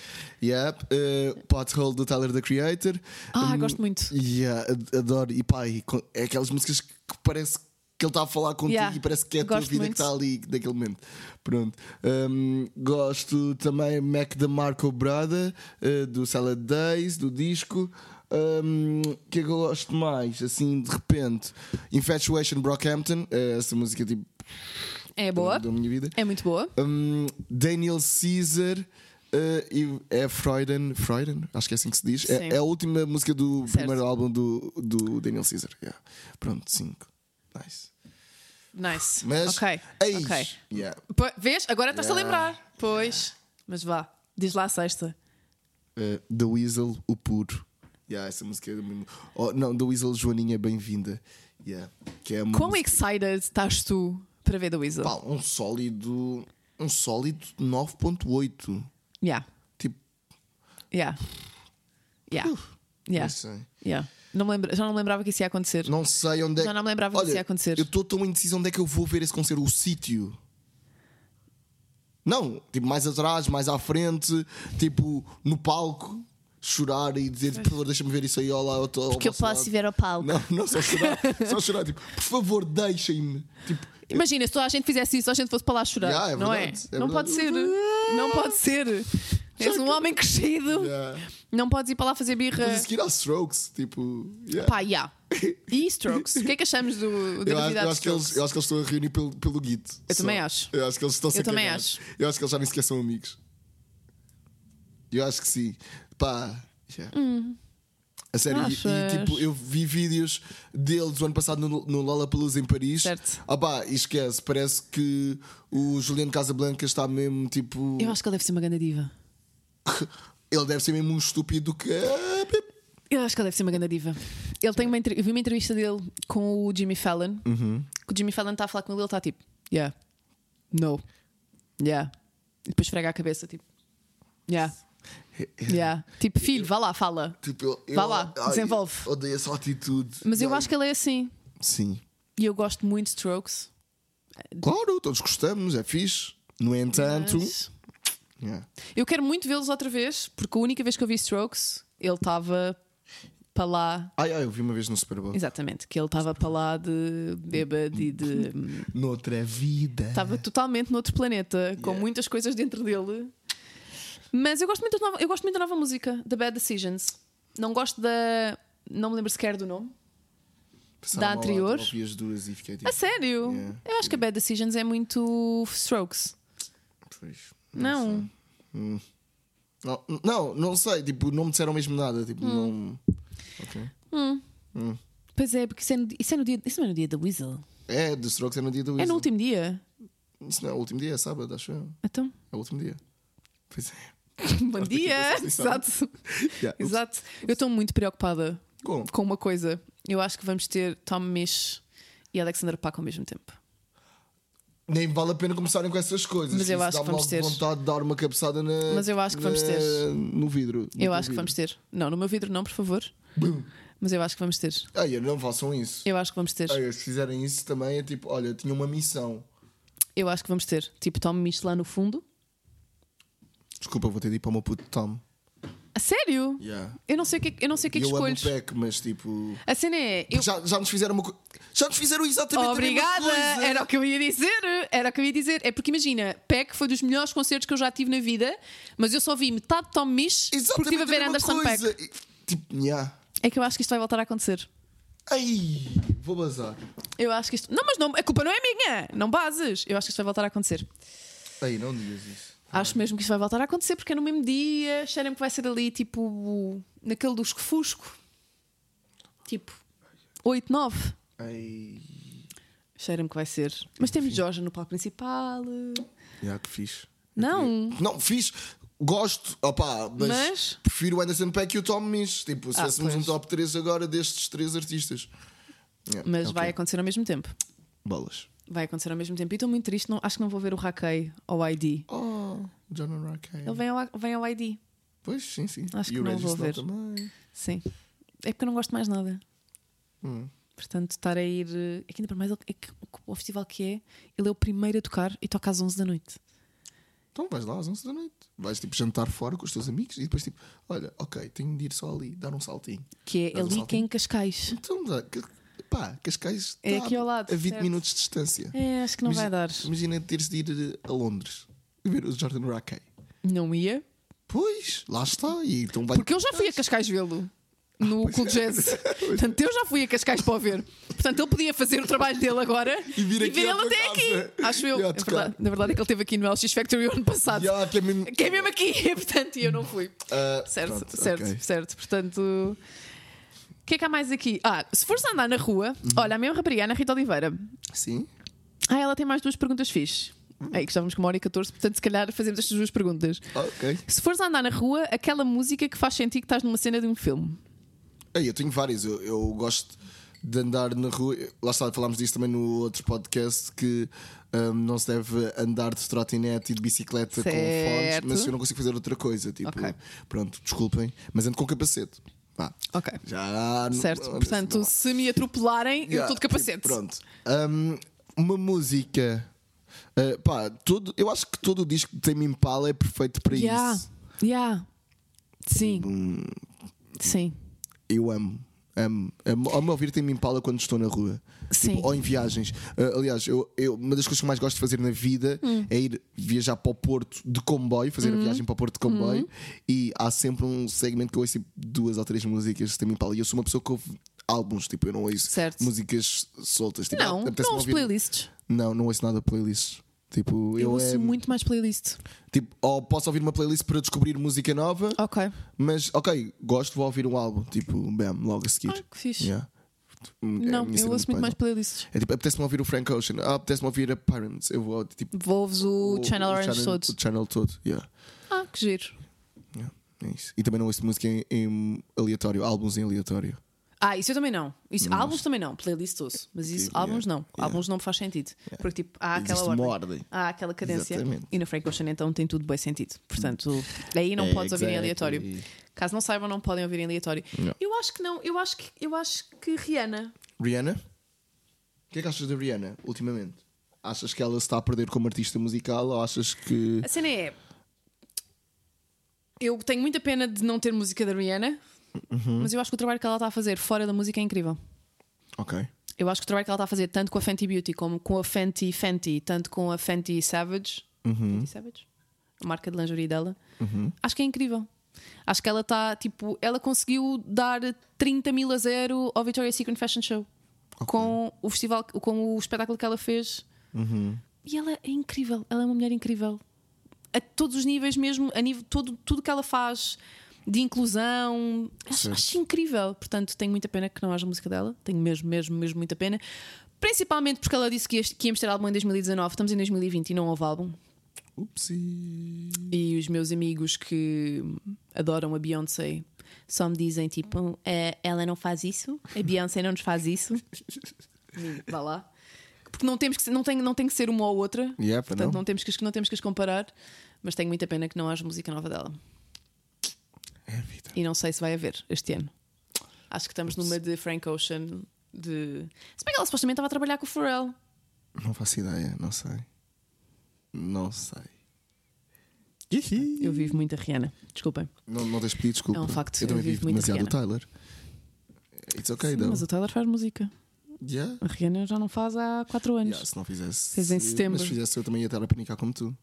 Speaker 2: Yep. Uh, Pothole do Tyler the Creator. Hum.
Speaker 1: Ah, gosto muito.
Speaker 2: Yeah, eh, ad- adoro. E pá, e co- é aquelas músicas que parece que ele está a falar contigo
Speaker 1: Yeah,
Speaker 2: e parece que é a tua
Speaker 1: gosto
Speaker 2: vida
Speaker 1: muito.
Speaker 2: que está ali naquele momento. Pronto. Um, gosto também Mac da Marco Brada, eh, do Salad Days, do disco. Um, que é que eu gosto mais? Assim, de repente, Infatuation Brockhampton, eh, essa música tipo
Speaker 1: É boa.
Speaker 2: da minha vida.
Speaker 1: É muito boa.
Speaker 2: Um, Daniel Caesar eh, e é Freuden, Freuden, acho que é assim que se diz.
Speaker 1: Sim.
Speaker 2: É, é a última música do
Speaker 1: Certo.
Speaker 2: primeiro álbum do, do Daniel Caesar. yeah. Pronto, 5. Nice.
Speaker 1: Nice.
Speaker 2: Mas
Speaker 1: ok.
Speaker 2: é isso.
Speaker 1: ok.
Speaker 2: Yeah.
Speaker 1: Po- Vês? Agora estás-te
Speaker 2: Yeah.
Speaker 1: a lembrar. Pois. Mas vá. Diz lá a sexta.
Speaker 2: Eh, The Weasel, o puro. Yeah, essa música é do mesmo. Oh, não, The Weasel Joaninha, bem-vinda. Yeah. Que é uma
Speaker 1: Quão
Speaker 2: música-
Speaker 1: excited estás tu para ver The Weasel?
Speaker 2: Pá, um sólido. Um sólido 9.8.
Speaker 1: Yeah.
Speaker 2: Tipo, uh,
Speaker 1: Yeah. Yeah.
Speaker 2: não
Speaker 1: Yeah.
Speaker 2: sei.
Speaker 1: yeah. Não me lembra- já não me lembrava que isso ia acontecer.
Speaker 2: Não sei onde é
Speaker 1: Já não me lembrava
Speaker 2: Olha,
Speaker 1: disso ia acontecer.
Speaker 2: Eu estou tão indeciso onde é que eu vou ver esse concerto, o sítio. Não, tipo, mais atrás, mais à frente, tipo, no palco, chorar e dizer, por favor, deixa-me ver isso aí, olá, eu estou.
Speaker 1: Porque eu posso ir ver ao palco.
Speaker 2: Não, não, só chorar, só chorar, tipo, por favor, deixem-me. Tipo,
Speaker 1: Imagina, se toda a gente fizesse isso, a gente fosse para lá chorar.
Speaker 2: Yeah, é
Speaker 1: não é?
Speaker 2: verdade, é
Speaker 1: não pode ser.
Speaker 2: verdade.
Speaker 1: Não pode ser. És um homem crescido.
Speaker 2: yeah.
Speaker 1: Não podes ir para lá fazer birra.
Speaker 2: Mas a seguir há strokes, tipo. yeah.
Speaker 1: Pá, yeah. E Strokes? O que é que achamos do, da
Speaker 2: Eu acho,
Speaker 1: novidade
Speaker 2: eu
Speaker 1: de
Speaker 2: acho que eles,
Speaker 1: Strokes?
Speaker 2: eu acho que eles estão a reunir pelo, pelo Git.
Speaker 1: Eu também acho.
Speaker 2: Eu acho que eles estão
Speaker 1: Eu também
Speaker 2: Eu acho que eles já nem sequer são amigos. Eu acho que sim. Pá. já. A sério, e-
Speaker 1: Hum. Achas?
Speaker 2: e, tipo, eu vi vídeos deles o ano passado no, no Lollapalooza em Paris.
Speaker 1: Certo.
Speaker 2: Ah pá, e esquece, parece que o Juliano Casablanca está mesmo tipo.
Speaker 1: Eu acho que ele deve ser uma grande diva.
Speaker 2: Ele deve ser mesmo um estúpido que. é,
Speaker 1: Eu acho que ele deve ser uma grande diva. Ele tem uma entre- Eu vi uma entrevista dele com o Jimmy Fallon. Que o Jimmy Fallon está a falar com ele, ele está tipo, yeah, no, yeah. E depois esfrega a cabeça, tipo, yeah, yeah. Tipo, filho, vá lá, fala.
Speaker 2: Tipo, eu, eu-
Speaker 1: Vá lá,
Speaker 2: ai,
Speaker 1: desenvolve.
Speaker 2: Odeio essa atitude.
Speaker 1: Mas eu acho que ele é assim.
Speaker 2: Sim.
Speaker 1: E eu gosto muito de Strokes.
Speaker 2: Claro, todos gostamos, é fixe. No entanto.
Speaker 1: mas
Speaker 2: Yeah.
Speaker 1: Eu quero muito vê-los outra vez, porque a única vez que eu vi Strokes, ele estava para lá.
Speaker 2: Ai, ai, eu vi uma vez no Super Bowl.
Speaker 1: Exatamente, que ele estava para lá de bêbado e de.
Speaker 2: Noutra vida.
Speaker 1: Estava totalmente noutro planeta, com muitas coisas dentro dele. Mas eu gosto muito, das nova- eu gosto muito da nova música, The Bad Decisions. Não gosto da. Não me lembro sequer do nome.
Speaker 2: Passava
Speaker 1: da
Speaker 2: mal,
Speaker 1: anterior.
Speaker 2: eu vi as duas e fiquei tipo.
Speaker 1: A sério?
Speaker 2: Yeah.
Speaker 1: Eu acho que a Bad Decisions é muito Strokes.
Speaker 2: pois,
Speaker 1: Não.
Speaker 2: sei. Hum. Não, não, não sei, tipo, não me disseram mesmo nada.
Speaker 1: Hum.
Speaker 2: Tipo, não. Ok. Hum.
Speaker 1: Pois é, porque isso, é no, isso, é no dia, isso não é no dia da Weasel.
Speaker 2: É, The Strokes é no dia do
Speaker 1: É
Speaker 2: Weasel.
Speaker 1: no último dia.
Speaker 2: Isso não é o último dia, é sábado, acho eu.
Speaker 1: Então.
Speaker 2: É o último dia. Pois é.
Speaker 1: Bom dia!
Speaker 2: vocês sabem.
Speaker 1: Exato.
Speaker 2: Yeah.
Speaker 1: Exato. Eu estou muito preocupada
Speaker 2: Bom,
Speaker 1: com uma coisa. Eu acho que vamos ter Tom Misch e Alexander Pack ao mesmo tempo.
Speaker 2: nem vale a pena começarem com essas coisas.
Speaker 1: Mas eu
Speaker 2: Isso
Speaker 1: acho que
Speaker 2: dá-me
Speaker 1: vamos
Speaker 2: logo
Speaker 1: ter.
Speaker 2: vontade de dar uma cabeçada na.
Speaker 1: Mas eu acho que vamos
Speaker 2: na-
Speaker 1: ter.
Speaker 2: No vidro. no
Speaker 1: Eu
Speaker 2: teu
Speaker 1: acho que
Speaker 2: vidro.
Speaker 1: vamos ter. Não, no meu vidro não, por favor. Mas eu acho que vamos ter.
Speaker 2: Ai, não façam isso.
Speaker 1: Eu acho que vamos ter.
Speaker 2: Ai, se fizerem isso também é tipo, olha, eu tinha uma missão.
Speaker 1: Eu acho que vamos ter. Tipo, Tom Misch lá no fundo.
Speaker 2: Desculpa, vou ter de ir para o meu puto Tom.
Speaker 1: A sério?
Speaker 2: Yeah.
Speaker 1: Eu não sei o que, é que- eu não sei o que, é
Speaker 2: eu
Speaker 1: que
Speaker 2: amo
Speaker 1: escolhes.
Speaker 2: o Peck, mas tipo.
Speaker 1: A cena é. Eu...
Speaker 2: Já, já nos fizeram uma co- Já nos fizeram exatamente a
Speaker 1: Obrigada!
Speaker 2: mesma coisa.
Speaker 1: Era o que eu ia dizer! Era o que eu ia dizer. É porque imagina, Peck foi dos melhores concertos que eu já tive na vida, mas eu só vi metade de Tom Misch porque
Speaker 2: Exatamente
Speaker 1: estive a ver
Speaker 2: mesma
Speaker 1: Anderson Peck.
Speaker 2: coisa. E, Tipo, yeah.
Speaker 1: É que eu acho que isto vai voltar a acontecer.
Speaker 2: Ai, vou bazar.
Speaker 1: Eu acho que isto. Não, mas não, a culpa não é minha! Não bases! Eu acho que isto vai voltar a acontecer.
Speaker 2: Aí, não digas isso.
Speaker 1: Acho mesmo que isso vai voltar a acontecer porque é no mesmo dia. Cheira-me que vai ser ali tipo naquele dos que fusco. Tipo 8, 9.
Speaker 2: Ai.
Speaker 1: Cheira-me que vai ser. Mas temos Jorge no palco principal.
Speaker 2: Já que fixe.
Speaker 1: Não.
Speaker 2: Não, fiz. Gosto, opá, mas,
Speaker 1: Mas?
Speaker 2: prefiro o Anderson Peck e o Tom Misch. Tipo, se
Speaker 1: Ah,
Speaker 2: tivéssemos um
Speaker 1: pois.
Speaker 2: top 3 agora destes três artistas. Yeah,
Speaker 1: Mas
Speaker 2: ok.
Speaker 1: vai acontecer ao mesmo tempo.
Speaker 2: Bolas.
Speaker 1: Vai acontecer ao mesmo tempo. E estou muito triste. Não, acho que não vou ver o Hackei ao ID.
Speaker 2: Oh, John O'Rourke.
Speaker 1: Ele vem ao, vem ao ID.
Speaker 2: Pois, sim, sim.
Speaker 1: Acho
Speaker 2: e
Speaker 1: que
Speaker 2: o
Speaker 1: não
Speaker 2: Regis
Speaker 1: vou ver.
Speaker 2: também.
Speaker 1: Sim. É porque eu não gosto mais nada.
Speaker 2: Hum.
Speaker 1: Portanto, estar a ir. eh, É que ainda para mais. ele- É que o festival que é, ele é o primeiro a tocar e toca às 11 da noite.
Speaker 2: Então vais lá às 11 da noite. Vais tipo jantar fora com os teus amigos e depois tipo, olha, ok, tenho de ir só ali, dar um saltinho.
Speaker 1: Que é
Speaker 2: Dás um
Speaker 1: ali que é
Speaker 2: saltinho.
Speaker 1: em Cascais.
Speaker 2: Então, dá- que- pá, Cascais
Speaker 1: É
Speaker 2: tá
Speaker 1: aqui ao lado,
Speaker 2: a 20
Speaker 1: certo.
Speaker 2: minutos de distância.
Speaker 1: É, acho que não vai
Speaker 2: Imagina-
Speaker 1: dar.
Speaker 2: Imagina teres de ir eh, a Londres e ver o Jordan Rackey.
Speaker 1: Não ia.
Speaker 2: Pois, lá está. E então vai
Speaker 1: Porque eu já fui a Cascais vê-lo.
Speaker 2: Ah,
Speaker 1: No
Speaker 2: é.
Speaker 1: Clube Jazz. Portanto, eu já fui a Cascais para o ver. Portanto, ele podia fazer o trabalho dele agora
Speaker 2: E vir aqui à
Speaker 1: ele
Speaker 2: tua
Speaker 1: até
Speaker 2: casa.
Speaker 1: aqui. Acho eu.
Speaker 2: E a
Speaker 1: É
Speaker 2: tocar.
Speaker 1: verdade. na verdade, é que ele esteve aqui no LX Factory o ano passado.
Speaker 2: Yeah, que é mesmo-
Speaker 1: Que é mesmo aqui. Portanto, e eu não fui.
Speaker 2: Ah,
Speaker 1: Certo,
Speaker 2: pronto,
Speaker 1: certo,
Speaker 2: ok.
Speaker 1: certo. Portanto, o que é que há mais aqui? Ah, se fores andar na rua,
Speaker 2: Uhum.
Speaker 1: olha, a minha rapariga, a Ana Rita Oliveira.
Speaker 2: Sim.
Speaker 1: Ah, ela tem mais duas perguntas fixe.
Speaker 2: Hum.
Speaker 1: É que estávamos com uma hora e 14, portanto, se calhar fazemos estas duas perguntas.
Speaker 2: Ok.
Speaker 1: Se fores andar na rua, aquela música que faz sentir que estás numa cena de um filme.
Speaker 2: Ei, eu tenho várias. Eu, eu gosto de andar na rua. Lá está, falámos disso também no outro podcast que hum, não se deve andar de trotinete e de bicicleta com
Speaker 1: Certo.
Speaker 2: fones, mas eu não consigo fazer outra coisa. Tipo,
Speaker 1: Ok.
Speaker 2: pronto, desculpem, mas ando com capacete. Vá.
Speaker 1: Ok.
Speaker 2: Já não-
Speaker 1: Certo,
Speaker 2: não-
Speaker 1: portanto,
Speaker 2: não-
Speaker 1: se me atropelarem, eu
Speaker 2: Yeah,
Speaker 1: estou de capacete.
Speaker 2: tipo, Pronto. Hum, uma música. Ah, pá, todo, eu acho que todo o disco de Tame Impala é perfeito para
Speaker 1: Yeah,
Speaker 2: isso. Tipo, um,
Speaker 1: yeah. Sim. Sim.
Speaker 2: Eu amo. Amo, amo, amo ouvir Tame Impala quando estou na rua
Speaker 1: Sim.
Speaker 2: Tipo, ou em viagens. Ah, aliás, eu, eu- uma das coisas que eu mais gosto de fazer na vida
Speaker 1: Hum.
Speaker 2: é ir viajar para o Porto de comboio, fazer
Speaker 1: Uhum.
Speaker 2: a viagem para o Porto de comboio. E há sempre um segmento que eu ouço tipo, duas ou três músicas de Tame Impala. E eu sou uma pessoa que ouve álbuns, tipo, eu não ouço
Speaker 1: Certo.
Speaker 2: músicas soltas. Tipo,
Speaker 1: Não,
Speaker 2: apetece-me
Speaker 1: não os
Speaker 2: ouvir-
Speaker 1: playlists.
Speaker 2: Não, não ouço nada playlists. Tipo,
Speaker 1: Eu
Speaker 2: eu,
Speaker 1: ouço
Speaker 2: é,
Speaker 1: muito mais playlist.
Speaker 2: tipo, ou posso ouvir uma playlist para descobrir música nova,
Speaker 1: Ok.
Speaker 2: mas ok, gosto, vou ouvir um álbum, tipo, bam, logo a seguir.
Speaker 1: Ah, que fixe.
Speaker 2: Yeah. Hum, é a
Speaker 1: Não,
Speaker 2: minha
Speaker 1: eu
Speaker 2: cena
Speaker 1: ouço muito mais
Speaker 2: mais
Speaker 1: playlists.
Speaker 2: é tipo, apetece-me ouvir o Frank Ocean, ah, apetece-me ouvir a Pyramids, eu vou tipo.
Speaker 1: Volves o, Channel Orange
Speaker 2: channel-
Speaker 1: todo.
Speaker 2: O channel todo, yeah.
Speaker 1: Ah, que giro.
Speaker 2: yeah. É isso. E também não ouço música em, em aleatório, álbuns em aleatório.
Speaker 1: Ah, isso eu também não. Isso, Álbuns também não, playlist ouço. Mas isso,
Speaker 2: Tipo,
Speaker 1: álbuns
Speaker 2: yeah,
Speaker 1: não. Álbuns não faz sentido. Porque tipo, há aquela
Speaker 2: Existe
Speaker 1: ordem.
Speaker 2: uma ordem.
Speaker 1: Há aquela cadência.
Speaker 2: Exatamente.
Speaker 1: E no Frank Ocean então tem tudo bem sentido. Portanto, daí não
Speaker 2: É,
Speaker 1: podes ouvir em
Speaker 2: exactly.
Speaker 1: aleatório. Caso não saibam, não podem ouvir em aleatório.
Speaker 2: Não.
Speaker 1: Eu acho que não, eu acho que eu acho que Rihanna.
Speaker 2: Rihanna? O que é que achas da Rihanna ultimamente? Achas que ela se está a perder como artista musical ou achas que.
Speaker 1: A cena é. Eu tenho muita pena de não ter música da Rihanna,
Speaker 2: Uhum.
Speaker 1: mas eu acho que o trabalho que ela está a fazer fora da música é incrível.
Speaker 2: Ok.
Speaker 1: Eu acho que o trabalho que ela está a fazer, tanto com a Fenty Beauty como com a Fenty Fenty, tanto com a Fenty Savage,
Speaker 2: Uhum.
Speaker 1: Fenty Savage? a marca de lingerie dela, acho que é incrível. Acho que ela está, tipo, ela conseguiu dar 30 mil a zero ao Victoria's Secret Fashion Show com o festival, com o espetáculo que ela fez. E ela é incrível, ela é uma mulher incrível. A todos os níveis mesmo, a nível todo, tudo que ela faz de inclusão, acho,
Speaker 2: Certo.
Speaker 1: acho incrível. Portanto, tenho muita pena que não haja música dela, tenho mesmo, mesmo, mesmo muita pena. Principalmente porque ela disse que, este, que íamos ter álbum em 2019, estamos em 2020 e não houve álbum.
Speaker 2: Upsi.
Speaker 1: E os meus amigos que adoram a Beyoncé só me dizem tipo, "Eh, ela não faz isso, a Beyoncé não nos faz isso. Amigo, Vá lá. Porque não, temos que, ser- não, tem, não tem que ser uma ou outra.
Speaker 2: Yeah, pá,
Speaker 1: Portanto,
Speaker 2: não.
Speaker 1: não temos, que, as- não temos que as comparar, mas tenho muita pena que não haja música nova dela.
Speaker 2: É a vida.
Speaker 1: E não sei se vai haver este ano. Acho que estamos numa de Frank Ocean. De... Se bem que ela supostamente estava a trabalhar com o Pharrell.
Speaker 2: Não faço ideia, não sei. Não sei.
Speaker 1: Eu vivo muito a Rihanna. Desculpem.
Speaker 2: Não, não tens pedido desculpa.
Speaker 1: É um facto,
Speaker 2: Eu também
Speaker 1: eu vivo
Speaker 2: vivo
Speaker 1: muito
Speaker 2: demasiado o Tyler. It's okay,
Speaker 1: Sim,
Speaker 2: though.
Speaker 1: mas o Taylor faz música.
Speaker 2: Yeah.
Speaker 1: A Rihanna já não faz há 4 anos.
Speaker 2: Yeah, se não fizesse.
Speaker 1: Fez em setembro.
Speaker 2: Mas se fizesse, eu também ia estar a panicar como tu.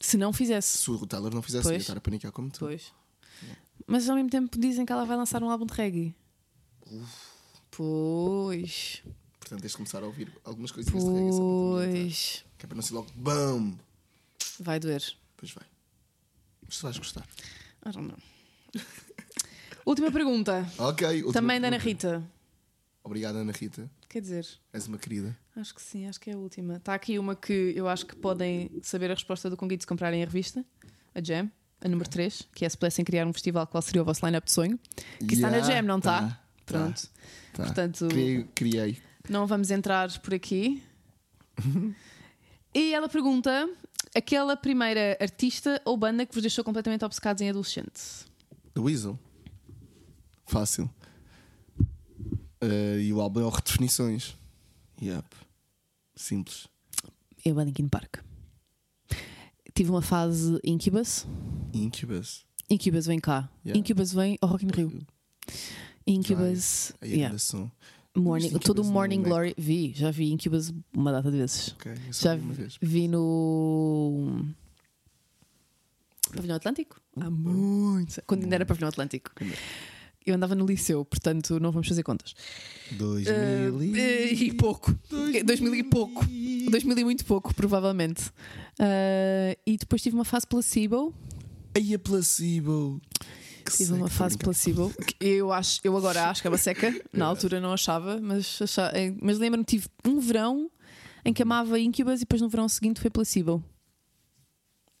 Speaker 1: Se não fizesse.
Speaker 2: Se o Tyler não fizesse, eu ia
Speaker 1: Pois.
Speaker 2: estar a panicar como tu.
Speaker 1: Pois. Mas ao mesmo tempo dizem que ela vai lançar um álbum de reggae. Pois.
Speaker 2: Portanto, tens de começar a ouvir algumas coisinhas de reggae. é só para te ambientar.
Speaker 1: Pois.
Speaker 2: Que é para não ser logo BAM!
Speaker 1: Vai doer.
Speaker 2: Pois vai. Mas tu vais gostar.
Speaker 1: I don't know. Última pergunta.
Speaker 2: Ok. última
Speaker 1: Também da Ana
Speaker 2: pergunta.
Speaker 1: Rita.
Speaker 2: Obrigado, Ana Rita.
Speaker 1: Quer dizer,
Speaker 2: És uma querida.
Speaker 1: acho que sim, acho que é a última. Está aqui uma que eu acho que podem saber a resposta do Conguito se comprarem a revista, a Jam, a número 3, que é se pudessem criar um festival, qual seria o vosso line-up de sonho?
Speaker 2: Tá.
Speaker 1: Que está na
Speaker 2: Yeah,
Speaker 1: Jam, não está?
Speaker 2: tá,
Speaker 1: Pronto.
Speaker 2: tá.
Speaker 1: Portanto,
Speaker 2: Criei. criei.
Speaker 1: não vamos entrar por aqui. e ela pergunta: aquela primeira artista ou banda que vos deixou completamente obcecados em adolescente?
Speaker 2: The Weasel. Fácil. Eh, e o álbum é o Redefinições. Yep. Simples.
Speaker 1: Eu, a Linkin Park. Tive uma fase Incubus.
Speaker 2: Incubus.
Speaker 1: Incubus vem cá.
Speaker 2: Yeah.
Speaker 1: Incubus vem ao Rock in Rio. Incubus.
Speaker 2: Aí é
Speaker 1: yeah.
Speaker 2: ainda são.
Speaker 1: Morning,
Speaker 2: Incubus
Speaker 1: todo o
Speaker 2: no
Speaker 1: Morning
Speaker 2: Mac.
Speaker 1: Glory. Vi, já vi Incubus uma data de vezes.
Speaker 2: Ok, eu só
Speaker 1: Já
Speaker 2: vi uma
Speaker 1: vi,
Speaker 2: vez.
Speaker 1: vi no. Pavilhão Atlântico?
Speaker 2: Hum.
Speaker 1: Há muito. Quando ainda era Pavilhão Atlântico. Eu andava no liceu, portanto não vamos fazer contas.
Speaker 2: 2000
Speaker 1: Eh, e pouco.
Speaker 2: Dois
Speaker 1: 2000 e pouco. 2000 e muito pouco, provavelmente. Eh, e depois tive uma fase placebo.
Speaker 2: Aí a placebo. Que
Speaker 1: Tive
Speaker 2: seca,
Speaker 1: uma
Speaker 2: tô
Speaker 1: fase
Speaker 2: brincando.
Speaker 1: placebo que eu, acho, eu agora acho que era seca, na altura não achava, mas, acha- eh, mas lembro-me tive um verão em que amava Incubus e depois no verão seguinte foi placebo.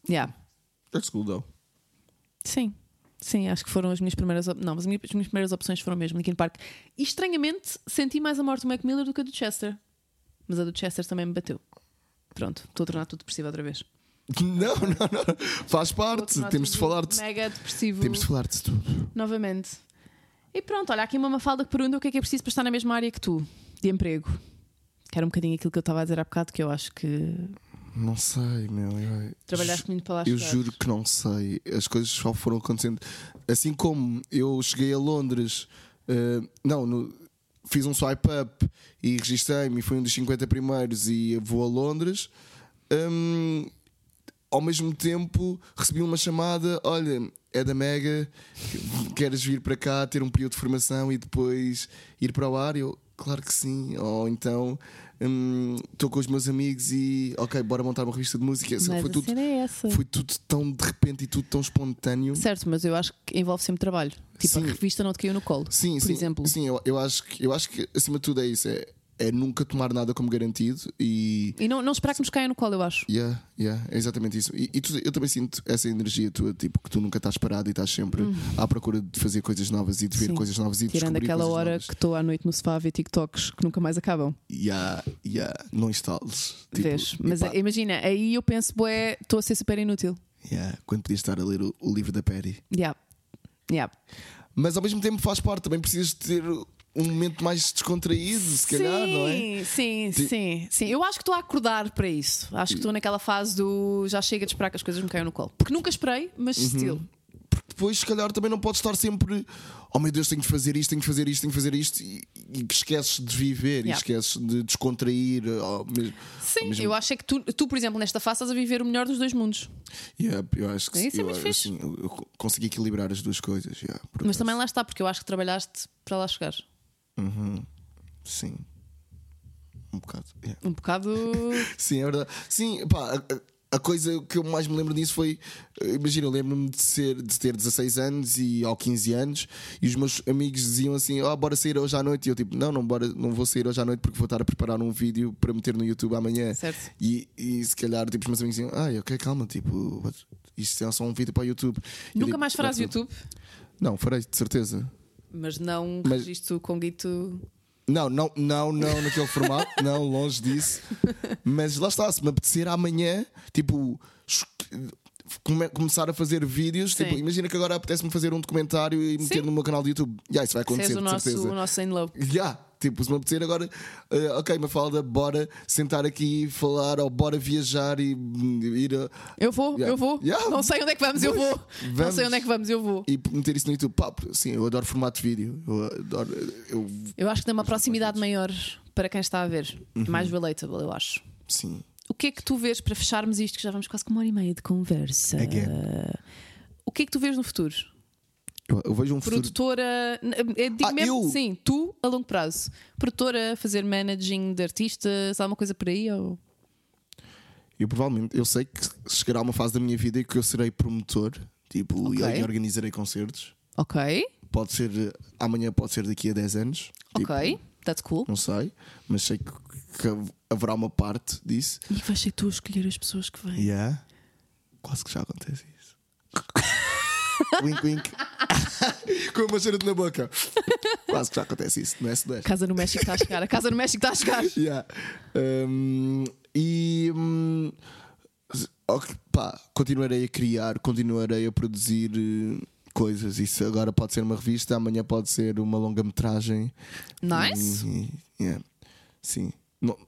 Speaker 1: Yeah.
Speaker 2: That's cool though.
Speaker 1: Sim, sim, acho que foram as minhas primeiras op- Não, mas as minhas, as minhas primeiras opções foram mesmo Linkin Park. E estranhamente senti mais a morte do Mac Miller do que a do Chester. Mas a do Chester também me bateu. Pronto, estou a tornar tudo depressivo outra vez.
Speaker 2: Não, não, não. Faz
Speaker 1: Estou a
Speaker 2: parte.
Speaker 1: tornar
Speaker 2: Temos de
Speaker 1: tudo
Speaker 2: falar de
Speaker 1: Mega depressivo
Speaker 2: Temos de falar de tudo.
Speaker 1: novamente. E pronto, olha, há aqui uma mafalda que pergunta o que é que é preciso para estar na mesma área que tu, de emprego. Que era um bocadinho aquilo que eu estava a dizer há bocado, que eu acho que
Speaker 2: Não sei, meu. Eu,
Speaker 1: trabalhaste muito para lá
Speaker 2: eu
Speaker 1: chegar.
Speaker 2: juro que não sei. As coisas só foram acontecendo. Assim como eu cheguei a Londres, eh, não, no- fiz um swipe up e registrei-me e fui um dos 50 primeiros e vou a Londres. hum, ao mesmo tempo recebi uma chamada: olha, é da Mega, queres vir para cá ter um período de formação e depois ir para o ar? Eu, claro que sim. Ou então hum, estou com os meus amigos e, ok, bora montar uma revista de música.
Speaker 1: Mas
Speaker 2: Foi
Speaker 1: a
Speaker 2: tudo,
Speaker 1: cena é essa.
Speaker 2: foi tudo tão de repente e tudo tão espontâneo.
Speaker 1: Certo, mas eu acho que envolve sempre trabalho. Tipo, a
Speaker 2: Sim.
Speaker 1: revista não te caiu no colo.
Speaker 2: Sim,
Speaker 1: por
Speaker 2: sim,
Speaker 1: exemplo.
Speaker 2: Sim, eu, eu acho que, eu acho que acima de tudo é isso: é, é nunca tomar nada como garantido e.
Speaker 1: E não, não esperar que nos caia no colo, eu acho.
Speaker 2: Yeah, yeah, é exatamente isso. E, e tu- eu também sinto essa energia tua, tipo, que tu nunca estás parado e estás sempre à procura de fazer coisas novas e de ver
Speaker 1: Uhum. Sim.
Speaker 2: coisas novas e de
Speaker 1: Tirando
Speaker 2: descobrir
Speaker 1: aquela
Speaker 2: coisas
Speaker 1: hora
Speaker 2: novas.
Speaker 1: que estou à noite no sofá a ver TikToks que nunca mais acabam.
Speaker 2: Yeah, yeah, não instales. Tipo,
Speaker 1: Vês? Mas eh, é-
Speaker 2: epá,
Speaker 1: imagina, aí eu penso, bué, estou a ser super inútil.
Speaker 2: yeah, quando podias estar a ler o, o livro da Perry.
Speaker 1: Yeah. Yeah.
Speaker 2: Mas ao mesmo tempo faz parte, também precisas de ter um momento mais descontraído, se calhar, não
Speaker 1: sim,
Speaker 2: é?
Speaker 1: sim,
Speaker 2: Ti-
Speaker 1: sim, sim. Eu acho que estou a acordar para isso. Acho que estou naquela fase do já chega de esperar que as coisas me caiam no colo. Porque nunca esperei, mas
Speaker 2: Uhum.
Speaker 1: still.
Speaker 2: Depois, se calhar, também não podes estar sempre, oh meu Deus, tenho de fazer isto, tenho de fazer isto, tenho de fazer isto, e, e esqueces de viver,
Speaker 1: Yeah.
Speaker 2: e esqueces de descontrair. oh, mesmo-
Speaker 1: Sim,
Speaker 2: mesmo-
Speaker 1: eu acho é que tu, tu, por exemplo, nesta fase estás a viver o melhor dos dois mundos.
Speaker 2: Yeah, eu acho que
Speaker 1: Isso é
Speaker 2: eu,
Speaker 1: muito
Speaker 2: acho,
Speaker 1: fixe.
Speaker 2: assim, eu- eu co- consegui equilibrar as duas coisas. yeah, por
Speaker 1: Mas
Speaker 2: acaso.
Speaker 1: também lá está, porque eu acho que trabalhaste para lá chegar.
Speaker 2: Uhum. Sim. Um bocado. yeah.
Speaker 1: Um bocado.
Speaker 2: Sim, é verdade. Sim, pá, a- a, a coisa que eu mais me lembro disso foi. eh, Imagina, eu lembro-me de, ser- de ter 16 anos e ao 15 anos e os meus amigos diziam assim: Ah, bora sair hoje à noite. E eu tipo: Não, não, bora, não vou sair hoje à noite porque vou estar a preparar um vídeo para meter no YouTube amanhã.
Speaker 1: Certo.
Speaker 2: E, e se calhar, tipo, os meus amigos diziam: Ah, ok, calma, tipo, what- isto é só um vídeo para o YouTube. Eu
Speaker 1: nunca
Speaker 2: digo,
Speaker 1: mais farás YouTube,
Speaker 2: Não, farei, de certeza.
Speaker 1: mas não um
Speaker 2: Mas-
Speaker 1: registro com guito.
Speaker 2: Não, não, não, não naquele formato, não, longe disso. Mas lá está, se me apetecer amanhã, tipo, es- come- começar a fazer vídeos,
Speaker 1: Sim.
Speaker 2: tipo, imagina que agora apetece-me fazer um documentário e meter
Speaker 1: Sim.
Speaker 2: no meu canal do YouTube. Yeah, isso vai acontecer,
Speaker 1: Seres o
Speaker 2: de
Speaker 1: nosso,
Speaker 2: certeza.
Speaker 1: o nosso in love.
Speaker 2: Yeah, tipo, se me apetecer agora, eh, ok, Mafalda, bora sentar aqui e falar, ou bora viajar e hum, ir a-
Speaker 1: Eu vou,
Speaker 2: Yeah.
Speaker 1: eu vou.
Speaker 2: Yeah.
Speaker 1: Não sei onde é que vamos, eu vou. Não
Speaker 2: Vamos.
Speaker 1: sei onde é que vamos, eu vou.
Speaker 2: e meter isso no YouTube. Pá, sim, eu adoro formato de vídeo. Eu adoro. Eu,
Speaker 1: Eu acho que dá uma proximidade maior para quem está a ver.
Speaker 2: Uhum.
Speaker 1: Mais relatable, eu acho.
Speaker 2: sim.
Speaker 1: O que é que tu vês para fecharmos isto? Que já vamos quase com uma hora e meia de conversa.
Speaker 2: Again.
Speaker 1: O que é que tu vês no futuro?
Speaker 2: Eu, eu vejo um futuro.
Speaker 1: Produtora. n- eh, Digo
Speaker 2: Ah,
Speaker 1: mesmo,
Speaker 2: eu?
Speaker 1: sim, tu a longo prazo. Produtora, fazer managing de artistas, alguma coisa por aí? Ou...
Speaker 2: Eu provavelmente, eu sei que chegará uma fase da minha vida em que eu serei promotor, tipo, e
Speaker 1: Ok.
Speaker 2: e organizarei concertos.
Speaker 1: Ok,
Speaker 2: Pode ser eh, amanhã, pode ser daqui a 10 anos. Tipo,
Speaker 1: ok, that's cool.
Speaker 2: não sei, mas sei que, que haverá uma parte disso.
Speaker 1: E vais ser tu a escolher as pessoas que vêm.
Speaker 2: Yeah. Quase que já acontece isso. wink, wink. Com uma cheira na boca. Quase que já acontece isso, não é se der.
Speaker 1: Casa no México está a chegar, a casa no México está a chegar.
Speaker 2: Yeah. Um, e. hum, ok, pá, continuarei a criar, continuarei a produzir eh, coisas. Isso agora pode ser uma revista, amanhã pode ser uma longa-metragem.
Speaker 1: Nice.
Speaker 2: E- e- yeah. Sim. Não,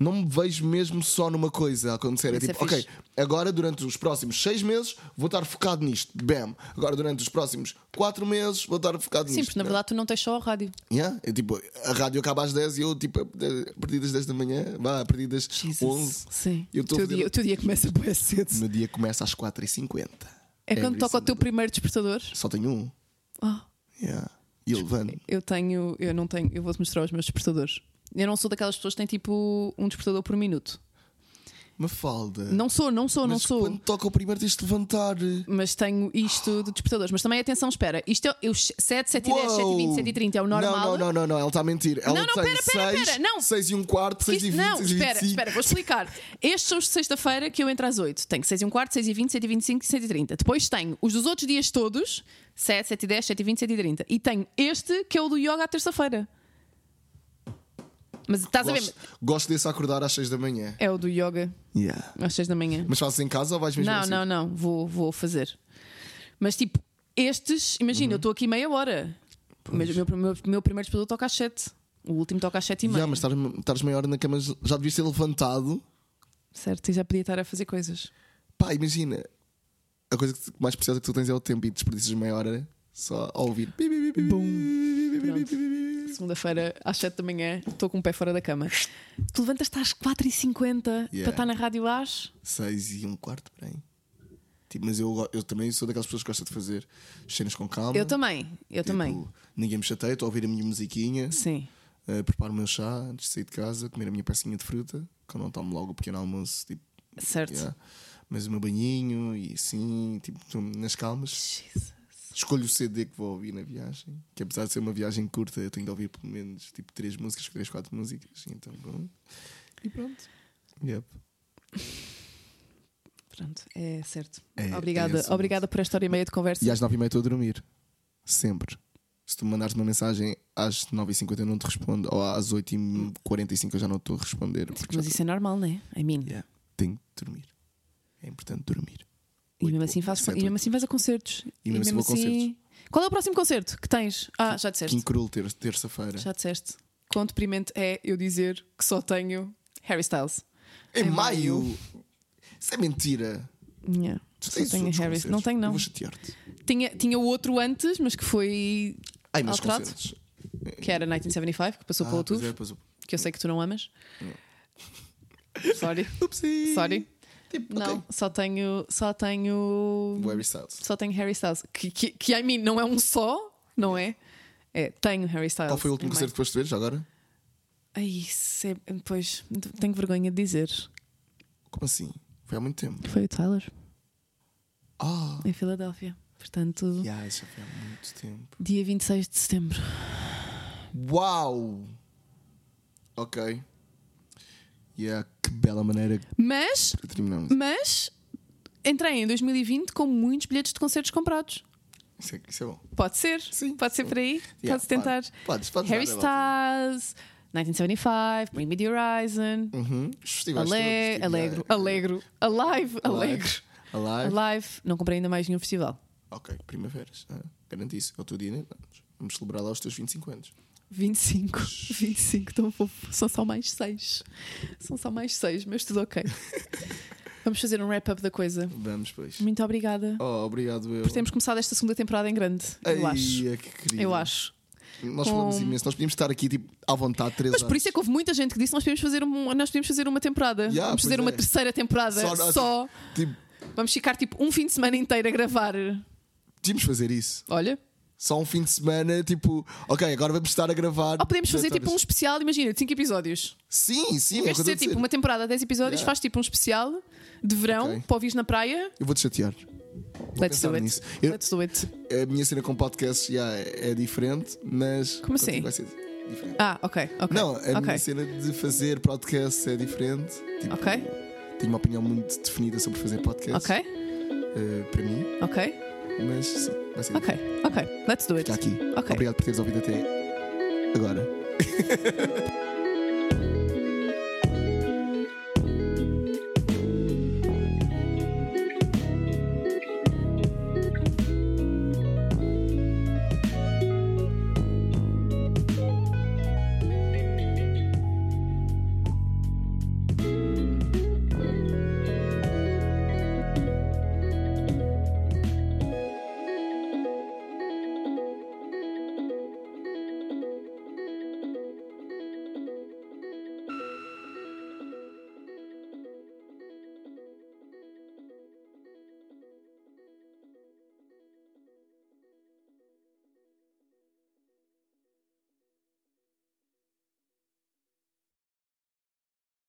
Speaker 2: não me vejo mesmo só numa coisa a acontecer. É
Speaker 1: Isso é
Speaker 2: tipo, ok,
Speaker 1: fixe.
Speaker 2: agora durante os próximos seis meses vou estar focado nisto. Bam. Agora durante os próximos quatro meses vou estar focado
Speaker 1: Sim,
Speaker 2: nisto. é?
Speaker 1: porque na
Speaker 2: Bam.
Speaker 1: verdade tu não tens só a rádio.
Speaker 2: Yeah, eu, tipo, a rádio acaba às 10 e eu, tipo, a partir das 10 da manhã, vá, a partir das 11.
Speaker 1: Sim.
Speaker 2: Eu
Speaker 1: o,
Speaker 2: tô
Speaker 1: teu
Speaker 2: fazendo-
Speaker 1: dia, o teu dia começa bem cedo.
Speaker 2: O meu dia começa às 4h50.
Speaker 1: É quando
Speaker 2: Every
Speaker 1: toca o teu
Speaker 2: single-
Speaker 1: primeiro despertador.
Speaker 2: Só tenho um.
Speaker 1: Ah,
Speaker 2: Yeah. E eu levanto.
Speaker 1: eu tenho, eu não tenho, eu vou-te mostrar os meus despertadores. Eu não sou daquelas pessoas que têm tipo um despertador por minuto.
Speaker 2: Uma falda.
Speaker 1: Não sou, não sou, não
Speaker 2: Mas
Speaker 1: sou.
Speaker 2: Quando toca o primeiro, tens de levantar.
Speaker 1: Mas tenho isto de despertadores. Mas também atenção, espera. Isto é eu, 7, 7 e 10, 7 e 20, 7 e 30 é o normal.
Speaker 2: Não, não, não, não, não, ela está a mentir. Ela
Speaker 1: Não, não,
Speaker 2: tem
Speaker 1: pera, pera,
Speaker 2: seis,
Speaker 1: pera, não.
Speaker 2: seis e um quarto,
Speaker 1: Porque
Speaker 2: 6 e
Speaker 1: isto-
Speaker 2: 20,
Speaker 1: não,
Speaker 2: 6 e
Speaker 1: espera,
Speaker 2: 25.
Speaker 1: espera, vou explicar. Estes são os de sexta-feira que eu entro às 8. Tenho 6 e um quarto, 6 e 20, 7 e 25 e 7 e 30. Depois tenho os dos outros dias todos, 7, 7 e 10, 7 e 20, 7 e 30. E tenho este que é o do yoga à terça-feira. Mas estás a ver?
Speaker 2: Gosto, gosto desse acordar às 6 da manhã.
Speaker 1: É o do yoga
Speaker 2: Yeah.
Speaker 1: às 6 da manhã.
Speaker 2: Mas fazes em casa ou vais mesmo
Speaker 1: Não,
Speaker 2: assim?
Speaker 1: não, não, vou, vou fazer. Mas tipo, estes, imagina,
Speaker 2: Uhum.
Speaker 1: eu estou aqui meia hora. Mas o meu, meu, meu primeiro despertador toca às 7. O último toca às 7 e meia.
Speaker 2: Yeah, mas estás- estás meia hora na cama, já devias ter levantado.
Speaker 1: Certo, e já podia estar a fazer coisas.
Speaker 2: Pá, imagina. A coisa que tu- mais preciosa que tu tens é o tempo e desperdiças meia hora só a ouvir. Bi, bi, bi, bi, bi, bi, bi, bi, bi, bi, bi.
Speaker 1: Segunda-feira, às 7 da manhã, estou com o pé fora da cama. Tu levantas-te às 4h50 para estar na rádio às.
Speaker 2: Seis e um quarto, peraí. Tipo, mas eu, go- eu também sou daquelas pessoas que gosta de fazer cenas com calma.
Speaker 1: Eu também, eu
Speaker 2: Tipo,
Speaker 1: também.
Speaker 2: Ninguém me chateia, estou a ouvir a minha musiquinha,
Speaker 1: Sim.
Speaker 2: eh, preparo o meu chá antes de sair de casa, comer a minha pecinha de fruta, que eu não tomo logo o pequeno almoço, tipo,
Speaker 1: Certo.
Speaker 2: yeah. mas o meu banhinho e assim, tipo, tô nas calmas.
Speaker 1: Jesus.
Speaker 2: Escolho o CD que vou ouvir na viagem, que apesar de ser uma viagem curta, eu tenho de ouvir pelo menos tipo três músicas, três, quatro músicas, então bom. E pronto. Yep.
Speaker 1: Pronto, é certo.
Speaker 2: É- é
Speaker 1: obrigada,
Speaker 2: esse o
Speaker 1: obrigada por esta hora e meia de conversa.
Speaker 2: E às nove e meia estou a dormir. Sempre. Se tu me mandares uma mensagem às 9h50 eu não te respondo, ou às 8h45 eu já não estou a responder. Porque já
Speaker 1: Mas isso é normal, não é? I mean.
Speaker 2: Yeah. Tenho de dormir. É importante dormir.
Speaker 1: E mesmo
Speaker 2: Oito,
Speaker 1: assim fazes,
Speaker 2: sete,
Speaker 1: e mesmo
Speaker 2: oito.
Speaker 1: assim vais a concertos.
Speaker 2: é E mesmo assim vou a
Speaker 1: Qual é o próximo concerto que tens? Ah, já disseste.
Speaker 2: Que incruel ter terça-feira.
Speaker 1: Já disseste. Quão deprimente é eu dizer que só tenho Harry Styles?
Speaker 2: Em
Speaker 1: Em maio.
Speaker 2: maio. Isso é mentira.
Speaker 1: Yeah.
Speaker 2: Tu
Speaker 1: Só
Speaker 2: tens
Speaker 1: tenho
Speaker 2: outros
Speaker 1: Harry
Speaker 2: concertos.
Speaker 1: Não tenho,
Speaker 2: Eu
Speaker 1: não.
Speaker 2: vou chatear-te.
Speaker 1: Tinha, tinha o outro antes, mas que foi.
Speaker 2: Ai, mas
Speaker 1: Alterado?
Speaker 2: concertos.
Speaker 1: que era 1975, que passou para
Speaker 2: Ah,
Speaker 1: o outubro,
Speaker 2: pois é, pois é.
Speaker 1: que eu sei que tu não amas. Sorry,
Speaker 2: Upsi.
Speaker 1: sorry.
Speaker 2: Tipo,
Speaker 1: Não,
Speaker 2: ok.
Speaker 1: só tenho. Só tenho.
Speaker 2: O Harry Styles.
Speaker 1: Só tenho Harry Styles. Que, que, que I mean, não é um só, não é? É, tenho Harry Styles.
Speaker 2: Qual foi o último
Speaker 1: em
Speaker 2: concerto que foste ver já agora?
Speaker 1: maio. Ai, isso é, pois, tenho vergonha de dizer.
Speaker 2: Como assim? Foi há muito tempo.
Speaker 1: Foi o Tyler,
Speaker 2: Ah,
Speaker 1: em Filadélfia. Portanto,
Speaker 2: yeah, isso já foi há muito tempo.
Speaker 1: dia 26 de setembro.
Speaker 2: Uau! Ok. Yeah, que bela maneira
Speaker 1: Mas,
Speaker 2: que terminamos.
Speaker 1: mas, entrei em 2020 com muitos bilhetes de concertos comprados.
Speaker 2: Isso é, isso é bom.
Speaker 1: Pode ser,
Speaker 2: Sim,
Speaker 1: pode ser
Speaker 2: sim.
Speaker 1: por aí.
Speaker 2: Yeah,
Speaker 1: Podes tentar.
Speaker 2: pode. Podes, podes
Speaker 1: Harry
Speaker 2: dar a volta.
Speaker 1: Styles, 1975, Bring Me the Horizon,
Speaker 2: Uhum. Os festivais todos,
Speaker 1: Ale
Speaker 2: tipo,
Speaker 1: Alegro,
Speaker 2: yeah.
Speaker 1: Alegro, Alive, Alegro,
Speaker 2: Alive.
Speaker 1: Alive. Não comprei ainda mais nenhum festival.
Speaker 2: Ok, primaveras. Ah, garanto isso. É o teu dia, né? Vamos celebrar lá os teus 25 anos.
Speaker 1: 25, 25, tão fofo. São só mais 6. São só mais 6, mas tudo ok. Vamos fazer um wrap-up da coisa.
Speaker 2: Vamos, pois.
Speaker 1: Muito obrigada
Speaker 2: Oh, obrigado, eu.
Speaker 1: Hum. por termos começado esta segunda temporada em grande.
Speaker 2: Ai,
Speaker 1: Eu acho.
Speaker 2: é que querido.
Speaker 1: Eu acho.
Speaker 2: Nós
Speaker 1: Com-
Speaker 2: falamos imenso. Nós podíamos estar aqui, tipo, à vontade, três
Speaker 1: Mas por isso é que houve muita gente que disse nós podemos fazer, um, nós podemos fazer uma temporada.
Speaker 2: Yeah,
Speaker 1: vamos
Speaker 2: pois
Speaker 1: fazer uma
Speaker 2: é.
Speaker 1: terceira temporada
Speaker 2: Só
Speaker 1: só.
Speaker 2: nós. Tipo,
Speaker 1: Vamos ficar tipo um fim de semana inteiro a gravar.
Speaker 2: tínhamos de fazer isso.
Speaker 1: Olha,
Speaker 2: Só um fim de semana, tipo, ok, agora vamos estar a gravar.
Speaker 1: Ou podemos fazer
Speaker 2: sete
Speaker 1: tipo um
Speaker 2: horas.
Speaker 1: especial, imagina, de 5 episódios.
Speaker 2: Sim, sim,
Speaker 1: Em
Speaker 2: é
Speaker 1: vez
Speaker 2: o que
Speaker 1: de
Speaker 2: eu estou a
Speaker 1: ser tipo
Speaker 2: dizer.
Speaker 1: uma temporada de 10 episódios,
Speaker 2: Yeah.
Speaker 1: faz tipo um especial de verão
Speaker 2: Ok.
Speaker 1: para ouvires na praia.
Speaker 2: Eu vou-te chatear. Vou
Speaker 1: Let's do
Speaker 2: pensar
Speaker 1: it.
Speaker 2: nisso. Eu-
Speaker 1: Let's do it.
Speaker 2: a minha cena com podcasts já é, é diferente, mas.
Speaker 1: Como assim?
Speaker 2: Vai ser diferente.
Speaker 1: Ah, ok, ok.
Speaker 2: Não, a
Speaker 1: ok.
Speaker 2: minha cena de fazer podcasts é diferente. Tipo,
Speaker 1: Ok,
Speaker 2: Tenho uma opinião muito definida sobre fazer podcasts.
Speaker 1: ok,
Speaker 2: eh, para mim,
Speaker 1: ok,
Speaker 2: mas sim, vai ser diferente.
Speaker 1: ok,
Speaker 2: Tá.
Speaker 1: ok. Let's do it.
Speaker 2: Fica aqui.
Speaker 1: Ok.
Speaker 2: Obrigado por teres ouvido até agora.